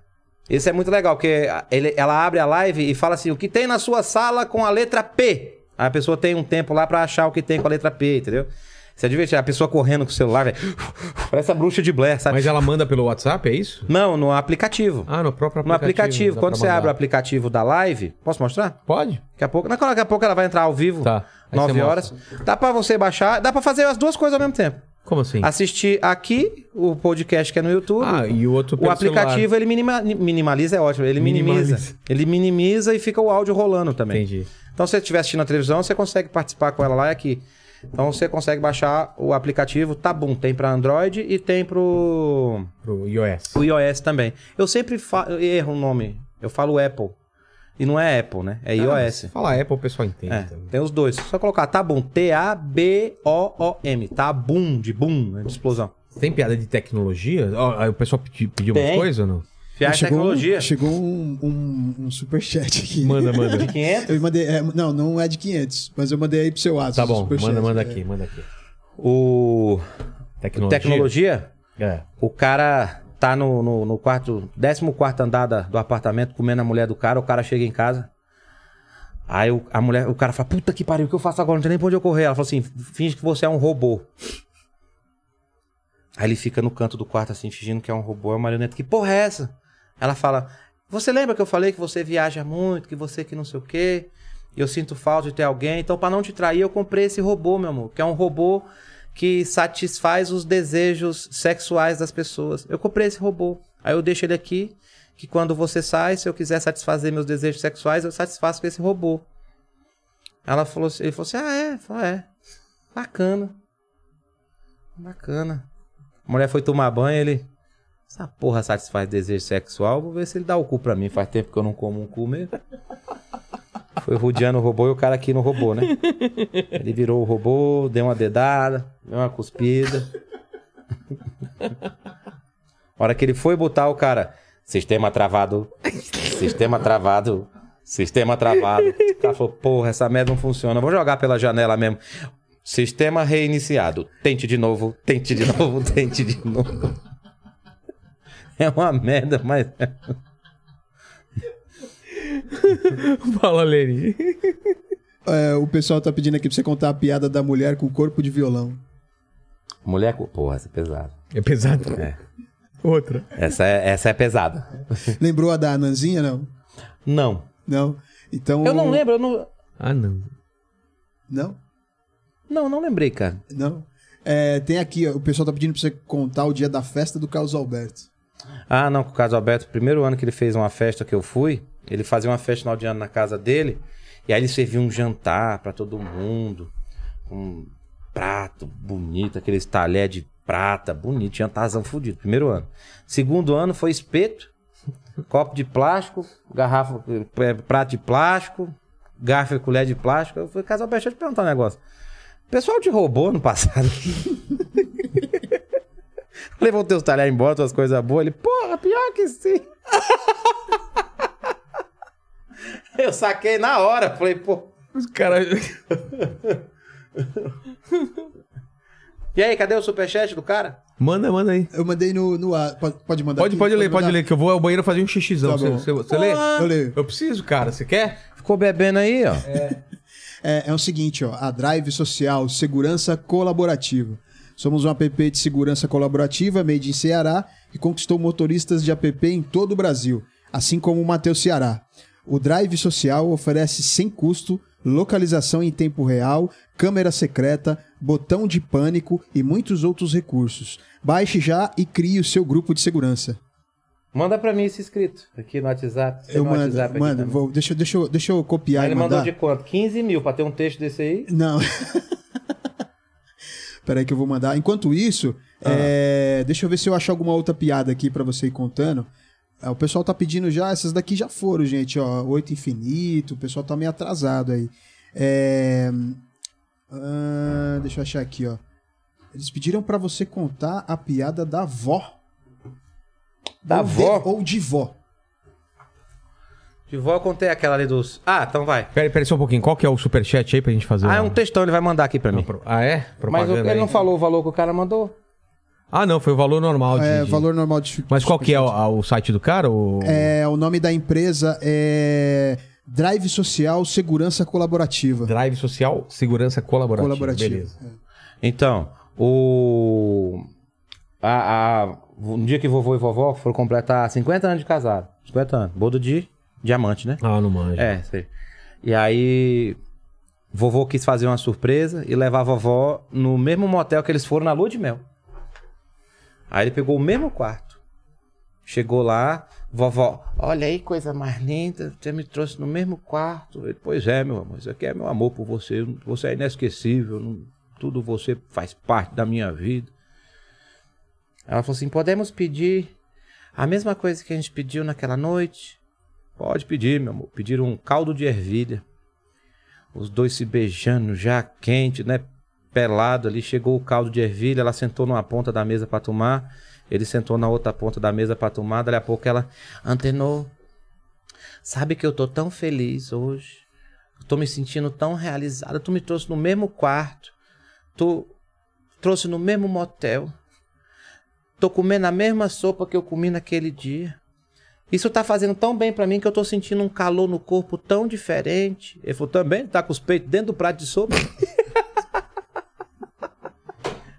Isso é muito legal, porque ele- ela abre a live e fala assim: o que tem na sua sala com a letra P? Aí a pessoa tem um tempo lá pra achar o que tem com a letra P, entendeu? Isso é divertido. A pessoa correndo com o celular, velho. Parece a bruxa de Blair, sabe? Mas ela manda pelo WhatsApp, é isso? Não, no aplicativo. Ah, no próprio aplicativo. no aplicativo. dá Quando pra você mandar. abre o aplicativo da live. Posso mostrar? Pode? Daqui a pouco. Não, Daqui a pouco ela vai entrar ao vivo. Tá. Aí você 9 horas. mostra. Dá pra você baixar. Dá pra fazer as duas coisas ao mesmo tempo. Como assim? Assistir aqui o podcast que é no YouTube. Ah, e o outro O pelo aplicativo ele minima- minimaliza, é ótimo. Ele minimiza. Minimaliza. Ele minimiza e fica o áudio rolando também. Entendi. Então, se você estiver assistindo a televisão, você consegue participar com ela lá e aqui. Então, você consegue baixar o aplicativo Tabum. Tem para Android e tem pro Pro iOS. o iOS também. Eu sempre fa- eu erro o nome. Eu falo Apple. E não é Apple, né? É Ah, iOS. se Fala Apple, o pessoal entende. É, também. tem os dois. Só colocar tá Tabum. T-A-B-O-O-M. Tabum, tá de boom, né, de explosão. Tem piada de tecnologia? Ó, aí o pessoal pedi- pediu Tem. umas coisas ou não? Fiar em chegou tecnologia. chegou um, um, um superchat aqui. Manda, manda. De 500. Eu mandei, é, não, não é de 500, mas eu mandei aí pro seu Atos. Tá o bom, superchat. manda, manda É. aqui, manda aqui. O. Tecnologia. Tecnologia? É. O cara tá no, no, no quarto, 14 andar da- do apartamento, comendo a mulher do cara, o cara chega em casa. Aí o, a mulher, o cara fala, puta que pariu, o que eu faço agora? Não tem nem pra onde eu correr. Ela fala assim, finge que você é um robô. Aí ele fica no canto do quarto assim, fingindo que é um robô, é uma marioneta. Que porra é essa? Ela fala, você lembra que eu falei que você viaja muito, que você que não sei o quê? E eu sinto falta de ter alguém. Então, pra não te trair, eu comprei esse robô, meu amor. Que é um robô que satisfaz os desejos sexuais das pessoas. Eu comprei esse robô. Aí eu deixo ele aqui, que quando você sai, se eu quiser satisfazer meus desejos sexuais, eu satisfaço com esse robô. Ela falou assim, ele falou assim, ah, é? Falou, é. Bacana. Bacana. A mulher foi tomar banho, ele... Essa porra satisfaz desejo sexual, vou ver se ele dá o cu pra mim. Faz tempo que eu não como um cu mesmo. Foi rodeando o robô e o cara aqui no robô, né? Ele virou o robô, deu uma dedada, deu uma cuspida. A hora que ele foi botar o cara, sistema travado, sistema travado, sistema travado. O cara falou, porra, essa merda não funciona, vou jogar pela janela mesmo. Sistema reiniciado, tente de novo, tente de novo, tente de novo. É uma merda, mas... é. Fala, Leni. É, o pessoal tá pedindo aqui pra você contar a piada da mulher com o corpo de violão. Mulher, com- porra, essa é pesada. É pesado. Outra. Essa é, essa é pesada. Lembrou a da Ananzinha, não? Não. Não. Então. Eu não lembro, eu não... Ah, não. Não? Não, não lembrei, cara. Não. É, tem aqui, ó, o pessoal tá pedindo pra você contar o dia da festa do Carlos Alberto. Ah, não, com o Carlos Alberto, o primeiro ano que ele fez uma festa que eu fui, ele fazia uma festa final de ano na casa dele, e aí ele servia um jantar pra todo mundo, um prato bonito, aqueles talher de prata, bonito, jantarzão fudido, primeiro ano. Segundo ano foi espeto, copo de plástico, garrafa, eh, prato de plástico, garfo e colher de plástico. Eu falei, Carlos Alberto, deixa eu te perguntar um negócio. O pessoal te roubou no passado? Levou teus talheres embora, tuas coisas boas. Ele, porra, pior que sim. Eu saquei na hora. Falei, pô. Os caras. E aí, cadê o superchat do cara? Manda, manda aí. Eu mandei no. no a- pode, pode mandar Pode, aqui? pode ler, pode mandar? ler, que eu vou ao banheiro fazer um xixizão. Tá você bom. Ah, você, você lê? Eu leio. Eu preciso, cara. Você quer? Ficou bebendo aí, ó. É, é o seguinte, ó, a Drive Social Segurança Colaborativa. Somos um app de segurança colaborativa, made em Ceará, que conquistou motoristas de app em todo o Brasil, assim como o Mateus Ceará. O Drive Social oferece sem custo localização em tempo real, câmera secreta, botão de pânico e muitos outros recursos. Baixe já e crie o seu grupo de segurança. Manda pra mim esse inscrito aqui no WhatsApp. Tem eu meu mando, WhatsApp aqui mando, também. vou, deixa, eu- deixa, eu- deixa eu copiar Aí e ele mandar. mandou de quanto? 15 mil pra ter um texto desse aí? Não. Peraí que eu vou mandar. Enquanto isso, Ah. é, deixa eu ver se eu acho alguma outra piada aqui pra você ir contando. Ah, O pessoal tá pedindo já, essas daqui já foram, gente, ó. Oito infinito, o pessoal tá meio atrasado aí. É, ah, deixa eu achar aqui, ó. Eles pediram pra você contar a piada da vó. Da ou de- vó? ou de vó. De vó eu contei aquela ali dos. Ah, então vai. Peraí, peraí só um pouquinho. Qual que é o superchat aí pra gente fazer? Ah, é uma- um textão, ele vai mandar aqui pra mim. Ah, é? Mas o- Propaganda ele aí. não falou o valor que o cara mandou? Ah, não. Foi o valor normal. De, É, de- valor normal de Mas qual que é o, a- o site do cara? O... É, o nome da empresa é Drive Social Segurança Colaborativa. Drive Social Segurança Colaborativa. Colaborativa. Beleza. Então, o. A, a- no dia que vovô e vovó foram completar 50 anos de casado. 50 anos. Bodo de diamante, né? Ah, não manja. É, sei. E aí, vovô quis fazer uma surpresa e levar a vovó no mesmo motel que eles foram na lua de mel. Aí ele pegou o mesmo quarto. Chegou lá, vovó, olha aí, coisa mais linda, você me trouxe no mesmo quarto. Ele, pois é, meu amor, isso aqui é meu amor por você, você é inesquecível, não- tudo você faz parte da minha vida. Ela falou assim, podemos pedir a mesma coisa que a gente pediu naquela noite? Pode pedir, meu amor. Pediram um caldo de ervilha. Os dois se beijando, já quente, né? Pelado ali. Chegou o caldo de ervilha, ela sentou numa ponta da mesa pra tomar. Ele sentou na outra ponta da mesa pra tomar. Dali a pouco ela. Antenor, sabe que eu tô tão feliz hoje. Eu tô me sentindo tão realizada. Tu me trouxe no mesmo quarto. Tu trouxe no mesmo motel. Tô comendo a mesma sopa que eu comi naquele dia. Isso tá fazendo tão bem pra mim que eu tô sentindo um calor no corpo tão diferente. Ele falou, também? Tá com os peitos dentro do prato de sopa?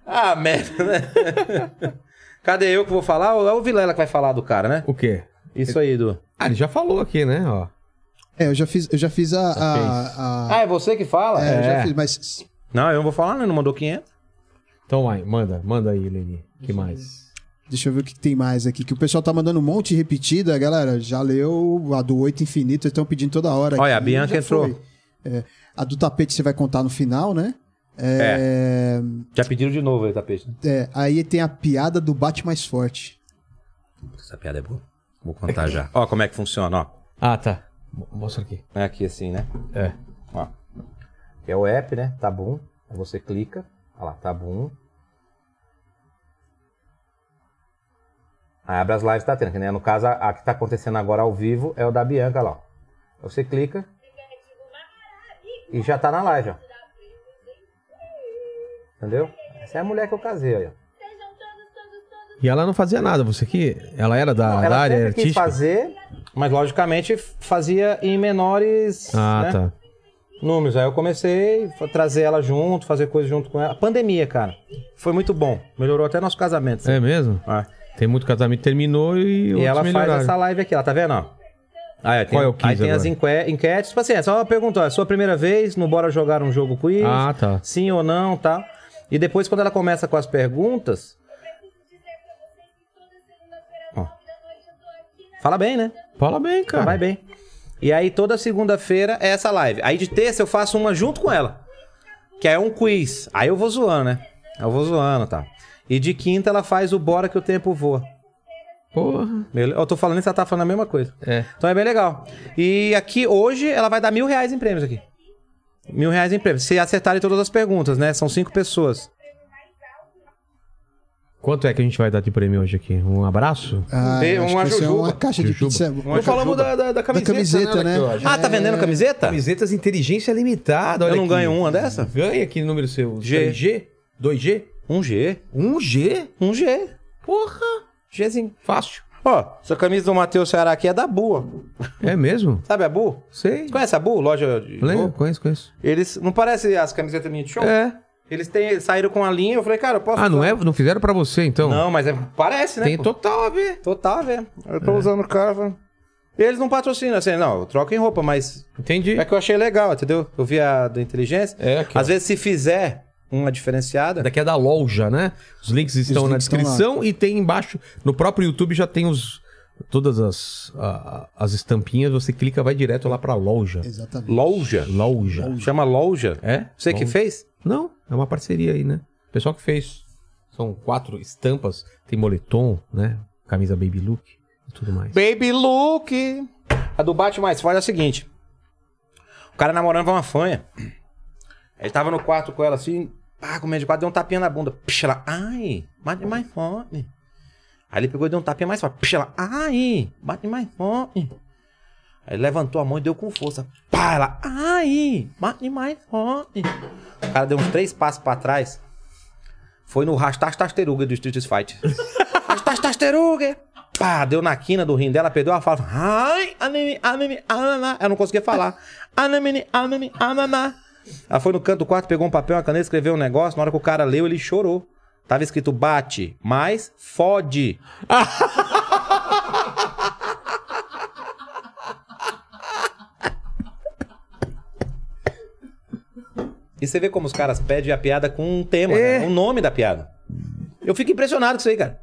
ah, merda, né? Cadê eu que vou falar? Ou é o Vilela que vai falar do cara, né? O quê? Isso aí, Edu. Ah, ele já falou aqui, né? Ó. É, eu já fiz, eu já fiz a. a- a- Ah, é você que fala? é, eu já é. fiz, mas. Não, eu não vou falar, né? Não mandou 500. Então vai, manda, manda aí, Leni. que mais? Deixa eu ver o que que tem mais aqui. Que o pessoal tá mandando um monte repetida, galera. Já leu a do Oito Infinito, eles estão pedindo toda hora. Olha, aqui, a Bianca já entrou. foi. É, a do tapete você vai contar no final, né? É, Já pediram de novo aí, tapete. né? é, aí tem a piada do bate mais forte. Essa piada é boa. Vou contar já. Ó, como é que funciona, ó. Ah, tá. Mo- Mostra aqui. É aqui assim, né? É. Ó. É o app, né? Tá bom. Aí você clica. Olha lá, tá bom. Aí abre as lives que tá tendo, que, né? No caso, a, a que tá acontecendo agora ao vivo é o da Bianca, lá. ó. Aí Você clica. E já tá na live, ó. Entendeu? Essa é a mulher que eu casei, aí, ó. E ela não fazia nada, você que. Ela era da, Não, da ela área sempre artística? quis fazer, mas logicamente fazia em menores Ah, né, tá. números. Aí eu comecei a trazer ela junto, fazer coisas junto com ela. A pandemia, cara, foi muito bom. Melhorou até nosso casamento. sabe? É mesmo? Ah, Tem muito casamento que terminou e, E outros ela melhoraram. faz essa live aqui, ela tá vendo? ó? Aí, ó, tem, Qual é o quiz aí tem agora? as enque- enquetes. Tipo assim, é só uma pergunta, ó, é sua primeira vez no Bora Jogar um Jogo Quiz? Ah, tá. Sim ou não, tal. E depois, quando ela começa com as perguntas... Ó. Fala bem, né? Fala bem, cara. Vai bem. E aí toda segunda-feira é essa live. Aí de terça eu faço uma junto com ela. Que é um quiz. Aí eu vou zoando, né? Eu vou zoando, tá? E de quinta ela faz o Bora que o tempo voa. Porra. Bele- Eu tô falando isso, ela tá falando a mesma coisa. É. Então é bem legal. E aqui hoje ela vai dar mil reais em prêmios aqui. Mil reais em prêmios. Se acertarem todas as perguntas, né? São cinco pessoas. Quanto é que a gente vai dar de prêmio hoje aqui? Um abraço? Ah, Tem eu acho uma que vai ser jujuba. Um uma caixa de Jujuba. pizza. Não falamos da, da, camiseta, camiseta, né, né? Daqui, Ah, tá vendendo camiseta? Camisetas inteligência limitada. Eu olha não aqui. ganho uma dessa? Ganha que número seu? G. 3G? 2G? Um G. 1G? Um G. Porra. Gzinho. Fácil. Ó, essa camisa do Matheus Ceará aqui é da Bu, ó. É mesmo? Sabe a Bu? Sei. Você conhece a Bu, loja de Lembro, roupa? conheço, conheço. Eles, não parece as camisetas minhas de show? É. Eles têm, eles saíram com a linha, eu falei, cara, eu posso... Ah, não, é, não fizeram pra você, então? Não, mas é, parece, né? Tem pô? total a ver. Total, velho. Eu É. tô usando o cara, falei, Eles não patrocinam, assim, não, eu troco em roupa, mas Entendi. é que eu achei legal, entendeu? Eu vi a do Inteligência. É, aqui, Às vezes, se fizer uma diferenciada... Daqui é da loja, né? Os links estão Os na links estão descrição e tem embaixo, no próprio YouTube já tem os todas as, a- as estampinhas, você clica vai direto lá pra loja. Ah, Exatamente. Loja? Loja. Chama Loja? É? Você que Loja. fez? Não, é uma parceria aí, né? O pessoal que fez. São quatro estampas, tem moletom, né? Camisa baby look e tudo mais. Baby Luke. A do Bate Mais Forte é a seguinte. O cara namorando com uma fanha. Ele tava no quarto com ela assim, pá, com medo de quatro, deu um tapinha na bunda. Pish, ela, ai, bate mais forte. Aí ele pegou e deu um tapinha mais forte. Pish, ela, ai, bate mais forte. Aí ele levantou a mão e deu com força. Pá, ela, ai, bate mais forte. O cara deu uns três passos pra trás. Foi no rastar tasteruga do Street Fight. rastar tasteruga. Pá, deu na quina do rim dela, perdeu a fala. Ai, anemi, anemi, ananá. Ela não conseguia falar. Anemi, anemi, ananá. Ela foi no canto do quarto, pegou um papel, uma caneta, escreveu um negócio. Na hora que o cara leu, ele chorou. Tava escrito bate, mas fode. E você vê como os caras pedem a piada com um tema, né? o nome da piada. Eu fico impressionado com isso aí, cara.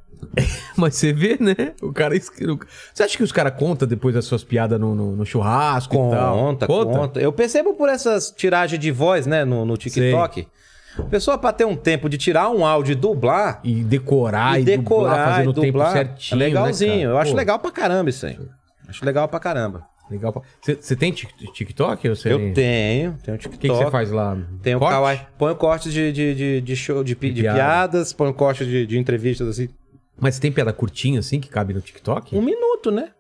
Mas você vê, né? O cara escreveu. Você acha que os caras contam depois das suas piadas no, no- no churrasco e tal? Conta, conta, Eu percebo por essas tiragens de voz, né, no, no TikTok. A pessoa, pra ter um tempo de tirar um áudio e dublar, E decorar e e, decorar, dublar, fazer e no dublar, tempo certinho. é né, legalzinho. cara? Eu acho Pô, legal pra caramba isso aí. Acho legal pra caramba. Legal. pra- Você você tem tik- TikTok? Ou você... Eu tenho, tenho O TikTok. que que você faz lá? Tem o Corte? Kawaii. Põe cortes de, de, de, de show, de, pi- De de piada. piadas, põe cortes de, de entrevistas assim, Mas tem piada curtinha assim que cabe no TikTok? Um minuto, né?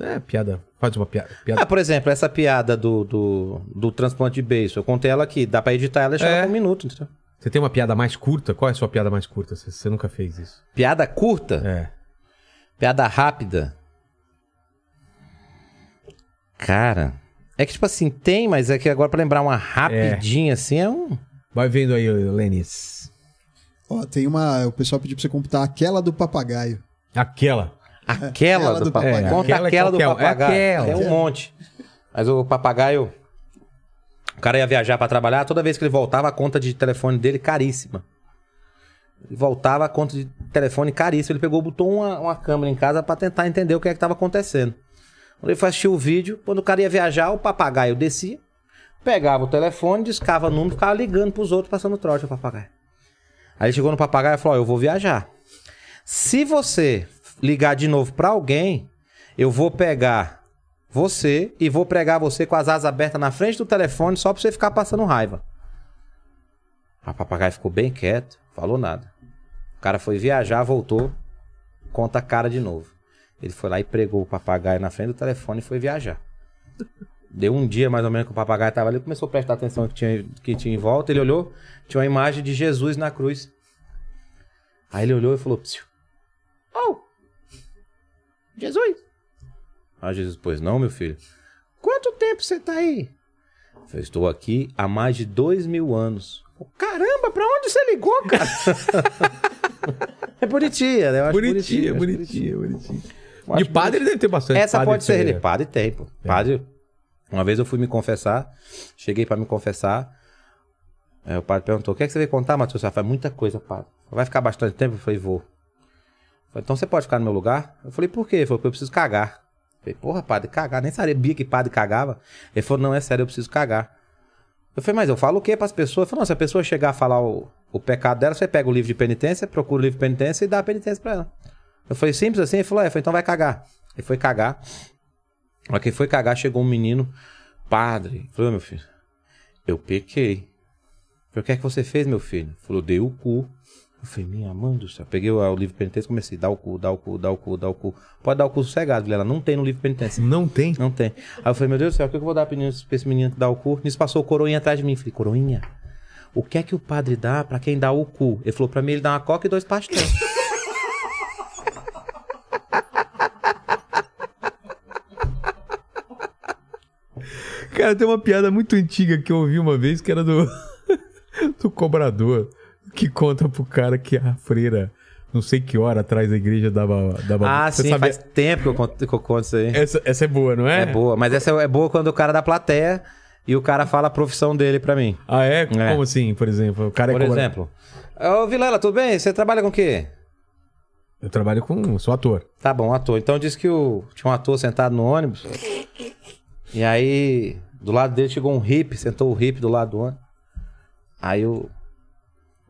É, piada. Faz uma piada. piada. Ah, por exemplo, essa piada do, do, do transplante de beiço. Eu contei ela aqui. Dá pra editar ela e deixar É. ela com um minuto. entendeu? Você tem uma piada mais curta? Qual é a sua piada mais curta? Você, você nunca fez isso. Piada curta? É. Piada rápida. Cara. É que, tipo assim, tem, mas é que agora pra lembrar uma rapidinha assim é um. Vai vendo aí, Lenis. Ó, tem uma. O pessoal pediu pra você computar aquela do papagaio. Aquela. Aquela Aquela do, do papagaio. papagaio. Conta Aquela é aquela, do qualquer um. É papagaio. aquela. Tem um monte. Mas o papagaio. O cara ia viajar pra trabalhar, toda vez que ele voltava, a conta de telefone dele caríssima. Ele voltava, a conta de telefone caríssima. Ele pegou, botou uma, uma câmera em casa pra tentar entender o que é que tava acontecendo. Quando ele foi assistir o vídeo, quando o cara ia viajar, o papagaio descia, pegava o telefone, discava o número, ficava ligando pros outros, passando trote ao papagaio. Aí ele chegou no papagaio e falou: ó, Eu vou viajar. Se você ligar de novo pra alguém, eu vou pegar você e vou pregar você com as asas abertas na frente do telefone só pra você ficar passando raiva. A papagaio ficou bem quieto, falou nada. O cara foi viajar, voltou, conta a cara de novo. Ele foi lá e pregou o papagaio na frente do telefone e foi viajar. Deu um dia mais ou menos que o papagaio tava ali, começou a prestar atenção no que tinha, que tinha em volta. Ele olhou, tinha uma imagem de Jesus na cruz. Aí ele olhou e falou: Psiu. Oh! Jesus! Ah, Jesus, pois não, meu filho. Quanto tempo você tá aí? Eu falei, estou aqui há mais de dois mil anos. "Oh, Caramba, pra onde você ligou, cara? é bonitinha, né? Eu acho Bonitinha, eu acho bonitinha, bonitinha. Eu acho De padre deve ter bastante. essa padre pode ser Ferreira. religião. Padre É. tem, pô. Padre. Uma vez eu fui me confessar, cheguei pra me confessar. Aí o padre perguntou: O que é que você veio contar, Matheus? Ela falou: Muita coisa, padre. Vai ficar bastante tempo? Eu falei: Vou. Eu falei, então você pode ficar no meu lugar? Eu falei: Por quê? Ele falou: Porque eu preciso cagar. Eu falei: Porra, padre, cagar. Nem sabia que padre cagava. Ele falou: Não, é sério, eu preciso cagar. Eu falei: Mas eu falo o quê pras pessoas? Ele falou: Não, se a pessoa chegar a falar o, o pecado dela, você pega o livro de penitência, procura o livro de penitência e dá a penitência pra ela. Eu falei: Simples assim? Ele falou: É, eu falei, então vai cagar. Ele foi cagar. Na hora que ele foi cagar, chegou um menino, padre. Falou, "Ô, meu filho, eu pequei. Eu Falei, o que é que você fez, meu filho? Falou, dei o cu. Eu falei, minha mãe do céu. Peguei o, o livro penitência e comecei, dá o cu, dá o cu, dá o cu, dá o cu. Pode dar o cu sossegado, Vilela. Não tem no livro penitência. Não tem? Não tem. Aí eu falei, meu Deus do céu, o que eu vou dar pra esse pra esse menino que dá o cu? Nisso passou o coroinha atrás de mim. Falei, coroinha, o que é que o padre dá pra quem dá o cu? Ele falou, pra mim ele dá uma coca e dois pastéis. Tá Cara, tem uma piada muito antiga que eu ouvi uma vez que era do, do cobrador que conta pro cara que a freira, não sei que hora atrás da igreja dava. dava ah, Você sim, sabe- faz tempo que eu conto, que eu conto isso aí. essa, essa é boa, não é? É boa, mas essa é boa quando o cara da plateia e o cara fala a profissão dele pra mim. Ah, é? É. Como assim, por exemplo? O cara é Por cobra- exemplo, ô Vilela, tudo bem? Você trabalha com o quê? Eu trabalho com. Sou ator. Tá bom, ator. Então disse que o... tinha um ator sentado no ônibus. E aí, do lado dele chegou um hippie, sentou o hippie do lado do ônibus. Aí o...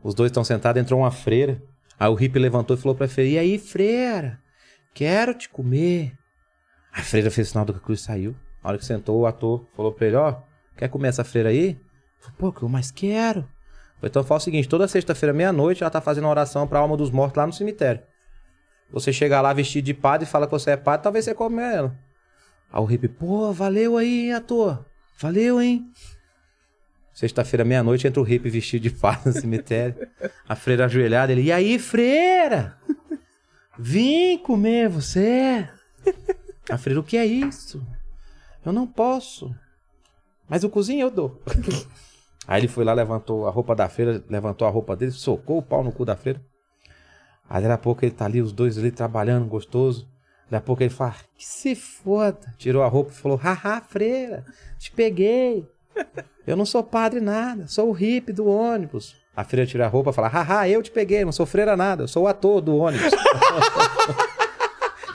os dois estão sentados, entrou uma freira. Aí o hippie levantou e falou pra freira: E aí, freira? Quero te comer. A freira fez sinal do cruz e saiu. A hora que sentou, o ator falou pra ele: Ó, quer comer essa freira aí? Ele Falou, Pô, que eu mais quero. Falei, Então fala o seguinte: toda sexta-feira, meia-noite, ela tá fazendo uma oração pra alma dos mortos lá no cemitério. Você chegar lá vestido de padre e fala que você é padre, talvez você come ela. Aí o hippie, pô, valeu aí, hein, ator. Valeu, hein? Sexta-feira, meia-noite, entra o hippie vestido de padre no cemitério. A freira ajoelhada, ele, e aí, freira? Vim comer você. A freira, o que é isso? Eu não posso. Mas o cozinho eu dou. Aí ele foi lá, levantou a roupa da freira, levantou a roupa dele, socou o pau no cu da freira. Aí daqui a pouco ele tá ali, os dois ali trabalhando, gostoso. Daqui a pouco ele fala, "Ah, que se foda. Tirou a roupa e falou, haha, freira, te peguei. Eu não sou padre nada, sou o hippie do ônibus. A freira tira a roupa e fala, haha, eu te peguei, não sou freira nada, eu sou o ator do ônibus.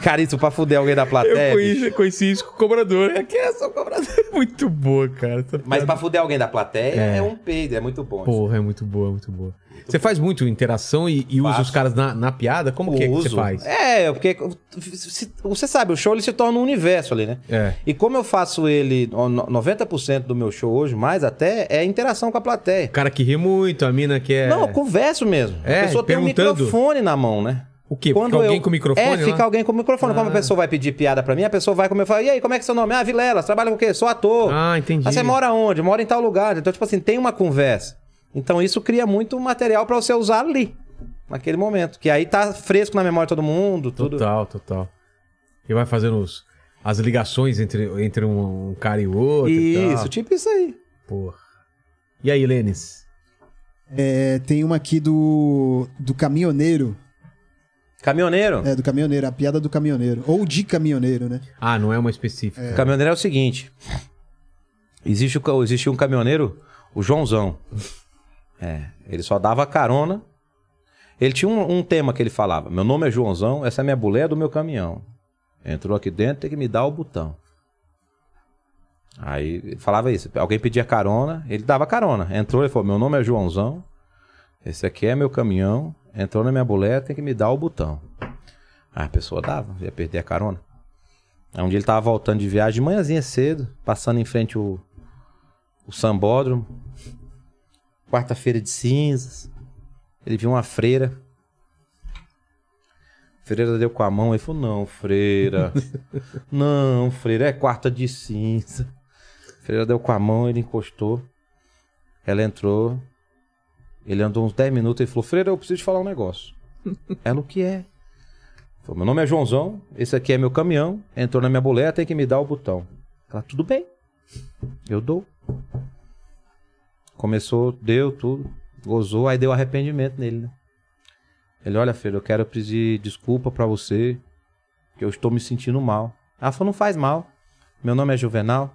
Cara, isso pra fuder alguém da É, plateia. bicho. conheci isso com o cobrador. É que é só o cobrador. Muito boa, cara. Essa Mas piada- pra fuder alguém da plateia É. é, um peido, é muito bom. Porra, é muito boa, muito boa. Você faz muito interação e, e usa Faço. os caras na, na piada? Como que é que você faz? É, porque se- você sabe, o show ele se torna um universo ali, né? É. E como eu faço ele, ó, no- 90% do meu show hoje, mais até, é interação com a plateia. O cara que ri muito, a mina que é. Não, eu converso mesmo. É, a pessoa tem um perguntando. microfone na mão, né? O quê? Fica alguém eu- com o microfone É, lá? Ah. fica alguém com o microfone. Quando uma pessoa vai pedir piada pra mim, a pessoa vai comigo e fala, e aí, como é que é seu nome? Ah, Vilela, você trabalha com o quê? Sou ator. Ah, entendi. Ah, você mora onde? Mora em tal lugar. Então, tipo assim, tem uma conversa. Então, isso cria muito material pra você usar ali, naquele momento. Que aí tá fresco na memória de todo mundo, tudo. Total, total. E vai fazendo os- as ligações entre, entre um, um cara e o outro. e Isso, tal. tipo isso aí. Porra. E aí, Lênis? É, tem uma aqui do, do caminhoneiro. Caminhoneiro. É, do caminhoneiro, a piada do caminhoneiro. Ou de caminhoneiro, né? Ah, não é uma específica. Caminhoneiro é o seguinte: existe, o ca- existe um caminhoneiro, o Joãozão. É, ele só dava carona. Ele tinha um, um tema que ele falava: Meu nome é Joãozão, essa é minha boleia do meu caminhão. Entrou aqui dentro, tem que me dar o botão. Aí ele falava isso: alguém pedia carona, ele dava carona. Entrou, ele falou: Meu nome é Joãozão, esse aqui é meu caminhão. Entrou na minha boleia, tem que me dar o botão. Aí a pessoa dava, ia perder a carona. É onde ele tava voltando de viagem de manhãzinha cedo, passando em frente o, o sambódromo. Quarta-feira de cinzas. Ele viu uma freira. A freira deu com a mão, ele falou: Não, freira. Não, freira, é quarta de cinza. A freira deu com a mão, ele encostou. Ela entrou. Ele andou uns 10 minutos e falou: Freira, eu preciso te falar um negócio. Ela, o que é? Falou, meu nome é Joãozão, esse aqui é meu caminhão, entrou na minha boleia, tem que me dar o botão. Ela, tudo bem, eu dou. Começou, deu tudo, gozou, aí deu arrependimento nele, né? Ele, olha, filho, eu quero pedir desculpa pra você, que eu estou me sentindo mal. Ela falou, não faz mal, meu nome é Juvenal,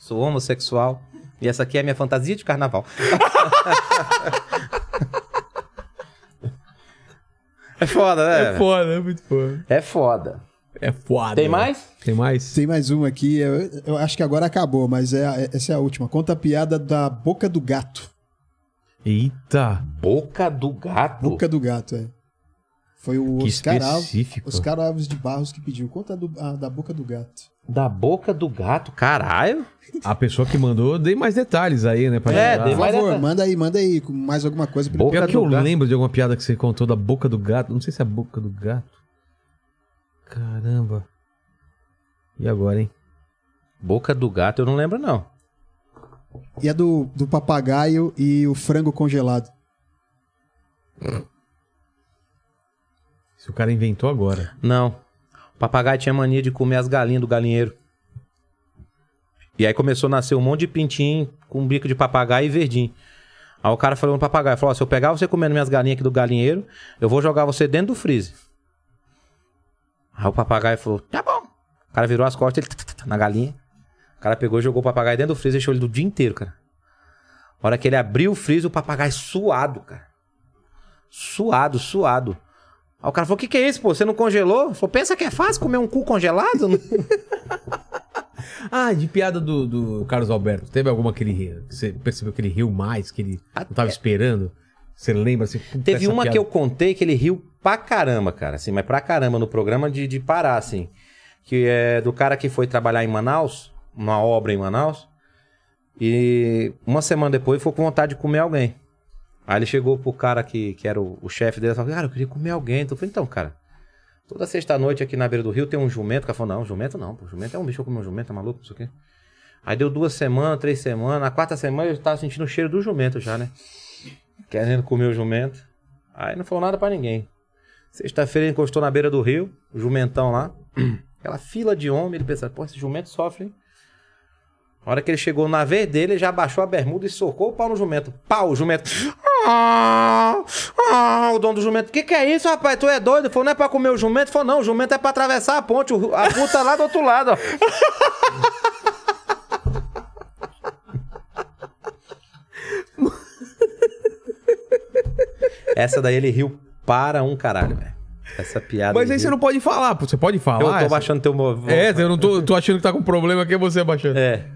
sou homossexual, e essa aqui é a minha fantasia de carnaval. É foda, né? velho? foda, é muito foda. É foda. É foda. Tem né? mais? Tem mais? Tem mais uma aqui, eu, eu acho que agora acabou, mas é, a- essa é a última. Conta a piada da boca do gato. Eita, Boca do gato. Boca do gato, é. Foi o que Oscar, Alves, específico. Oscar Alves de Barros que pediu. Conta a do- a da boca do gato. Da boca do gato, caralho. A pessoa que mandou, dei mais detalhes aí, né? Pra É, ajudar. dei Por Vai favor, nessa. manda aí, manda aí com mais alguma coisa. pra ele. Boca Pior que do eu gato. lembro de alguma piada que você contou da boca do gato. Não sei se é a boca do gato. Caramba. E agora, hein? Boca do gato, eu não lembro, não. E a do, do papagaio e o frango congelado. Se o cara inventou agora. Não. O papagaio tinha mania de comer as galinhas do galinheiro. E aí começou a nascer um monte de pintinho com um bico de papagaio e verdinho. Aí o cara falou no papagaio, falou, ó, se eu pegar você comendo minhas galinhas aqui do galinheiro, eu vou jogar você dentro do freezer. Aí o papagaio falou, tá bom. O cara virou as costas, ele tá, tá, tá, na galinha. O cara pegou e jogou o papagaio dentro do freezer, deixou ele do dia inteiro, cara. A hora que ele abriu o freezer, o papagaio suado, cara. Suado, suado. Aí o cara falou: O que, que é isso, pô? Você não congelou? Ele Falou: Pensa que é fácil comer um cu congelado? Ah, de piada do, do Carlos Alberto. Teve alguma que ele riu? que Você percebeu que ele riu mais, que ele não tava esperando? Você lembra? Assim, puta, Teve essa uma que piada- eu contei que ele riu pra caramba, cara. Assim, mas pra caramba, no programa de, de parar, assim. Que é do cara que foi trabalhar em Manaus, uma obra em Manaus. E uma semana depois ficou com vontade de comer alguém. Aí ele chegou pro cara que, que era o, o chefe dele e falou: Cara, eu queria comer alguém. Então eu falei: Então, cara, toda sexta-noite aqui na beira do rio tem um jumento. O cara falou: Não, jumento não, pô, jumento é um bicho, eu comi um jumento, é maluco, não sei o quê. Aí deu duas semanas, três semanas. Na quarta semana eu tava sentindo o cheiro do jumento já, né? Querendo comer o jumento. Aí não falou nada pra ninguém. Sexta-feira ele encostou na beira do rio, o jumentão lá. Aquela fila de homem, ele pensando, pô, esse jumento sofre, hein? A hora que ele chegou na vez dele, ele já baixou a bermuda e socou o pau no jumento. Pau, o jumento. Ah, ah, o dono do jumento. Que que é isso, rapaz? Tu é doido? Ele Falou, não é pra comer o jumento? Ele Falou, não, o jumento é pra atravessar a ponte. o rio- A puta tá lá do outro lado, ó. Essa daí ele riu para um caralho, velho. Essa piada. Mas ele aí riu. você não pode falar, pô. Você pode falar. Eu tô essa- baixando teu movimento. É, eu não tô, tô achando que tá com problema que é você baixando. É.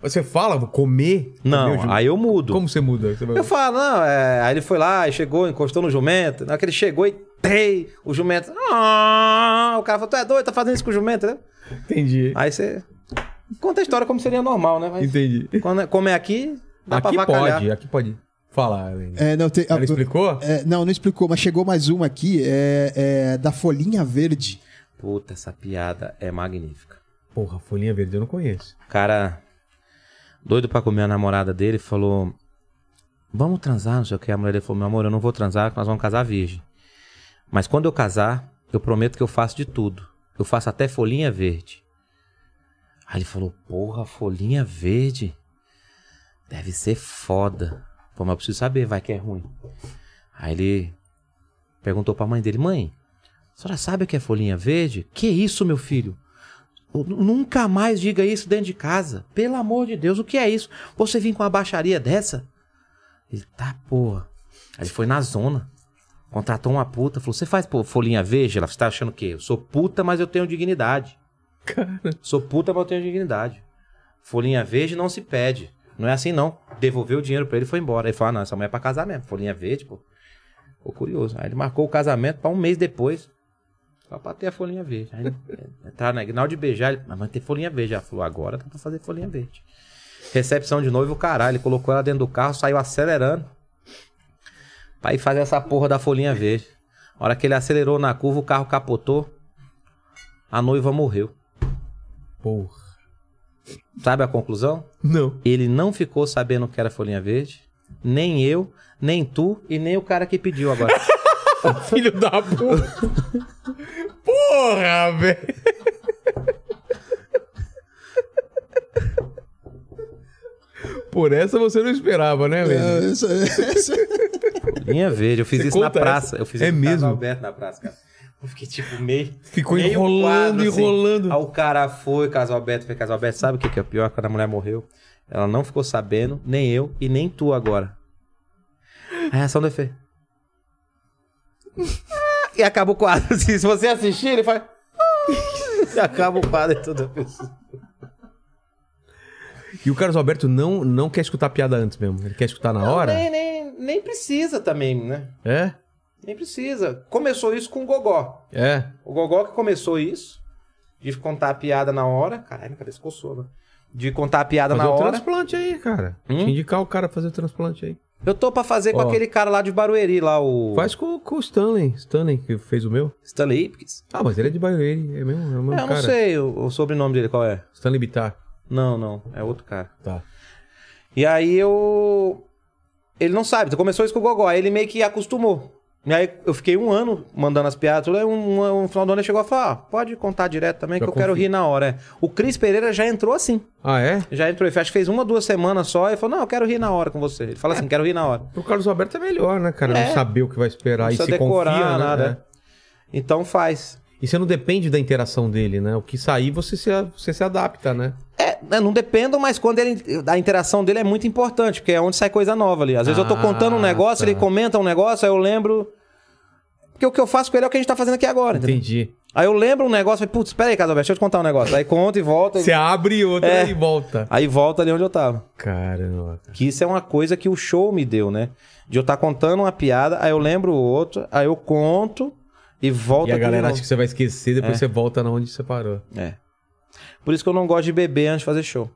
Você fala, comer? Comer o Não, jumento. aí eu mudo. Como você muda? Você vai- Eu falo, não, é... aí ele foi lá, e chegou, encostou no jumento. Na hora que ele chegou e tei, o jumento. Ah, o cara falou, tu é doido, tá fazendo isso com o jumento, né? Entendi. Aí você conta a história como seria normal, né? Mas Entendi. quando é- como é aqui, dá aqui pra avacalhar. pode, é. aqui pode. Fala, Aline. É, não, tem- Ela ah, explicou? é, não, não explicou, mas chegou mais uma aqui, é, é, da folhinha verde. Puta, essa piada é magnífica. Porra, folhinha verde eu não conheço. O cara, doido pra comer a namorada dele, falou: Vamos transar, não sei o que. A mulher dele falou: Meu amor, eu não vou transar, nós vamos casar virgem. Mas quando eu casar, eu prometo que eu faço de tudo. Eu faço até folhinha verde. Aí ele falou: Porra, folhinha verde? Deve ser foda. Pô, mas eu preciso saber, vai que é ruim. Aí ele perguntou pra mãe dele: Mãe, a senhora sabe o que é folhinha verde? Que isso, meu filho? Eu nu- Nunca mais diga isso dentro de casa. Pelo amor de Deus, o que é isso? Você vir com uma baixaria dessa? Ele tá, porra. Aí ele foi na zona. Contratou uma puta, falou: Você faz pô, folhinha verde? Ela, você tá achando o quê? Eu sou puta, mas eu tenho dignidade. Cara. Sou puta, mas eu tenho dignidade. Folhinha verde não se pede. Não é assim, não. Devolveu o dinheiro pra ele e foi embora. Ele falou: ah, não, essa mulher é pra casar mesmo. Folhinha verde, pô. Ficou curioso. Aí ele marcou o casamento pra um mês depois. Só pra ter a folhinha verde. Aí, ele- tá na Ignal de beijar, ele, mas vai ter folhinha verde. Ela falou, agora dá pra fazer folhinha verde. Recepção de noivo, caralho. Ele colocou ela dentro do carro, saiu acelerando. Pra ir fazer essa porra da folhinha verde. A hora que ele acelerou na curva, o carro capotou. A noiva morreu. Porra. Sabe a conclusão? Não. Ele não ficou sabendo o que era folhinha verde. Nem eu, nem tu e nem o cara que pediu agora. Filho da puta. Porra, velho. Por essa você não esperava, né, velho? É, essa- essa- Folhinha verde. Eu fiz Você isso na conta essa? praça. Eu fiz É isso no caso mesmo? do Alberto na praça, cara. Eu fiquei tipo meio. Ficou meio assim. enrolando, enrolando. Aí o cara foi, Casalberto foi, Casalberto. Sabe o que que é o pior? Quando a mulher morreu, ela não ficou sabendo, nem eu e nem tu agora. A reação do Efe. Ah, E acaba o quadro. Se se você assistir, ele faz. Ah, E acaba o quadro e tudo. E o Carlos Alberto não, não quer escutar piada antes mesmo. Ele quer escutar na hora? Nem, nem, nem precisa também, né? É? Nem precisa. Começou isso com o Gogó. É. O Gogó que começou isso, de contar a piada na hora. Caralho, minha cabeça coçou, né? De contar a piada Fazer Tá na o hora. transplante aí, cara. Hum? Te indicar o cara a fazer o transplante aí. Eu tô pra fazer com Ó. aquele cara lá de Barueri, lá, o. Faz com, com o Stanley. Stanley que fez o meu. Stanley Ipkiss. Ah, mas ele é de Barueri. É mesmo, é o mesmo É, eu cara. não sei o, o sobrenome dele qual é. Stanley Bittar. Não, não. É outro cara. Tá. E aí eu. Ele não sabe, começou isso com o Gogó. Aí ele meio que acostumou. E aí eu fiquei um ano mandando as piadas. tudo, Aí um, um, um final do ano ele chegou a falar: ah, pode contar direto também, Já que eu quero confio. rir na hora. é. O Cris Pereira já entrou assim. Ah, é? Já entrou, ele acho que fez uma, duas semanas só, e falou, não, eu quero rir na hora com você. Ele fala assim, quero rir na hora. Pro Carlos Alberto é melhor, né, cara? Não saber o que vai Não esperar e precisa se decorar confia, né? nada. É. Então faz. E você não depende da interação dele, né? O que sair, você se, a- você se adapta, né? É, né, não dependam, mas quando ele. A interação dele é muito importante, porque é onde sai coisa nova ali. Às vezes eu tô Ah, contando um negócio, tá. ele comenta um negócio, aí eu lembro. Porque o que eu faço com ele é o que a gente tá fazendo aqui agora. entendeu? Entendi. Aí eu lembro um negócio, falei, putz, peraí, Casalberto, deixa eu te contar um negócio. Aí conta e volta. Você abre outra É. e volta. Aí volta ali onde eu tava. Caramba. Que isso é uma coisa que o show me deu, né? De eu estar contando uma piada, aí eu lembro outra, aí eu conto e volto E a aqui galera de É. acha que você vai esquecer, depois você volta na onde você parou. novo. É. Por isso que eu não gosto de beber antes de fazer show.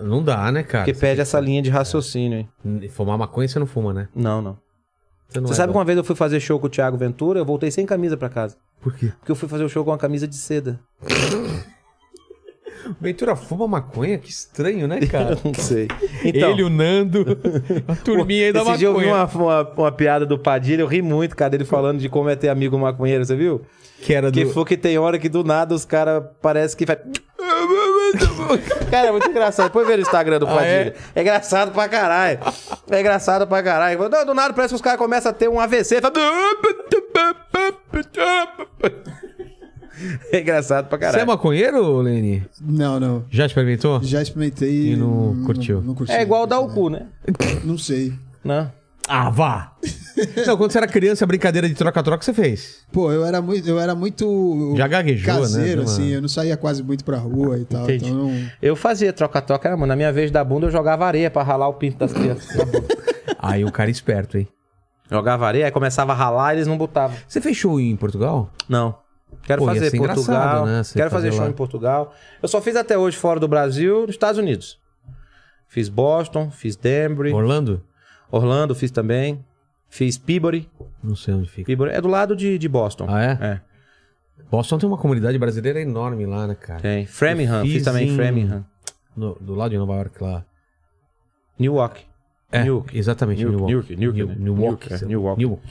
Não dá, né, cara? porque Você perde tem essa linha de raciocínio, hein? que- Fumar maconha você não fuma, né? Não, não. não você é sabe que bom. uma vez eu fui fazer show com o Thiago Ventura, eu voltei sem camisa pra casa. Por quê? Porque eu fui fazer o show com uma camisa de seda. Ventura fuma maconha? Que estranho, né, cara? Não sei. Então, Ele, o Nando, a turminha aí da esse maconha. dia eu vi uma, uma, uma piada do Padilha, eu ri muito, cara, dele falando de como é ter amigo maconheiro, você viu? Que era Que do... foi que tem hora que do nada os caras parece que vai. Cara, é muito engraçado. Depois vê no Instagram do Ah, Padilha. é? engraçado pra caralho. É engraçado pra caralho. Não, do nada parece que os caras começam a ter um AVC. Fala... É engraçado pra Você é caralho. maconheiro, Lene? não, não. Já experimentou? Já experimentei hum, E não curtiu? Não, curti, É igual não dar o curti, cu, né? né? Não sei. Não. Ah, vá! Não, quando você era criança, a brincadeira de troca-troca você fez. Pô, eu era muito, eu era muito Já gaguejou, caseiro, né? Deu uma- assim, eu não saía quase muito pra rua e tal. Entendi. Então não- Eu fazia troca-troca, mano. Na minha vez da bunda eu jogava areia pra ralar o pinto das crianças. na bunda. Aí o cara é esperto, hein? jogava areia, aí começava a ralar e eles não botavam. Você fez show em Portugal? Não. Quero Pô, ia fazer ser Portugal. engraçado, né, você Quero fazer, fazer show lá. em Portugal. Eu só fiz até hoje fora do Brasil, nos Estados Unidos. Fiz Boston, fiz Denver, Orlando? Orlando fiz também. Fiz Peabody. Não sei onde fica. Peabody é do lado de, de Boston. Ah, é? É. Boston tem uma comunidade brasileira enorme lá, né, cara? Tem. Framingham. Eu Fiz, fiz também em- Framingham. No- do lado de Nova York lá. Newark. É, Newark. exatamente. Newark, Newark. Newark, New- Newark, né? Newark. Newark, é, sei lá. Newark.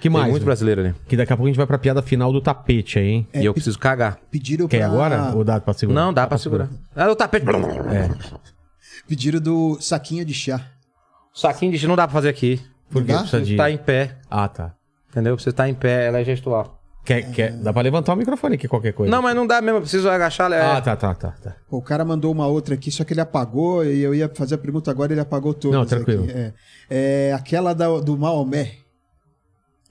Que Tem mais? muito né? brasileiro ali. Que daqui a pouco a gente vai pra piada final do tapete aí, hein? e eu preciso cagar. Pediram Quer pra- agora? Ou É. dá pra É. segurar? Não, dá pra segurar. Ah, o tapete. Pediram do saquinho de chá. Saquinho de gelo não dá pra fazer aqui. Por quê? Dá? Precisa de... Tá em pé. Ah, tá. Entendeu? Você tá em pé, ela é gestual. É. Quer, quer... Dá pra levantar o microfone aqui, qualquer coisa. Não, mas não dá mesmo, eu preciso agachar. é- é. Ah, tá, tá, tá. tá. Pô, o cara mandou uma outra aqui, só que ele apagou e eu ia fazer a pergunta agora ele apagou todas. Não, tranquilo. aqui. É, É aquela da- do Maomé.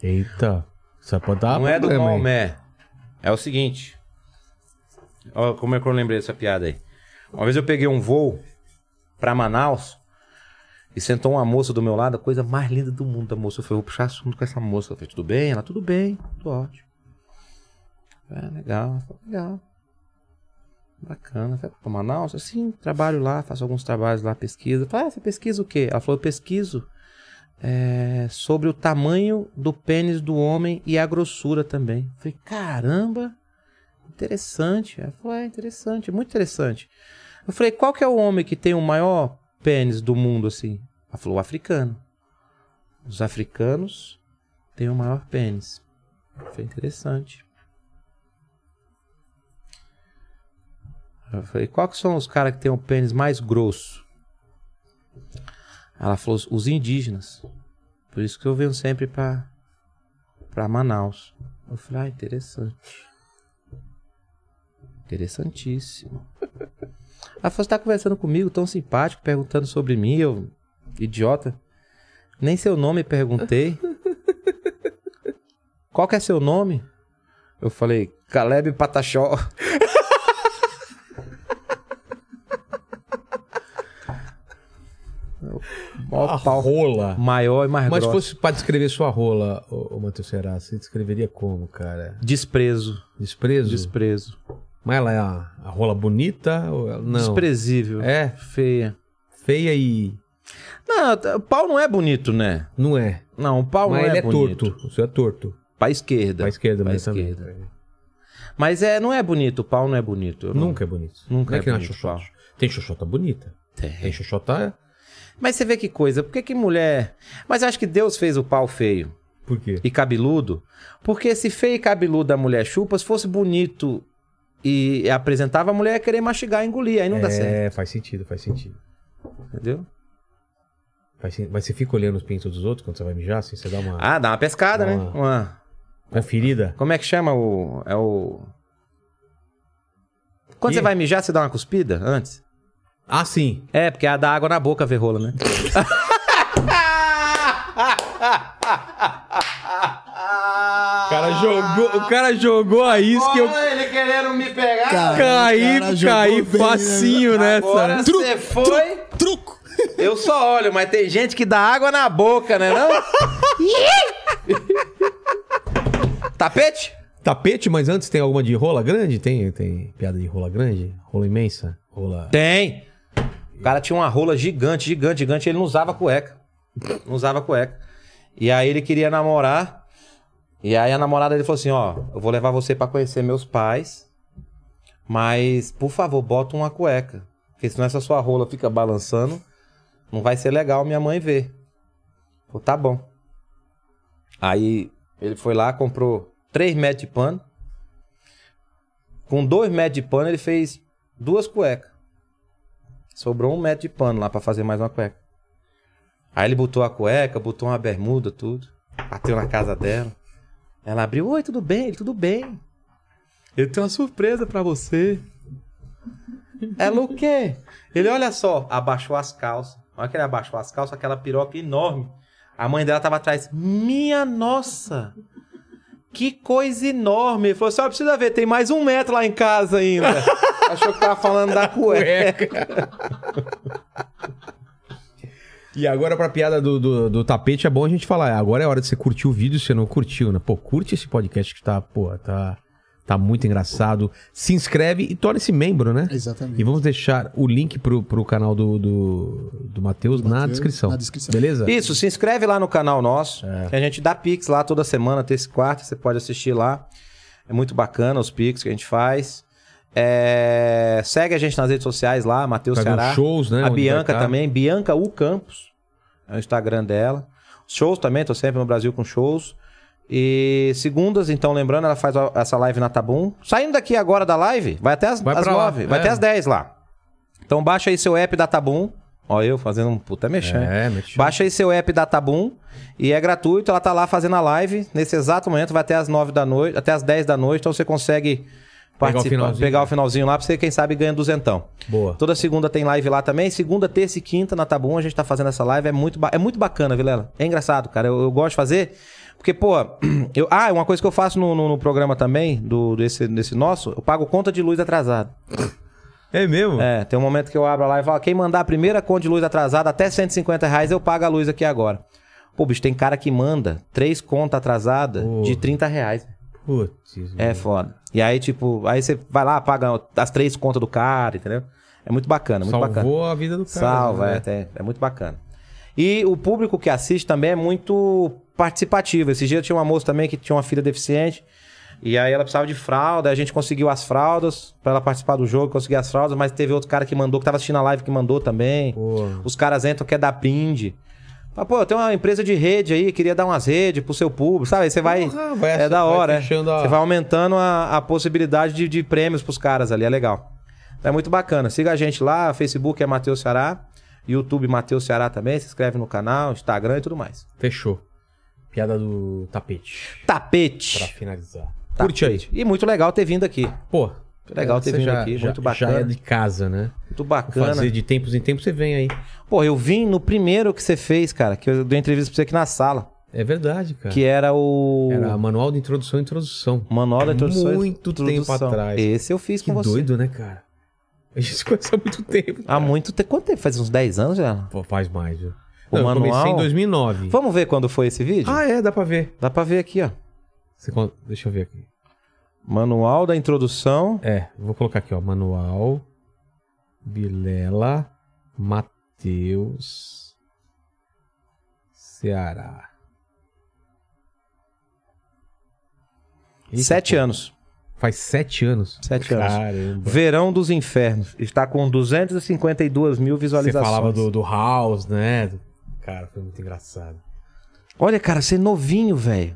Eita. Isso pode dar não é do problema aí. Maomé. É o seguinte. Ó, como é que eu lembrei dessa piada aí? Uma vez eu peguei um voo pra Manaus e sentou uma moça do meu lado, a coisa mais linda do mundo da moça. Eu falei, vou puxar assunto com essa moça. Eu falei, tudo bem? Ela, tudo bem, tudo ótimo. É, legal. Ela falou, legal. Bacana. Vai pra Manaus? Assim, trabalho lá, faço alguns trabalhos lá, pesquisa. Eu falei, ah, você pesquisa o quê? Ela falou, eu pesquiso é, sobre o tamanho do pênis do homem e a grossura também. Eu Falei, caramba, interessante. Ela falou, é interessante, muito interessante. Eu falei, qual que é o homem que tem o maior pênis do mundo, assim? Ela falou, o africano. Os africanos têm o maior pênis. Eu Falei, interessante. Eu falei, qual que são os caras que têm o pênis mais grosso? Ela falou os indígenas. Por isso que eu venho sempre pra, pra Manaus. Eu falei, ah, interessante. Interessantíssimo. Ela falou, você tá conversando comigo, tão simpático, perguntando sobre mim, eu, idiota. Nem seu nome perguntei. Qual que é seu nome? Eu falei, Caleb Pataxó. A Mó É pau rola. maior e mais Ah. Mas se É grossa. fosse pra descrever sua rola, ô, ô Matheus Será, você descreveria como, cara? Desprezo. Desprezo? Desprezo. Mas ela é a, a rola bonita? Ou ela... Não. Desprezível. É, Feia. feia e. Não, t- o pau não é bonito, né? Não é. Não, o pau Mas não ele é, é bonito. torto. O seu é torto. Pra esquerda. Pra esquerda, Pra mas também. esquerda. Mas é, não é bonito, o pau não é bonito. Eu não- Nunca é bonito. Nunca não é, é que não é bonito, É. xoxota. Paulo. Tem xoxota bonita. Tem. Tem xoxota. Mas você vê que coisa, por que que mulher... Mas eu acho que Deus fez o pau feio Por quê? e cabeludo, porque se feio e cabeludo da mulher chupa, se fosse bonito e apresentava, a mulher ia querer mastigar e engolir, aí não dá certo, É, faz sentido, faz sentido. entendeu? Faz sen- Mas você fica olhando os pintos dos outros quando você vai mijar, assim, você dá uma Ah, dá uma pescada, né? Ah. Uma... conferida? Como é que chama o. É o. Quando Ih. você vai mijar, você dá uma cuspida antes? Ah, sim. É, porque a da água na boca, verrola, né? O cara jogou, o cara jogou a isca e eu ele querendo me pegar. caí, cara jogou caí bem, né? facinho nessa. Agora você foi. Truco! Eu só olho, mas tem gente que dá água na boca, né? Não? Tapete? Tapete, mas antes tem alguma de rola grande? Tem, tem piada de rola grande? Rola imensa? Rola. Tem. O cara tinha uma rola gigante, gigante, gigante. Ele não usava cueca. Não usava cueca. E aí ele queria namorar. E aí a namorada dele falou assim: Ó, eu vou levar você pra conhecer meus pais. Mas, por favor, bota uma cueca. Porque senão essa sua rola fica balançando. Não vai ser legal minha mãe ver. Falou, tá bom. Aí ele foi lá, comprou 3 metros de pano. Com 2 metros de pano, ele fez duas cuecas. Sobrou um metro de pano lá pra fazer mais uma cueca. Aí ele botou a cueca, botou uma bermuda, tudo. Bateu na casa dela. Ela abriu, oi, tudo bem? Ele, tudo bem. Eu tenho uma surpresa pra você. Ela, o quê? Ele, olha só, abaixou as calças. Olha que ele abaixou as calças, aquela piroca enorme. A mãe dela tava atrás. Minha nossa! Que coisa enorme! Ele falou, só precisa ver, tem mais um metro lá em casa ainda. Achou que tava falando da cueca. E agora pra piada do, do, do tapete é bom a gente falar. Agora é hora de você curtir o vídeo se você não curtiu, né? Pô, curte esse podcast que tá, pô, tá, tá Tá muito engraçado. Se inscreve e torne-se membro, né? Exatamente. E vamos deixar o link pro, pro canal do, do, do Matheus na Matheus, descrição. na descrição. Beleza? Isso, se inscreve lá no canal nosso. É. que A gente dá Pix lá toda semana, terça e quarta. Você pode assistir lá. É muito bacana os Pix que a gente faz. É, Segue a gente nas redes sociais lá, Matheus Vai ver os Ceará. shows, né? a onde vai Bianca estar. também, Bianca U Campos. É o Instagram dela. Shows também, tô sempre no Brasil com shows. E segundas, então, lembrando, ela faz a- essa live na Tabum. Saindo daqui agora da live, vai até as, Vai as pra lá, 9, vai é. até as 10 lá. Então baixa aí seu app da Tabum. Ó, eu fazendo um puta mexendo. É, mexendo. Baixa aí seu app da Tabum e é gratuito. Ela tá lá fazendo a live. Nesse exato momento, vai até as 9 da noite, até as 10 da noite. Então você consegue Pegar o participar, pegar o finalzinho. finalzinho, lá pra você, quem sabe, ganha duzentão. Boa. Toda segunda tem live lá também. Segunda, terça e quinta na Tabum a gente tá fazendo essa live. É muito, ba- é muito bacana, Vilela. É engraçado, cara. Eu, eu gosto de fazer. Porque, pô, eu, ah, é uma coisa que eu faço no, no- no programa também, do, desse, desse nosso, eu pago conta de luz atrasada. É mesmo? É, tem um momento que eu abro a live e falo, quem mandar a primeira conta de luz atrasada até 150 reais, eu pago a luz aqui agora. Pô, bicho, tem cara que manda três contas atrasadas de 30 reais. Putz. É foda. E aí, tipo, aí você vai lá, paga as três contas do cara, entendeu? É muito bacana, muito bacana. Salvou a vida do cara. Salva, né? é, tem- é muito bacana. E o público que assiste também é muito participativo. Esse dia tinha uma moça também que tinha uma filha deficiente. E aí ela precisava de fralda, a gente conseguiu as fraldas pra ela participar do jogo, conseguir as fraldas, mas teve outro cara que mandou, que tava assistindo a live que mandou também. Pô. Os caras entram, quer dar brinde. Fala, pô, eu tenho uma empresa de rede aí, queria dar umas redes pro seu público, sabe? Aí você vai. Porra, vai- é da vai hora, é. fechando a- Você vai aumentando a, a possibilidade de, de prêmios pros caras ali, é legal. É muito bacana. Siga a gente lá, Facebook é Matheus Ceará, YouTube Matheus Ceará também, se inscreve no canal, Instagram e tudo mais. Fechou. Piada do tapete. Pra Tapete. finalizar. Tá. Curte aí. E muito legal ter vindo aqui. Pô. é, Legal ter você vindo já- aqui, já- muito Já é bacana. de casa, né? Muito Vou bacana. Fazer de tempos em tempos você vem aí. Pô, eu vim no primeiro que você fez, cara, que eu dei entrevista pra você aqui na sala, É verdade, cara. que era o. Era manual de introdução e introdução. Manual da introdução. Muito introdução. tempo atrás. Esse eu fiz Que com você. doido, né, cara? A gente se conhece há muito tempo. Há muito tempo. Quanto tempo? Faz uns 10 anos já? Pô, faz mais, viu? O eu comecei manual? em 2009. Vamos ver quando foi esse vídeo? Ah, é, dá pra ver. Dá pra ver aqui, ó. Você con- Deixa eu ver aqui. Manual da introdução. É, vou colocar aqui, ó. Manual, Bilela, Matheus, Ceará. Eita, sete pô, anos. Faz sete anos? Sete anos. Caramba. Verão dos Infernos. Está com 252 mil Você visualizações. falava do, do House, né? Do- Cara, foi muito engraçado. Olha, cara, você é novinho, velho.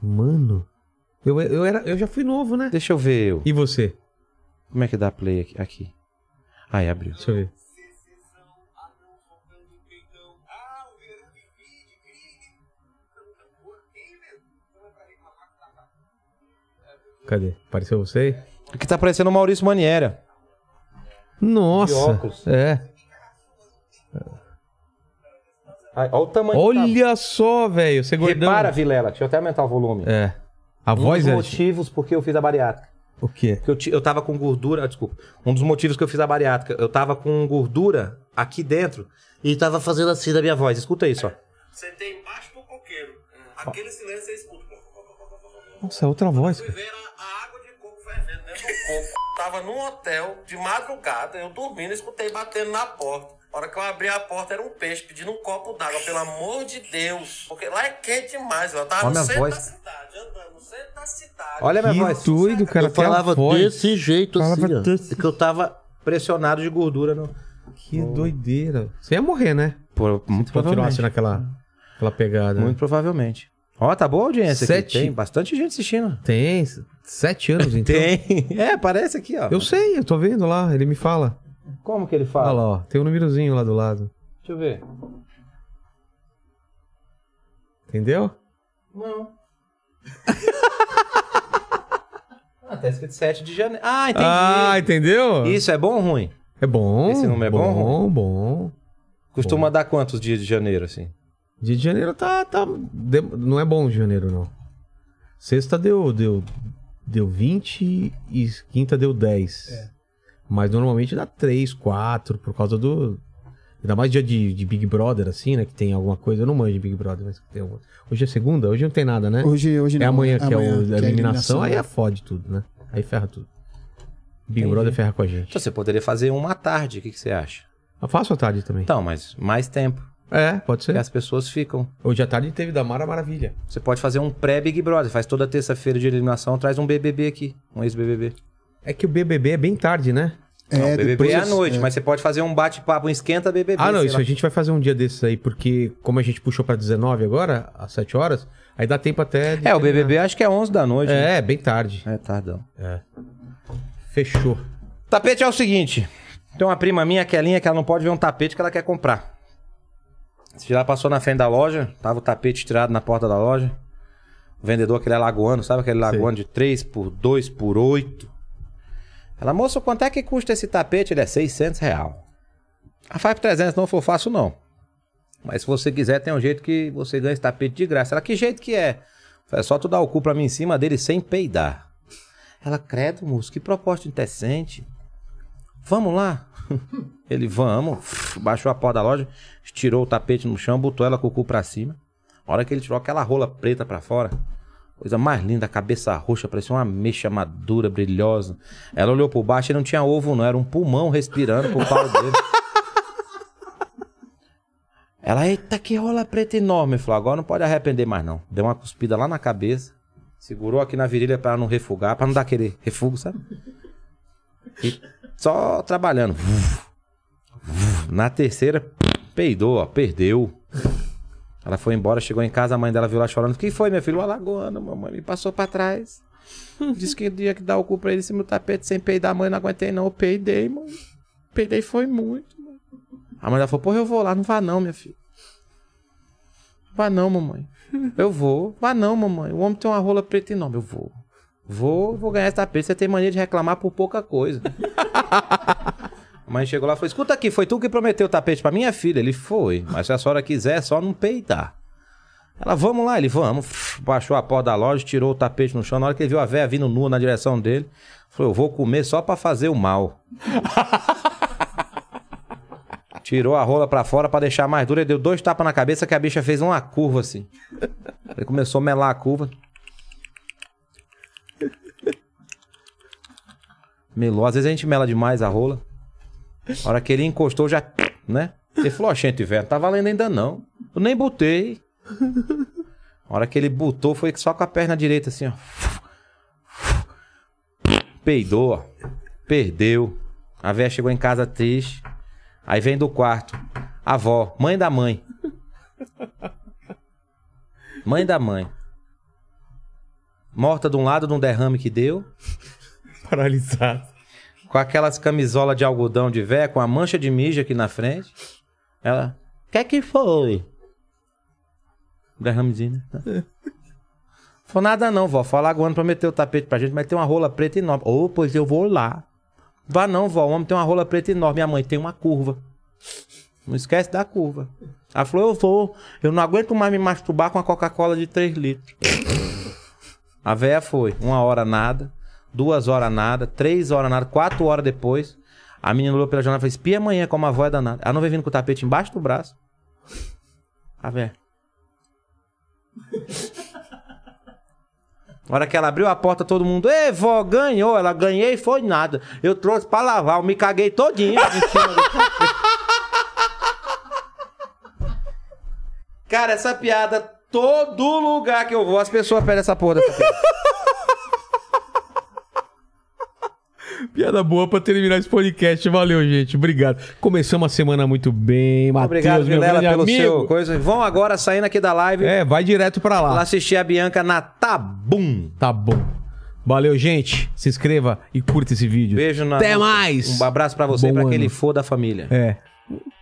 Mano, eu, eu, era, eu já fui novo, né? Deixa eu ver eu. E você? Como é que dá play aqui? aqui. Aí, abriu. Deixa eu ver. Cadê? Apareceu você aí? Aqui tá parecendo o Maurício Maniera. Nossa! De óculos. É. olha o tamanho Olha só, velho. Você gordão. Repara, Vilela. Deixa eu até aumentar o volume. É. A Um voz dos é. motivos porque eu fiz a bariátrica. O quê? Porque eu, ti- eu tava com gordura, ah, desculpa. Um dos motivos que eu fiz a bariátrica, eu tava com gordura aqui dentro e tava fazendo assim da minha voz. Escuta isso, ó. Você tem embaixo do coqueiro. Aquele silêncio você escuta. Nossa, é outra voz. Fui ver a- a água de coco fervendo né, dentro do coco. Tava num hotel, de madrugada, eu dormindo, escutei batendo na porta. A hora que eu abri a porta, era um peixe pedindo um copo d'água, pelo amor de Deus. Porque lá é quente demais, eu tava Olha no minha centro voz. da cidade, andando no centro da cidade. Olha a minha Que voz. doido, cara. Eu até a falava voz. desse jeito Falava assim, ó. desse- Que eu tava pressionado de gordura no... Que doideira. Você ia morrer, né? Por, muito Se continuasse naquela aquela pegada. Muito provavelmente. Ó, tá boa a audiência Sete. aqui. Tem bastante gente assistindo. Tem. Sete anos, então. Tem. É, parece aqui, ó. Eu sei, eu tô vendo lá. Ele me fala. Como que ele fala? Olha lá, ó. Tem um númerozinho lá do lado. Deixa eu ver. Entendeu? Não. ah, tá escrito 7 de janeiro. Ah, entendi. Ah, entendeu? Isso é bom ou ruim? É bom. Esse número é bom? Bom, bom. Costuma dar quantos dias de janeiro, assim? Dia de janeiro tá. tá de- Não é bom de janeiro, não. Sexta deu, deu, deu 20 e É. quinta deu 10. Mas normalmente dá 3, 4 por causa do. Ainda mais dia de, de Big Brother, assim, né? Que tem alguma coisa. Eu não manjo de Big Brother, mas tem alguma... Hoje é segunda? Hoje não tem nada, né? Hoje, hoje é não, amanhã que é, o- a que eliminação. É. Aí né? é fode tudo, né? Aí ferra tudo. Big Brother ferra com a gente. Então, você poderia fazer uma à tarde, o que, que você acha? Eu faço à tarde também. Então, mas mais tempo. É, pode Porque ser. as pessoas ficam. Hoje à tarde teve da Mara Maravilha. Você pode fazer um pré-Big Brother. Faz toda terça-feira de eliminação, traz um BBB aqui. Um ex-BBB. É que o BBB é bem tarde, né? não, É, BBB depois é à as- noite, mas você pode fazer um bate-papo, um esquenta BBB. Ah, não, sei isso lá. a gente vai fazer um dia desses aí, porque como a gente puxou pra 19 agora, às 7 horas, aí dá tempo até. de É, o terminar. BBB acho que é 11 da noite. né? É, é bem tarde. É, tardão. Fechou. Tapete é o seguinte. Tem uma prima minha, Kelinha, que ela não pode ver um tapete que ela quer comprar. Se ela passou na frente da loja, tava o tapete tirado na porta da loja. O vendedor, aquele alagoano, sabe aquele lagoano de 3 por 2 por 8? Ela, moça, quanto é que custa esse tapete? Ele é 600 real. A faz por 300 não foi fácil, não. Mas se você quiser, tem um jeito que você ganha esse tapete de graça. Ela, que jeito que é? Eu falei, É só tu dar o cu pra mim em cima dele sem peidar. Ela, credo, moço, que proposta indecente. Vamos lá? Ele, vamos. Baixou a porta da loja, estirou o tapete no chão, botou ela com o cu pra cima. A hora que ele tirou aquela rola preta pra fora, coisa mais linda, cabeça roxa, parecia uma mecha madura, brilhosa. Ela olhou por baixo e não tinha ovo, não, era um pulmão respirando por pau dele. Ela, eita, que rola preta enorme. Ele Falou, agora não pode arrepender mais, não. Deu uma cuspida lá na cabeça, segurou aqui na virilha pra não refugar, pra não dar aquele refugo, sabe? E só trabalhando. Na terceira, peidou, ó, perdeu. Ela foi embora, chegou em casa, a mãe dela viu ela chorando. O que foi, meu filho? O Alagoano, mamãe, me passou pra trás. Disse que tinha que dar o cu pra ele em cima do tapete sem peidar. Mãe, não aguentei não, eu peidei, mãe. Peidei foi muito, mãe. A mãe dela falou, porra, eu vou lá. Não vá não, minha filha. Vá não, mamãe. Eu vou. Vá não, mamãe. O homem tem uma rola preta enorme. Eu vou. Vou, vou ganhar esse tapete. Você tem mania de reclamar por pouca coisa. A mãe chegou lá e falou: Escuta aqui, foi tu que prometeu o tapete pra minha filha? Ele foi, mas se a senhora quiser, é só não peidar. Ela, vamos lá, ele, vamos. Fff, Baixou a porta da loja, tirou o tapete no chão. Na hora que ele viu a véia vindo nua na direção dele, falou: Eu vou comer só pra fazer o mal. Tirou a rola pra fora pra deixar mais dura, e deu dois tapas na cabeça que a bicha fez uma curva assim. Ele começou a melar a curva. Melou. Às vezes a gente mela demais a rola. A hora que ele encostou, já. né? Ele falou: Ó, gente, velho, não tá valendo ainda não. Eu nem botei. A hora que ele botou, foi só com a perna direita, assim, ó. Peidou, ó. Perdeu. A véia chegou em casa triste. Aí vem do quarto. A avó, mãe da mãe. Mãe da mãe. Morta de um lado de um derrame que deu Paralisado. com aquelas camisolas de algodão de véia, com a mancha de mijo aqui na frente. Ela, o que que foi? Derramezinho, né? Foi nada não, vó. Foi Alagoano prometeu o tapete pra gente, mas tem uma rola preta enorme. Ô, pois eu vou lá. Vá não, vó. O homem tem uma rola preta enorme. Minha mãe tem uma curva. Não esquece da curva. Ela falou, eu vou. Eu não aguento mais me masturbar com a Coca-Cola de 3 litros. A véia foi. Uma hora nada, duas horas nada, três horas nada, quatro horas depois. A menina olhou pela janela e falou: espia amanhã como a avó é danada. Ela não vem vindo com o tapete embaixo do braço. A véia. Na hora que ela abriu a porta, todo mundo, ei, vó, ganhou. Ela ganhei, foi nada. Eu trouxe pra lavar, eu me caguei todinho em cima do Cara, essa piada, todo lugar que eu vou, as pessoas pedem essa porra dessa piada. Piada boa pra terminar esse podcast. Valeu, gente. Obrigado. Começamos a semana muito bem, Matheus, Obrigado, meu Vilela, grande pelo amigo. seu coisa. Vão agora saindo aqui da live É, vai direto pra lá. lá assistir a Bianca na Tabum. Tá bom. Valeu, gente. Se inscreva e curta esse vídeo. Beijo na Até mais. Um abraço pra você e Bom pra ano. aquele for da família. É.